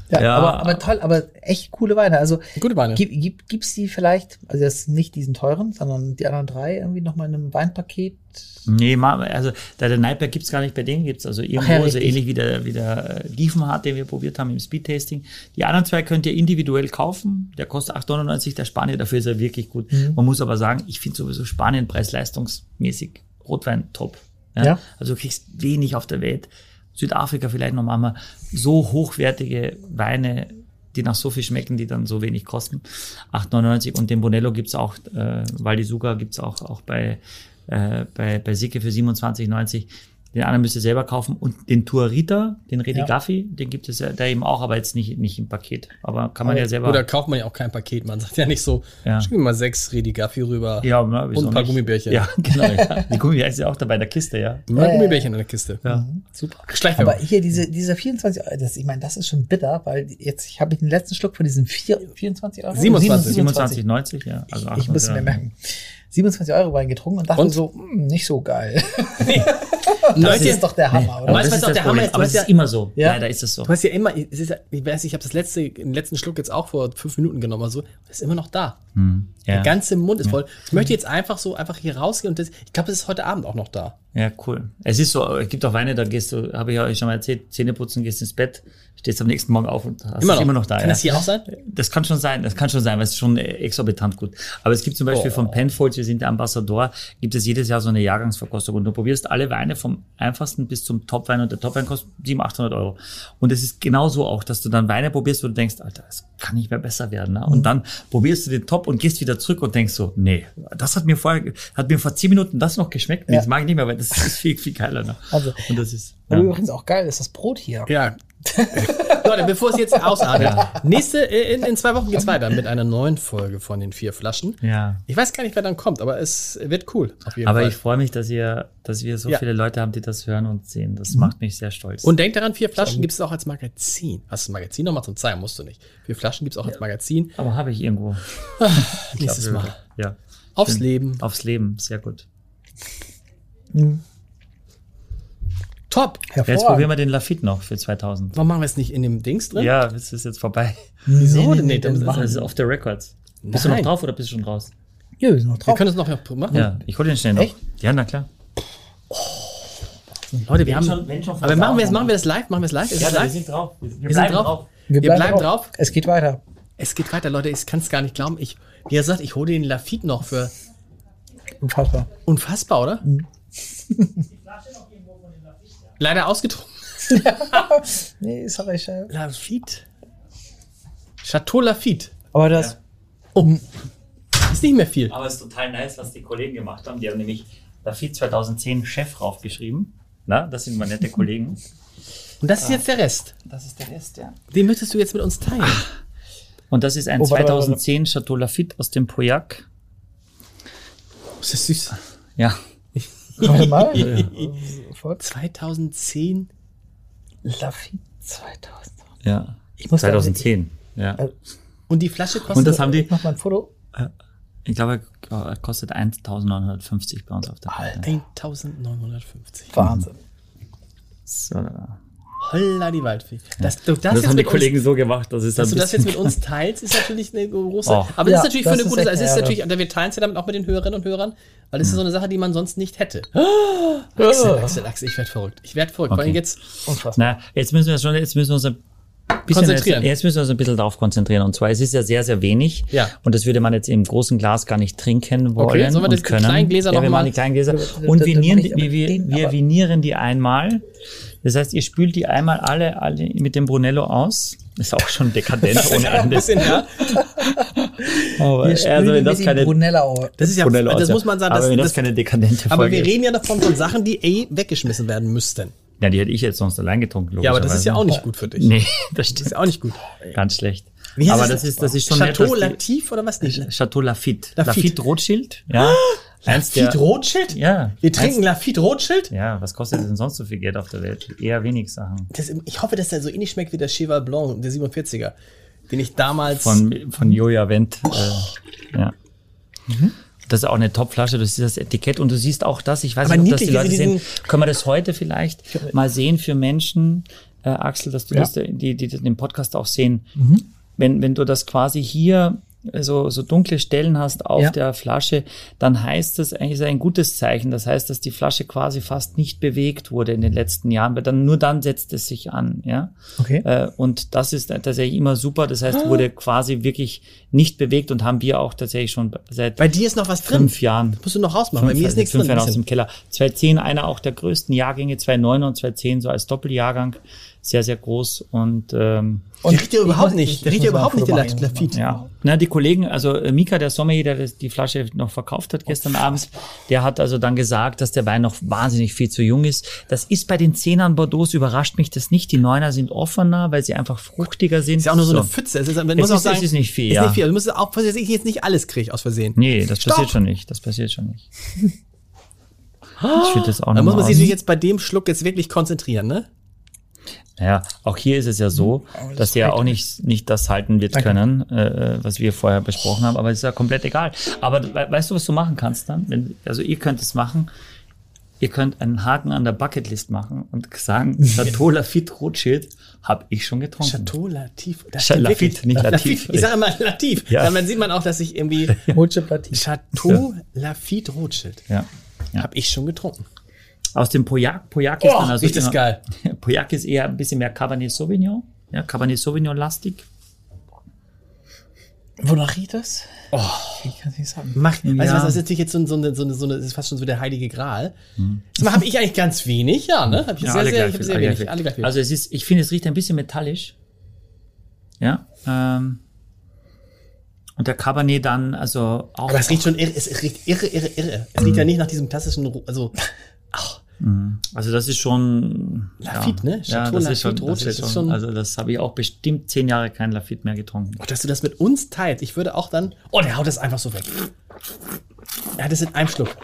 Speaker 4: Ja,
Speaker 3: Ja.
Speaker 4: Aber, aber toll, aber echt coole Weine. Also
Speaker 2: Gute Weine.
Speaker 4: Gibt, gibt, gibt's die vielleicht, also jetzt nicht diesen teuren, sondern die anderen drei irgendwie nochmal in einem Weinpaket?
Speaker 3: Nee, ma- also da der Nightberg gibt's gar nicht, bei denen gibt's also irgendwo
Speaker 4: ja,
Speaker 3: so
Speaker 4: richtig.
Speaker 3: ähnlich wie der, wie der äh, Diefenhardt, den wir probiert haben im Speedtasting. Die anderen zwei könnt ihr individuell kaufen. Der kostet 8,99, der Spanier, dafür ist er wirklich gut.
Speaker 4: Mhm.
Speaker 3: Man muss aber sagen, ich finde sowieso Spanien preis-leistungsmäßig Rotwein top.
Speaker 4: Ja.
Speaker 3: Also du kriegst wenig auf der Welt. Südafrika vielleicht noch mal so hochwertige Weine, die nach so viel schmecken, die dann so wenig kosten. 8,99 und den Bonello gibt's auch, äh, Val di Suga gibt's auch, auch bei, äh, bei, bei Sicke für 27,90. Den anderen müsst ihr selber kaufen. Und den Tuarita, den Redigafi, den gibt es ja da eben auch, aber jetzt nicht, nicht im Paket. Aber kann man ja selber.
Speaker 2: Oder kauft man ja auch kein Paket. Man sagt ja nicht so,
Speaker 3: Ja.
Speaker 2: schick mir mal sechs Redi Gaffi rüber.
Speaker 3: ja, na, wieso
Speaker 2: und ein paar
Speaker 3: nicht?
Speaker 2: Gummibärchen.
Speaker 3: Ja, genau. Ja. Die Gummibärchen sind ja auch dabei in der Kiste, ja.
Speaker 2: Mal
Speaker 4: Ja,
Speaker 2: Gummibärchen in der Kiste.
Speaker 3: ja.
Speaker 4: Mhm, Super.
Speaker 2: Schleichwerbung.
Speaker 4: Aber hier diese, dieser 24 Euro, das, ich meine, das ist schon bitter, weil jetzt ich habe ich den letzten Schluck von diesen vier, 24 Euro.
Speaker 2: 27.
Speaker 3: 27,90, ja. Also
Speaker 4: ich muss mir
Speaker 3: 28,90.
Speaker 4: merken. 27 Euro Wein getrunken und dachte
Speaker 2: Und?
Speaker 4: so, hm, nicht so geil.
Speaker 2: Leute,
Speaker 4: Das ist doch der Hammer,
Speaker 3: Aber
Speaker 4: oder?
Speaker 2: Weißt du,
Speaker 3: das
Speaker 2: was
Speaker 3: ist
Speaker 2: auch
Speaker 3: das
Speaker 2: der Hammer
Speaker 3: Problem.
Speaker 2: ist? Du
Speaker 3: Aber
Speaker 2: weißt
Speaker 3: es ist
Speaker 2: ja-
Speaker 3: immer so.
Speaker 4: Ja.
Speaker 3: Leider ist es so.
Speaker 2: Du hast ja immer, es ist ja, ich weiß, ich habe das letzte, den letzten Schluck jetzt auch vor fünf Minuten genommen, also ist immer noch da.
Speaker 3: Hm,
Speaker 2: Der
Speaker 3: Ja.
Speaker 2: ganze Mund ist voll. Ich möchte jetzt einfach so einfach hier rausgehen und das, ich glaube, es ist heute Abend auch noch da.
Speaker 3: ja, cool. Es ist so, es gibt auch Weine, da gehst du, habe ich euch schon mal erzählt, Zähne putzen, gehst ins Bett, stehst am nächsten Morgen auf und hast es immer noch da.
Speaker 2: Kann
Speaker 3: ja.
Speaker 2: das hier auch sein?
Speaker 3: Das kann schon sein, das kann schon sein, weil es ist schon äh, exorbitant gut. Aber es gibt zum Beispiel von Penfolds, wir sind der Ambassador, gibt es jedes Jahr so eine Jahrgangsverkostung und du probierst alle Weine vom einfachsten bis zum Topwein und der Topwein kostet 700, 800 Euro. Und es ist genauso auch, dass du dann Weine probierst, wo du denkst, Alter, es kann nicht mehr besser werden. Ne?
Speaker 4: Mhm.
Speaker 3: Und dann probierst du den Top und gehst wieder zurück und denkst so, nee, das hat mir vorher, hat mir vor 10 Minuten das noch geschmeckt. Nee,
Speaker 4: Ja.
Speaker 3: Das mag ich nicht mehr, weil das ist viel, viel geiler. Ne?
Speaker 4: Also-
Speaker 3: und das ist,
Speaker 4: Und
Speaker 3: ja.
Speaker 4: übrigens auch geil ist das Brot hier.
Speaker 2: Ja. Leute, bevor es jetzt ausatmet. Nächste, äh, in, in zwei Wochen geht's weiter mit einer neuen Folge von den vier Flaschen.
Speaker 3: ja.
Speaker 2: Ich weiß gar nicht, wer dann kommt, aber es wird cool. Auf jeden
Speaker 3: Aber
Speaker 2: Fall.
Speaker 3: ich freue mich, dass ihr, dass wir so
Speaker 2: Ja. Mhm.
Speaker 3: viele Leute haben, die das hören und sehen. Das macht mich sehr stolz.
Speaker 2: Und denk daran, vier Flaschen gibt es auch als Magazin. Hast du das Magazin nochmal zum Zeigen? Musst du nicht. Vier Flaschen gibt es auch als Magazin.
Speaker 3: aber habe ich irgendwo.
Speaker 2: Nächstes Mal.
Speaker 3: Ja.
Speaker 2: Aufs Leben.
Speaker 3: Aufs Leben, sehr gut.
Speaker 2: Top.
Speaker 3: Ja, jetzt probieren wir den Lafitte noch für 2000.
Speaker 2: Warum machen wir es nicht in dem Dings drin?
Speaker 3: Ja, es ist jetzt vorbei.
Speaker 2: Ne? Wieso
Speaker 4: Nee, nee,
Speaker 2: denn
Speaker 4: nee,
Speaker 2: nicht?
Speaker 4: dann
Speaker 2: Dann
Speaker 4: mach-
Speaker 2: machen
Speaker 3: Das
Speaker 2: wir
Speaker 3: ist auf der Records. Bist du
Speaker 2: Nein. Hm.
Speaker 3: noch drauf oder bist du schon raus?
Speaker 4: Ja, wir sind noch drauf.
Speaker 2: können es noch machen.
Speaker 3: Ja, ich hole den schnell noch.
Speaker 4: Echt?
Speaker 3: Ja, na klar.
Speaker 4: lassen.
Speaker 2: Leute, wir
Speaker 3: Wenn
Speaker 2: haben.
Speaker 3: schon- wenn schon von
Speaker 2: aber
Speaker 3: da
Speaker 2: machen wir, jetzt,
Speaker 3: an.
Speaker 2: machen wir das live, machen wir es live. Ist
Speaker 3: Ja,
Speaker 2: es
Speaker 3: wir
Speaker 2: live?
Speaker 3: sind drauf. Wir, wir
Speaker 2: sind
Speaker 3: bleiben
Speaker 2: drauf.
Speaker 3: drauf.
Speaker 2: Wir bleiben drauf.
Speaker 4: Es geht weiter.
Speaker 2: Es geht weiter, Leute. Ich kann es gar nicht glauben. Ich, wie gesagt, ich hole den Lafitte noch für
Speaker 4: Unfassbar.
Speaker 2: unfassbar, oder?
Speaker 3: Mhm.
Speaker 2: Leider ausgetrunken.
Speaker 4: Nee, sorry, Chef.
Speaker 2: Lafitte. Chateau Lafitte.
Speaker 4: Aber das.
Speaker 3: Um.
Speaker 2: Oh. Ist nicht mehr viel.
Speaker 3: Aber es ist total nice, was die Kollegen gemacht haben. Die haben nämlich Lafitte 2010 Chef raufgeschrieben. Na, das sind mal nette Kollegen.
Speaker 2: Und das ist jetzt der Rest.
Speaker 3: Ah. Das ist der Rest, ja. Ah,
Speaker 2: Den möchtest du jetzt mit uns teilen.
Speaker 3: Und das ist ein
Speaker 4: Oh, warte, warte,
Speaker 3: 2010 Chateau Lafitte aus dem Pauillac.
Speaker 2: Das ist süß.
Speaker 3: ah. Ja.
Speaker 4: Warte mal. Äh, Sofort.
Speaker 2: 2010.
Speaker 4: Lafitte 2000.
Speaker 3: ja.
Speaker 4: Ich muss
Speaker 3: 2010.
Speaker 2: Äh,
Speaker 3: Ja.
Speaker 2: Und die Flasche kostet.
Speaker 3: Und das haben die,
Speaker 4: Ich mach mal ein Foto.
Speaker 3: ich glaube, er kostet 1950 bei uns auf der Karte.
Speaker 2: 1950.
Speaker 4: Wahnsinn.
Speaker 3: So, da.
Speaker 2: Holla die Waldfee. Dass du das,
Speaker 3: Das,
Speaker 2: jetzt
Speaker 3: haben die
Speaker 2: mit uns,
Speaker 3: Kollegen so gemacht, dass es
Speaker 2: dass du
Speaker 3: ein
Speaker 2: das jetzt
Speaker 3: bisschen
Speaker 2: mit uns teilst, ist natürlich eine große.
Speaker 3: Oh.
Speaker 2: Aber das
Speaker 4: Ja,
Speaker 2: ist natürlich für
Speaker 4: das
Speaker 2: eine
Speaker 4: ist
Speaker 2: gute
Speaker 4: echt
Speaker 2: Sache. Es ist
Speaker 4: eine
Speaker 2: natürlich, wir teilen es ja damit auch mit den Hörerinnen und Hörern, weil es ist so eine Sache, die man sonst nicht hätte. Axel, Axel, Axel, ich werde verrückt. Ich werde verrückt. Vor allem
Speaker 3: Ah. Okay.
Speaker 2: jetzt.
Speaker 4: Unfassbar.
Speaker 3: Na, jetzt müssen wir schon, jetzt müssen wir uns ein bisschen, jetzt,
Speaker 2: Konzentrieren.
Speaker 3: jetzt müssen wir uns ein bisschen darauf konzentrieren. Und zwar, es ist ja sehr, sehr wenig.
Speaker 2: Ja.
Speaker 3: Und das würde man jetzt im großen Glas gar nicht trinken wollen.
Speaker 2: sollen wir
Speaker 3: und
Speaker 2: das- die
Speaker 3: können.
Speaker 2: kleinen Gläser
Speaker 3: ja,
Speaker 2: noch
Speaker 3: wir
Speaker 2: mal-
Speaker 3: machen die kleinen Gläser.
Speaker 4: dann-
Speaker 3: Und
Speaker 4: dann
Speaker 3: vinieren,
Speaker 4: mach ich
Speaker 3: die- wir, wir,
Speaker 4: den,
Speaker 3: wir
Speaker 4: aber-
Speaker 3: vinieren die einmal. Das heißt, ihr spült die einmal alle, alle mit dem Brunello aus. Ist auch schon dekadent ohne
Speaker 2: Ein
Speaker 3: Ende.
Speaker 2: bisschen, ja.
Speaker 3: Aber, also, wenn das keine,
Speaker 4: Brunella aus.
Speaker 2: Das ist ja,
Speaker 3: Brunello aus,
Speaker 2: das
Speaker 3: ja.
Speaker 2: muss man sagen.
Speaker 3: aber
Speaker 2: Das,
Speaker 3: wenn das,
Speaker 2: das,
Speaker 3: keine dekadente
Speaker 2: aber
Speaker 3: Folge
Speaker 2: wir
Speaker 3: ist.
Speaker 2: reden ja davon von Sachen, die eh weggeschmissen werden müssten.
Speaker 3: Ja, die hätte ich jetzt sonst allein getrunken,
Speaker 2: Ja, aber das ist ja auch nicht
Speaker 3: logischerweise.
Speaker 2: gut für dich.
Speaker 3: Nee,
Speaker 2: Das
Speaker 3: das
Speaker 2: ist
Speaker 3: stimmt.
Speaker 2: ja auch nicht gut.
Speaker 3: Ganz schlecht.
Speaker 2: heißt
Speaker 3: Aber
Speaker 2: es?
Speaker 3: das ist, das ist schon
Speaker 2: Chateau
Speaker 3: nett, dass die-
Speaker 2: Latif oder was nicht?
Speaker 3: Chateau Lafitte.
Speaker 2: Lafitte.
Speaker 3: Lafitte, Rothschild. Ja. Eins der,
Speaker 2: Lafitte Rothschild?
Speaker 3: Ja.
Speaker 2: Wir trinken Lafitte Rothschild?
Speaker 3: Ja, was kostet denn sonst so viel Geld auf der Welt? Eher wenig Sachen.
Speaker 2: Das, ich hoffe, dass der so ähnlich schmeckt wie der Cheval Blanc, der 47er, den ich damals.
Speaker 3: Von, von Joja Wendt. Äh, ja. Das ist auch eine Topflasche, das ist das Etikett. Und du siehst auch das, ich weiß
Speaker 2: Aber
Speaker 3: nicht, ob das die
Speaker 2: niedlich,
Speaker 3: Leute
Speaker 2: diese-
Speaker 3: sehen. Können wir das heute vielleicht mal sehen für Menschen, äh, Axel, dass du
Speaker 4: Ja.
Speaker 3: das, die, die den Podcast auch sehen. Wenn, wenn du das quasi hier äh, so, so dunkle Stellen hast auf
Speaker 4: Ja.
Speaker 3: der Flasche, dann heißt das eigentlich ist ein gutes Zeichen. Das heißt, dass die Flasche quasi fast nicht bewegt wurde in den letzten Jahren, weil dann nur dann setzt es sich an. Ja?
Speaker 4: Okay.
Speaker 3: Äh, und das ist tatsächlich immer super. Das heißt, wurde
Speaker 2: Ah.
Speaker 3: quasi wirklich nicht bewegt und haben wir auch tatsächlich schon seit
Speaker 2: bei dir ist noch was drin.
Speaker 3: fünf Jahren.
Speaker 2: Musst du noch rausmachen. bei mir ist
Speaker 3: seit
Speaker 2: nichts
Speaker 3: fünf
Speaker 2: drin.
Speaker 3: Jahren aus dem
Speaker 2: Bisschen.
Speaker 3: Keller. 2010, einer auch der größten Jahrgänge, 2009 und 2010, so als Doppeljahrgang. Sehr, sehr groß und ähm,
Speaker 2: Der riecht ja
Speaker 4: ich
Speaker 2: überhaupt
Speaker 4: muss-
Speaker 2: nicht.
Speaker 4: ich
Speaker 2: Der riecht ja
Speaker 4: muss mal
Speaker 2: überhaupt nicht, der
Speaker 4: vorbei.
Speaker 2: Lafitte. Lafitte.
Speaker 3: Ja. Na, die Kollegen, also äh, Mika, der Sommelier, der das, die Flasche noch verkauft hat gestern Abend, der hat also dann gesagt, dass der Wein noch wahnsinnig viel zu jung ist. Das ist bei den Zehnern Bordeaux, überrascht mich das nicht. Die Neuner sind offener, weil sie einfach fruchtiger sind.
Speaker 2: Ist ja auch nur so, eine Pfütze. Es ist, man
Speaker 3: Es
Speaker 2: muss auch
Speaker 3: ist-
Speaker 2: sagen,
Speaker 3: es ist nicht viel,
Speaker 2: Ist
Speaker 3: ja.
Speaker 2: nicht viel. Du musst auch, dass ich jetzt nicht alles kriege aus Versehen.
Speaker 3: Nee, das
Speaker 2: Stopp!
Speaker 3: passiert schon nicht. Das passiert schon nicht. Ich schütte das auch
Speaker 2: Da
Speaker 3: noch
Speaker 2: muss
Speaker 3: mal
Speaker 2: man
Speaker 3: aus.
Speaker 2: sich natürlich jetzt bei dem Schluck jetzt wirklich konzentrieren, ne?
Speaker 3: Naja, auch hier ist es ja so,
Speaker 2: Oh,
Speaker 3: dass der auch nicht, nicht das halten wird können, äh, was wir vorher besprochen haben, aber es ist ja komplett egal. Aber we weißt du, was du machen kannst dann? Wenn, also ihr könnt es machen, ihr könnt einen Haken an der Bucketlist machen und sagen, Chateau Lafitte Rothschild habe ich schon getrunken.
Speaker 2: Chateau Latif. Das
Speaker 3: Cha-
Speaker 2: stimmt
Speaker 3: Lafitte,
Speaker 2: wirklich.
Speaker 3: nicht Latif.
Speaker 2: Ich sage immer Latif.
Speaker 3: Ja.
Speaker 2: Dann sieht man auch, dass ich irgendwie
Speaker 4: Multiplatin.
Speaker 2: Chateau Lafitte Rothschild.
Speaker 3: Ja. ja.
Speaker 2: Hab ich schon getrunken.
Speaker 3: Aus dem Pauillac. Pauillac ist dann also
Speaker 2: riecht das
Speaker 3: immer-
Speaker 2: geil.
Speaker 3: Pauillac ist eher ein bisschen mehr Cabernet Sauvignon, ja, Cabernet Sauvignon lastig.
Speaker 4: Wonach riecht das? Oh. Ich kann es nicht sagen.
Speaker 2: Mach, ja. Weißt du,
Speaker 3: Ja.
Speaker 2: was, das ist natürlich jetzt so, ein- so, eine, so, eine, so eine, das ist fast schon so der heilige Gral. Das habe ich eigentlich ganz wenig, ja, ne? Hab ich
Speaker 3: Mhm. Ja,
Speaker 2: sehr,
Speaker 3: alle
Speaker 2: sehr,
Speaker 3: gleich
Speaker 2: ich hab
Speaker 3: viel,
Speaker 2: sehr
Speaker 3: alle gleich
Speaker 2: wenig.
Speaker 3: viel.
Speaker 2: Alle gleich viel.
Speaker 3: Also es ist, ich finde, es riecht ein bisschen metallisch. Ja. Ähm, und der Cabernet dann, also auch.
Speaker 2: aber es riecht schon irre, es, es riecht irre, irre, irre. Es
Speaker 3: Mhm.
Speaker 2: riecht ja nicht nach diesem klassischen, Ru- also
Speaker 3: Also das ist schon.
Speaker 2: Lafitte,
Speaker 3: ja.
Speaker 2: ne?
Speaker 3: Ja,
Speaker 2: Chateau
Speaker 3: das ist schon,
Speaker 2: Lafitte
Speaker 3: das
Speaker 2: Rothschild,
Speaker 3: ist
Speaker 2: das ist
Speaker 3: schon.
Speaker 2: schon-
Speaker 3: Also das habe ich auch bestimmt zehn Jahre kein Lafitte mehr getrunken.
Speaker 2: oh, dass du das mit uns teilst. Ich würde auch dann, oh, der haut das einfach so weg. Er hat es in einem Schluck.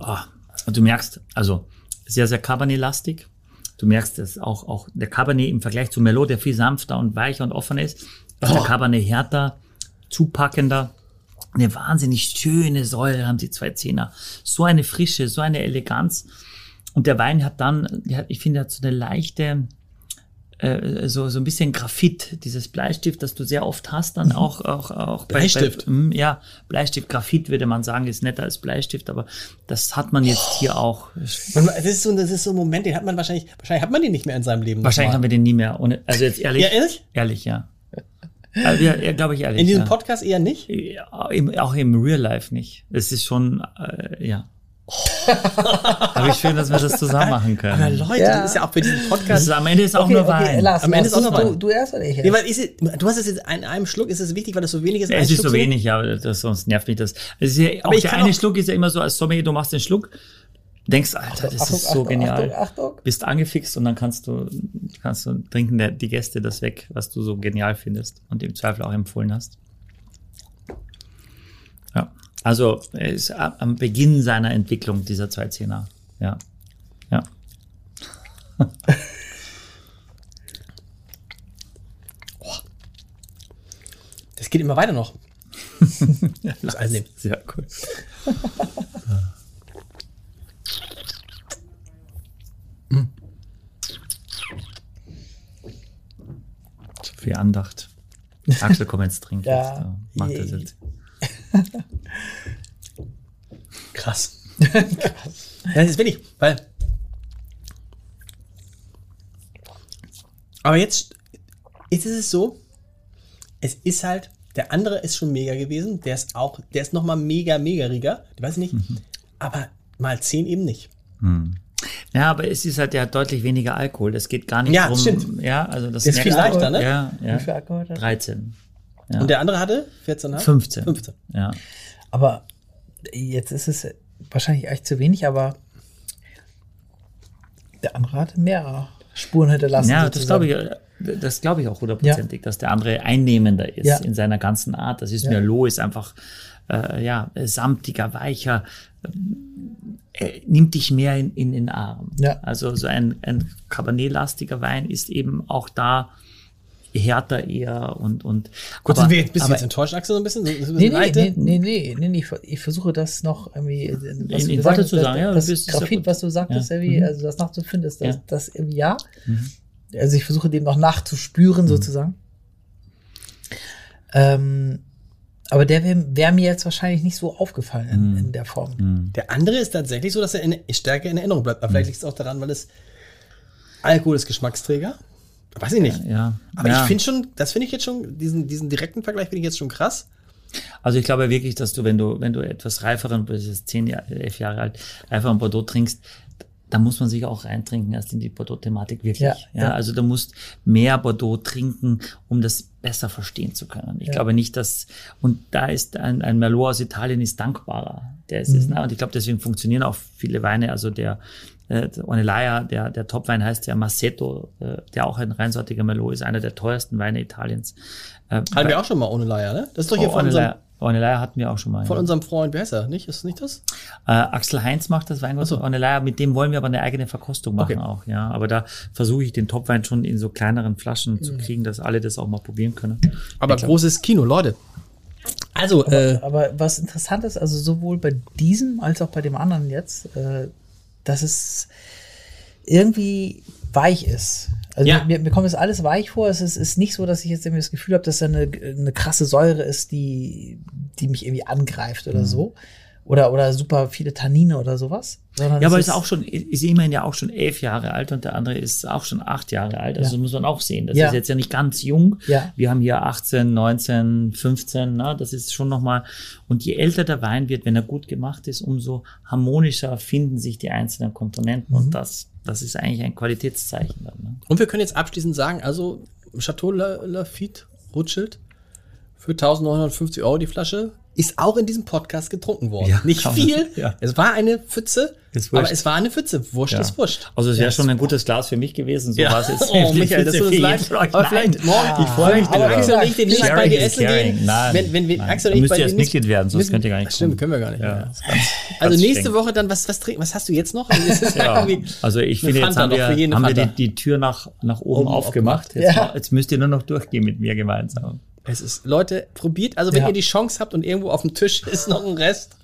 Speaker 3: Ah, und du merkst, also sehr, sehr Cabernet-lastig. Du merkst es auch, auch der Cabernet im Vergleich zu Merlot, der viel sanfter und weicher und offener ist, ist der Cabernet härter, zupackender. Eine wahnsinnig schöne Säure haben die zwei Zehner. So eine Frische, so eine Eleganz. Und der Wein hat dann, der hat, ich finde, er hat so eine leichte, äh, äh, so, so ein bisschen Graphit, dieses Bleistift, das du sehr oft hast, dann auch, auch, auch bei-
Speaker 2: Bleistift?
Speaker 3: Bei, mm, ja, Bleistift, Graphit würde man sagen, ist netter als Bleistift, aber das hat man jetzt hier auch.
Speaker 2: Man, das, ist so, das ist so ein Moment, den hat man wahrscheinlich, wahrscheinlich hat man den nicht mehr in seinem Leben.
Speaker 3: Wahrscheinlich haben wir den nie mehr. Ohne, also jetzt ehrlich.
Speaker 2: Ja, ehrlich?
Speaker 3: Ehrlich, ja. Also, ja, ja glaube ich ehrlich.
Speaker 2: in diesem
Speaker 3: ja.
Speaker 2: Podcast eher nicht.
Speaker 3: Ja, im, auch im Real Life nicht. Es ist schon, äh, ja. Aber ich schön, dass wir das zusammen machen
Speaker 2: Aber
Speaker 3: können.
Speaker 2: Leute,
Speaker 4: Ja.
Speaker 2: das ist ja auch für diesen
Speaker 3: Das
Speaker 2: Podcast.
Speaker 3: ist, am Ende ist auch nur Wein.
Speaker 4: Lars,
Speaker 2: Am Ende
Speaker 4: Lars,
Speaker 2: ist auch noch
Speaker 4: du,
Speaker 2: Wein.
Speaker 4: du erst oder ich erst?
Speaker 2: Nee, weil ist es, du hast es jetzt in einem Schluck, ist es wichtig, weil das so wenig ist? Ein
Speaker 3: es ist
Speaker 2: Schluck
Speaker 3: so wenig, ja, das, sonst nervt mich das. Es ist ja,
Speaker 2: Aber
Speaker 3: auch
Speaker 2: ich
Speaker 3: der
Speaker 2: kann
Speaker 3: eine
Speaker 2: auch-
Speaker 3: Schluck ist ja immer so, als Sommelier, du machst den Schluck, denkst, Alter, das ist so genial.
Speaker 4: Achtung, Achtung.
Speaker 3: Bist angefixt und dann kannst du, kannst du trinken der, die Gäste das weg, was du so genial findest und im Zweifel auch empfohlen hast. Ja, also er ist a- am Beginn seiner Entwicklung dieser zwei Zehner. Ja, ja.
Speaker 2: Das geht immer weiter noch. Muss einnehmen.
Speaker 3: Sehr cool.
Speaker 2: Hm.
Speaker 3: Zu viel Andacht. Axel, komm jetzt trinken.
Speaker 4: Ja.
Speaker 3: Macht das jetzt.
Speaker 2: Krass. das ist wenig, weil. Aber jetzt, jetzt ist es so, es ist halt, der andere ist schon mega gewesen, der ist auch, der ist nochmal mega, mega riger, ich weiß nicht,
Speaker 4: Mhm.
Speaker 2: aber mal 10 eben nicht.
Speaker 3: Ja, aber es ist halt, der hat deutlich weniger Alkohol. Das geht gar nicht
Speaker 2: Ja,
Speaker 3: drum.
Speaker 2: stimmt.
Speaker 3: Ja, also das
Speaker 2: Der ist viel
Speaker 3: merkst du.
Speaker 2: leichter, ne?
Speaker 3: Ja, ja.
Speaker 4: Wie viel Alkohol hat er?
Speaker 3: 13.
Speaker 2: Und der andere hatte 14,5?
Speaker 3: 15.
Speaker 2: 15.
Speaker 3: Ja.
Speaker 4: Aber äh, jetzt ist es wahrscheinlich echt zu wenig, aber der andere hatte mehrere Spuren hinterlassen.
Speaker 3: Ja, das
Speaker 4: sozusagen.
Speaker 3: glaube ich, äh, das glaube ich auch hundertprozentig, dass der andere einnehmender ist
Speaker 4: Ja.
Speaker 3: in seiner ganzen Art. Das ist
Speaker 4: Ja.
Speaker 3: mir low, ist einfach äh, ja, samtiger, weicher, äh, nimmt dich mehr in, in den Arm.
Speaker 4: Ja.
Speaker 3: Also so ein, ein Cabernet-lastiger Wein ist eben auch da härter eher und und
Speaker 2: Gut,
Speaker 3: aber-
Speaker 2: sind wir jetzt, bist du
Speaker 3: aber
Speaker 2: jetzt enttäuscht, Axel, so ein bisschen? So, so ein bisschen
Speaker 4: Nee, nee,
Speaker 2: leite?
Speaker 4: nee, nee, nee, nee, nee, ich ver- ich versuche das noch irgendwie äh, was
Speaker 3: in
Speaker 4: du gesagt
Speaker 3: Worte
Speaker 4: hast,
Speaker 3: zu
Speaker 4: das,
Speaker 3: sagen, ja,
Speaker 4: Das
Speaker 3: du bist- ist ja
Speaker 4: Graphit,
Speaker 3: gut.
Speaker 4: was du sagtest,
Speaker 3: Ja.
Speaker 4: irgendwie,
Speaker 3: Mhm.
Speaker 4: also das nachzufinden ist, das,
Speaker 3: Ja. Mhm.
Speaker 4: das irgendwie ja. Also ich versuche dem noch nachzuspüren, sozusagen. Ähm, aber der wäre wär mir jetzt wahrscheinlich nicht so aufgefallen in,
Speaker 3: Mhm.
Speaker 4: in der Form.
Speaker 2: Der andere ist tatsächlich so, dass er in, stärker in Erinnerung bleibt. Aber
Speaker 4: Mhm.
Speaker 2: vielleicht liegt es auch daran, weil es Alkohol ist Geschmacksträger. Weiß ich nicht.
Speaker 3: ja,
Speaker 2: Aber
Speaker 3: ja.
Speaker 2: ich finde schon, das finde ich jetzt schon, diesen, diesen direkten Vergleich finde ich jetzt schon krass.
Speaker 3: Also ich glaube wirklich, dass du, wenn du, wenn du etwas reiferen, bis jetzt zehn Jahre, elf Jahre alt, reiferen Bordeaux trinkst, da muss man sich auch reintrinken erst in die Bordeaux-Thematik wirklich.
Speaker 4: Ja,
Speaker 3: Ja,
Speaker 4: ja.
Speaker 3: Also du musst mehr Bordeaux trinken, um das besser verstehen zu können. Ich
Speaker 4: Ja.
Speaker 3: glaube nicht, dass und da ist ein, ein Merlot aus Italien ist dankbarer. Der ist
Speaker 4: Mhm.
Speaker 3: es, ne? und ich glaube deswegen funktionieren auch viele Weine. Also der äh, der Onelaya, der, der Topwein heißt ja Massetto, äh, der auch ein reinsortiger Merlot ist, einer der teuersten Weine Italiens. Äh,
Speaker 2: Hatten wir auch schon mal ohne Leier, ne? Das ist
Speaker 3: Oh,
Speaker 2: doch hier von, unserem,
Speaker 3: Onelaya, Onelaya hatten wir auch schon mal.
Speaker 2: von
Speaker 3: ja.
Speaker 2: unserem Freund, wer ist er? Nicht? Ist nicht das?
Speaker 3: Äh, Axel Heinz macht das Weingut
Speaker 2: Ach so.
Speaker 3: so. Onelaya, mit dem wollen wir aber eine eigene Verkostung machen
Speaker 2: Okay.
Speaker 3: auch, ja. Aber da versuche ich den Topwein schon in so kleineren Flaschen zu
Speaker 2: Genau.
Speaker 3: kriegen, dass alle das auch mal probieren können.
Speaker 2: Aber großes Kino, Leute. Also, äh,
Speaker 4: Aber was interessant ist, also sowohl bei diesem als auch bei dem anderen jetzt, äh, dass es irgendwie weich ist. Also
Speaker 2: Ja.
Speaker 4: mir, mir kommt das alles weich vor. Es ist, ist nicht so, dass ich jetzt irgendwie das Gefühl habe, dass da eine, eine krasse Säure ist, die, die mich irgendwie angreift
Speaker 3: Mhm.
Speaker 4: oder so. Oder, oder super viele Tannine oder sowas. Sondern
Speaker 3: Ja,
Speaker 4: es
Speaker 3: aber ist auch schon, ist immerhin ja auch schon elf Jahre alt und der andere ist auch schon acht Jahre alt. Also
Speaker 4: Ja.
Speaker 3: muss man auch sehen. Das
Speaker 4: Ja.
Speaker 3: ist jetzt ja nicht ganz jung.
Speaker 4: Ja.
Speaker 3: Wir haben hier 18, 19, 15, ne? das ist schon nochmal. Und je älter der Wein wird, wenn er gut gemacht ist, umso harmonischer finden sich die einzelnen Komponenten.
Speaker 2: Mhm.
Speaker 3: Und das, das ist eigentlich ein Qualitätszeichen dann. Ne?
Speaker 2: und wir können jetzt abschließend sagen, also Chateau La- Lafitte Rothschild für 1950 Euro die Flasche ist auch in diesem Podcast getrunken worden.
Speaker 3: Ja,
Speaker 2: nicht
Speaker 3: kann man-
Speaker 2: viel.
Speaker 3: ja.
Speaker 2: Es war eine Pfütze,
Speaker 3: Ist wurscht.
Speaker 2: aber es war eine Pfütze. Wurscht
Speaker 3: Ja.
Speaker 2: ist wurscht.
Speaker 3: Also es wäre schon ein gutes Glas für mich gewesen. So
Speaker 2: Ja.
Speaker 3: war es jetzt.
Speaker 2: Oh, Michael, das tut uns leid. Aber
Speaker 3: Aber
Speaker 2: vielleicht
Speaker 3: vielleicht
Speaker 2: morgen-
Speaker 3: Ich freue mich
Speaker 2: Aber Axel
Speaker 3: darüber.
Speaker 2: und ich den nächsten bei dir essen gehen.
Speaker 3: Nein,
Speaker 2: wenn, wenn wir,
Speaker 3: nein.
Speaker 2: Axel
Speaker 3: Da
Speaker 2: und ich
Speaker 3: müsst
Speaker 2: bei
Speaker 3: ihr jetzt
Speaker 2: dir nächsten-
Speaker 3: Mitglied werden, sonst
Speaker 2: müssen-
Speaker 3: könnt ihr gar nicht
Speaker 2: Stimmt, können
Speaker 3: kommen.
Speaker 2: wir gar nicht.
Speaker 3: Ja,
Speaker 2: mehr.
Speaker 3: das ist ganz-
Speaker 2: Also
Speaker 3: ganz
Speaker 2: nächste
Speaker 3: streng.
Speaker 2: Woche dann, was, was trinken? Was hast du jetzt noch? Also, es ist
Speaker 3: Ja,
Speaker 2: irgendwie-
Speaker 3: also ich
Speaker 2: eine
Speaker 3: finde, jetzt
Speaker 2: Fanta
Speaker 3: haben
Speaker 2: noch,
Speaker 3: wir,
Speaker 2: für jeden
Speaker 3: haben wir die,
Speaker 2: Fanta.
Speaker 3: die Tür nach, nach oben
Speaker 2: Oben
Speaker 3: aufgemacht. Jetzt,
Speaker 4: Ja.
Speaker 3: jetzt müsst ihr nur noch durchgehen mit mir gemeinsam.
Speaker 2: Es ist, Leute, probiert, also wenn
Speaker 4: Ja.
Speaker 2: ihr die Chance habt und irgendwo auf dem Tisch ist noch ein Rest,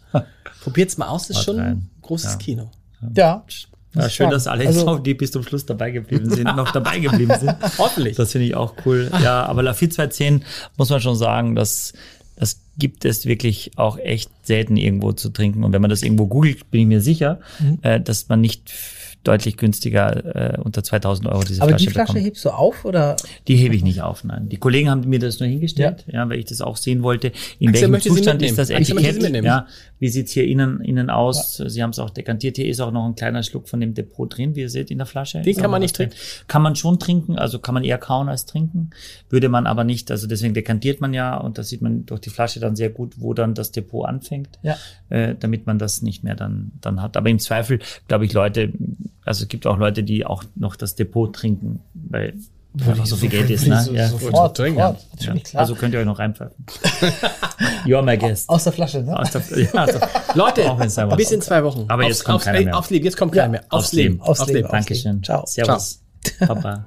Speaker 2: probiert es mal aus, das ist
Speaker 3: Haut
Speaker 2: schon
Speaker 3: rein.
Speaker 2: großes
Speaker 3: Ja.
Speaker 2: Kino.
Speaker 4: Ja,
Speaker 3: Ja,
Speaker 4: ich
Speaker 3: schön,
Speaker 4: sagen.
Speaker 3: dass alle jetzt
Speaker 4: Also-
Speaker 3: auch die bis zum Schluss dabei geblieben sind, noch dabei geblieben sind.
Speaker 2: Hoffentlich.
Speaker 3: Das finde ich auch cool. Ja, aber Lafitte 210 muss man schon sagen, dass das gibt es wirklich auch echt selten irgendwo zu trinken. Und wenn man das irgendwo googelt, bin ich mir sicher, äh, dass man nicht f- deutlich günstiger äh, unter 2000 Euro diese
Speaker 4: Aber
Speaker 3: Flasche
Speaker 4: die Flasche
Speaker 3: bekommt.
Speaker 4: hebst du auf oder?
Speaker 3: Die hebe ich nicht auf, nein. Die Kollegen haben mir das nur hingestellt, ja. weil ich das auch sehen wollte. In
Speaker 2: Axel,
Speaker 3: welchem
Speaker 2: möchte sie
Speaker 3: Zustand
Speaker 2: mitnehmen?
Speaker 3: ist das
Speaker 2: Axel, möchte sie
Speaker 3: Etikett?
Speaker 2: mitnehmen?
Speaker 3: ja, wie sieht's hier innen, innen aus? Sie haben es auch dekantiert. Hier ist auch noch ein kleiner Schluck von dem Depot drin, wie ihr seht in der Flasche.
Speaker 2: Den
Speaker 3: Ist
Speaker 2: kann
Speaker 3: auch
Speaker 2: man
Speaker 3: noch
Speaker 2: nicht
Speaker 3: was drin. Kann man schon trinken, also kann man eher kauen als trinken. Würde man aber nicht, also deswegen dekantiert man ja und das sieht man durch die Flasche dann sehr gut, wo dann das Depot anfängt
Speaker 4: Ja.
Speaker 3: äh, damit man das nicht mehr dann, dann hat. Aber im Zweifel, glaube ich, Leute, also es gibt auch Leute, die auch noch das Depot trinken, weil einfach so viel Geld ist. Ne?
Speaker 2: so-
Speaker 3: ja.
Speaker 2: sofort.
Speaker 4: Sofort,
Speaker 2: trinken.
Speaker 4: sofort,
Speaker 3: Ja.
Speaker 4: natürlich, klar.
Speaker 3: Also könnt ihr euch noch reinpfeifen. You're my guest.
Speaker 4: Aus der Flasche, ne?
Speaker 3: Aus der, ja, also,
Speaker 2: Leute,
Speaker 3: Auch wenn's da was
Speaker 2: bis in
Speaker 3: kommt.
Speaker 2: zwei Wochen.
Speaker 3: Aber
Speaker 2: aufs,
Speaker 3: jetzt kommt
Speaker 2: aufs,
Speaker 3: keiner mehr.
Speaker 2: Aufs Leben, jetzt kommt keiner mehr. Aufs,
Speaker 3: aufs
Speaker 2: Leben.
Speaker 3: Leben.
Speaker 4: Aufs Leben.
Speaker 3: Dankeschön.
Speaker 4: Ciao.
Speaker 3: Servus. Papa.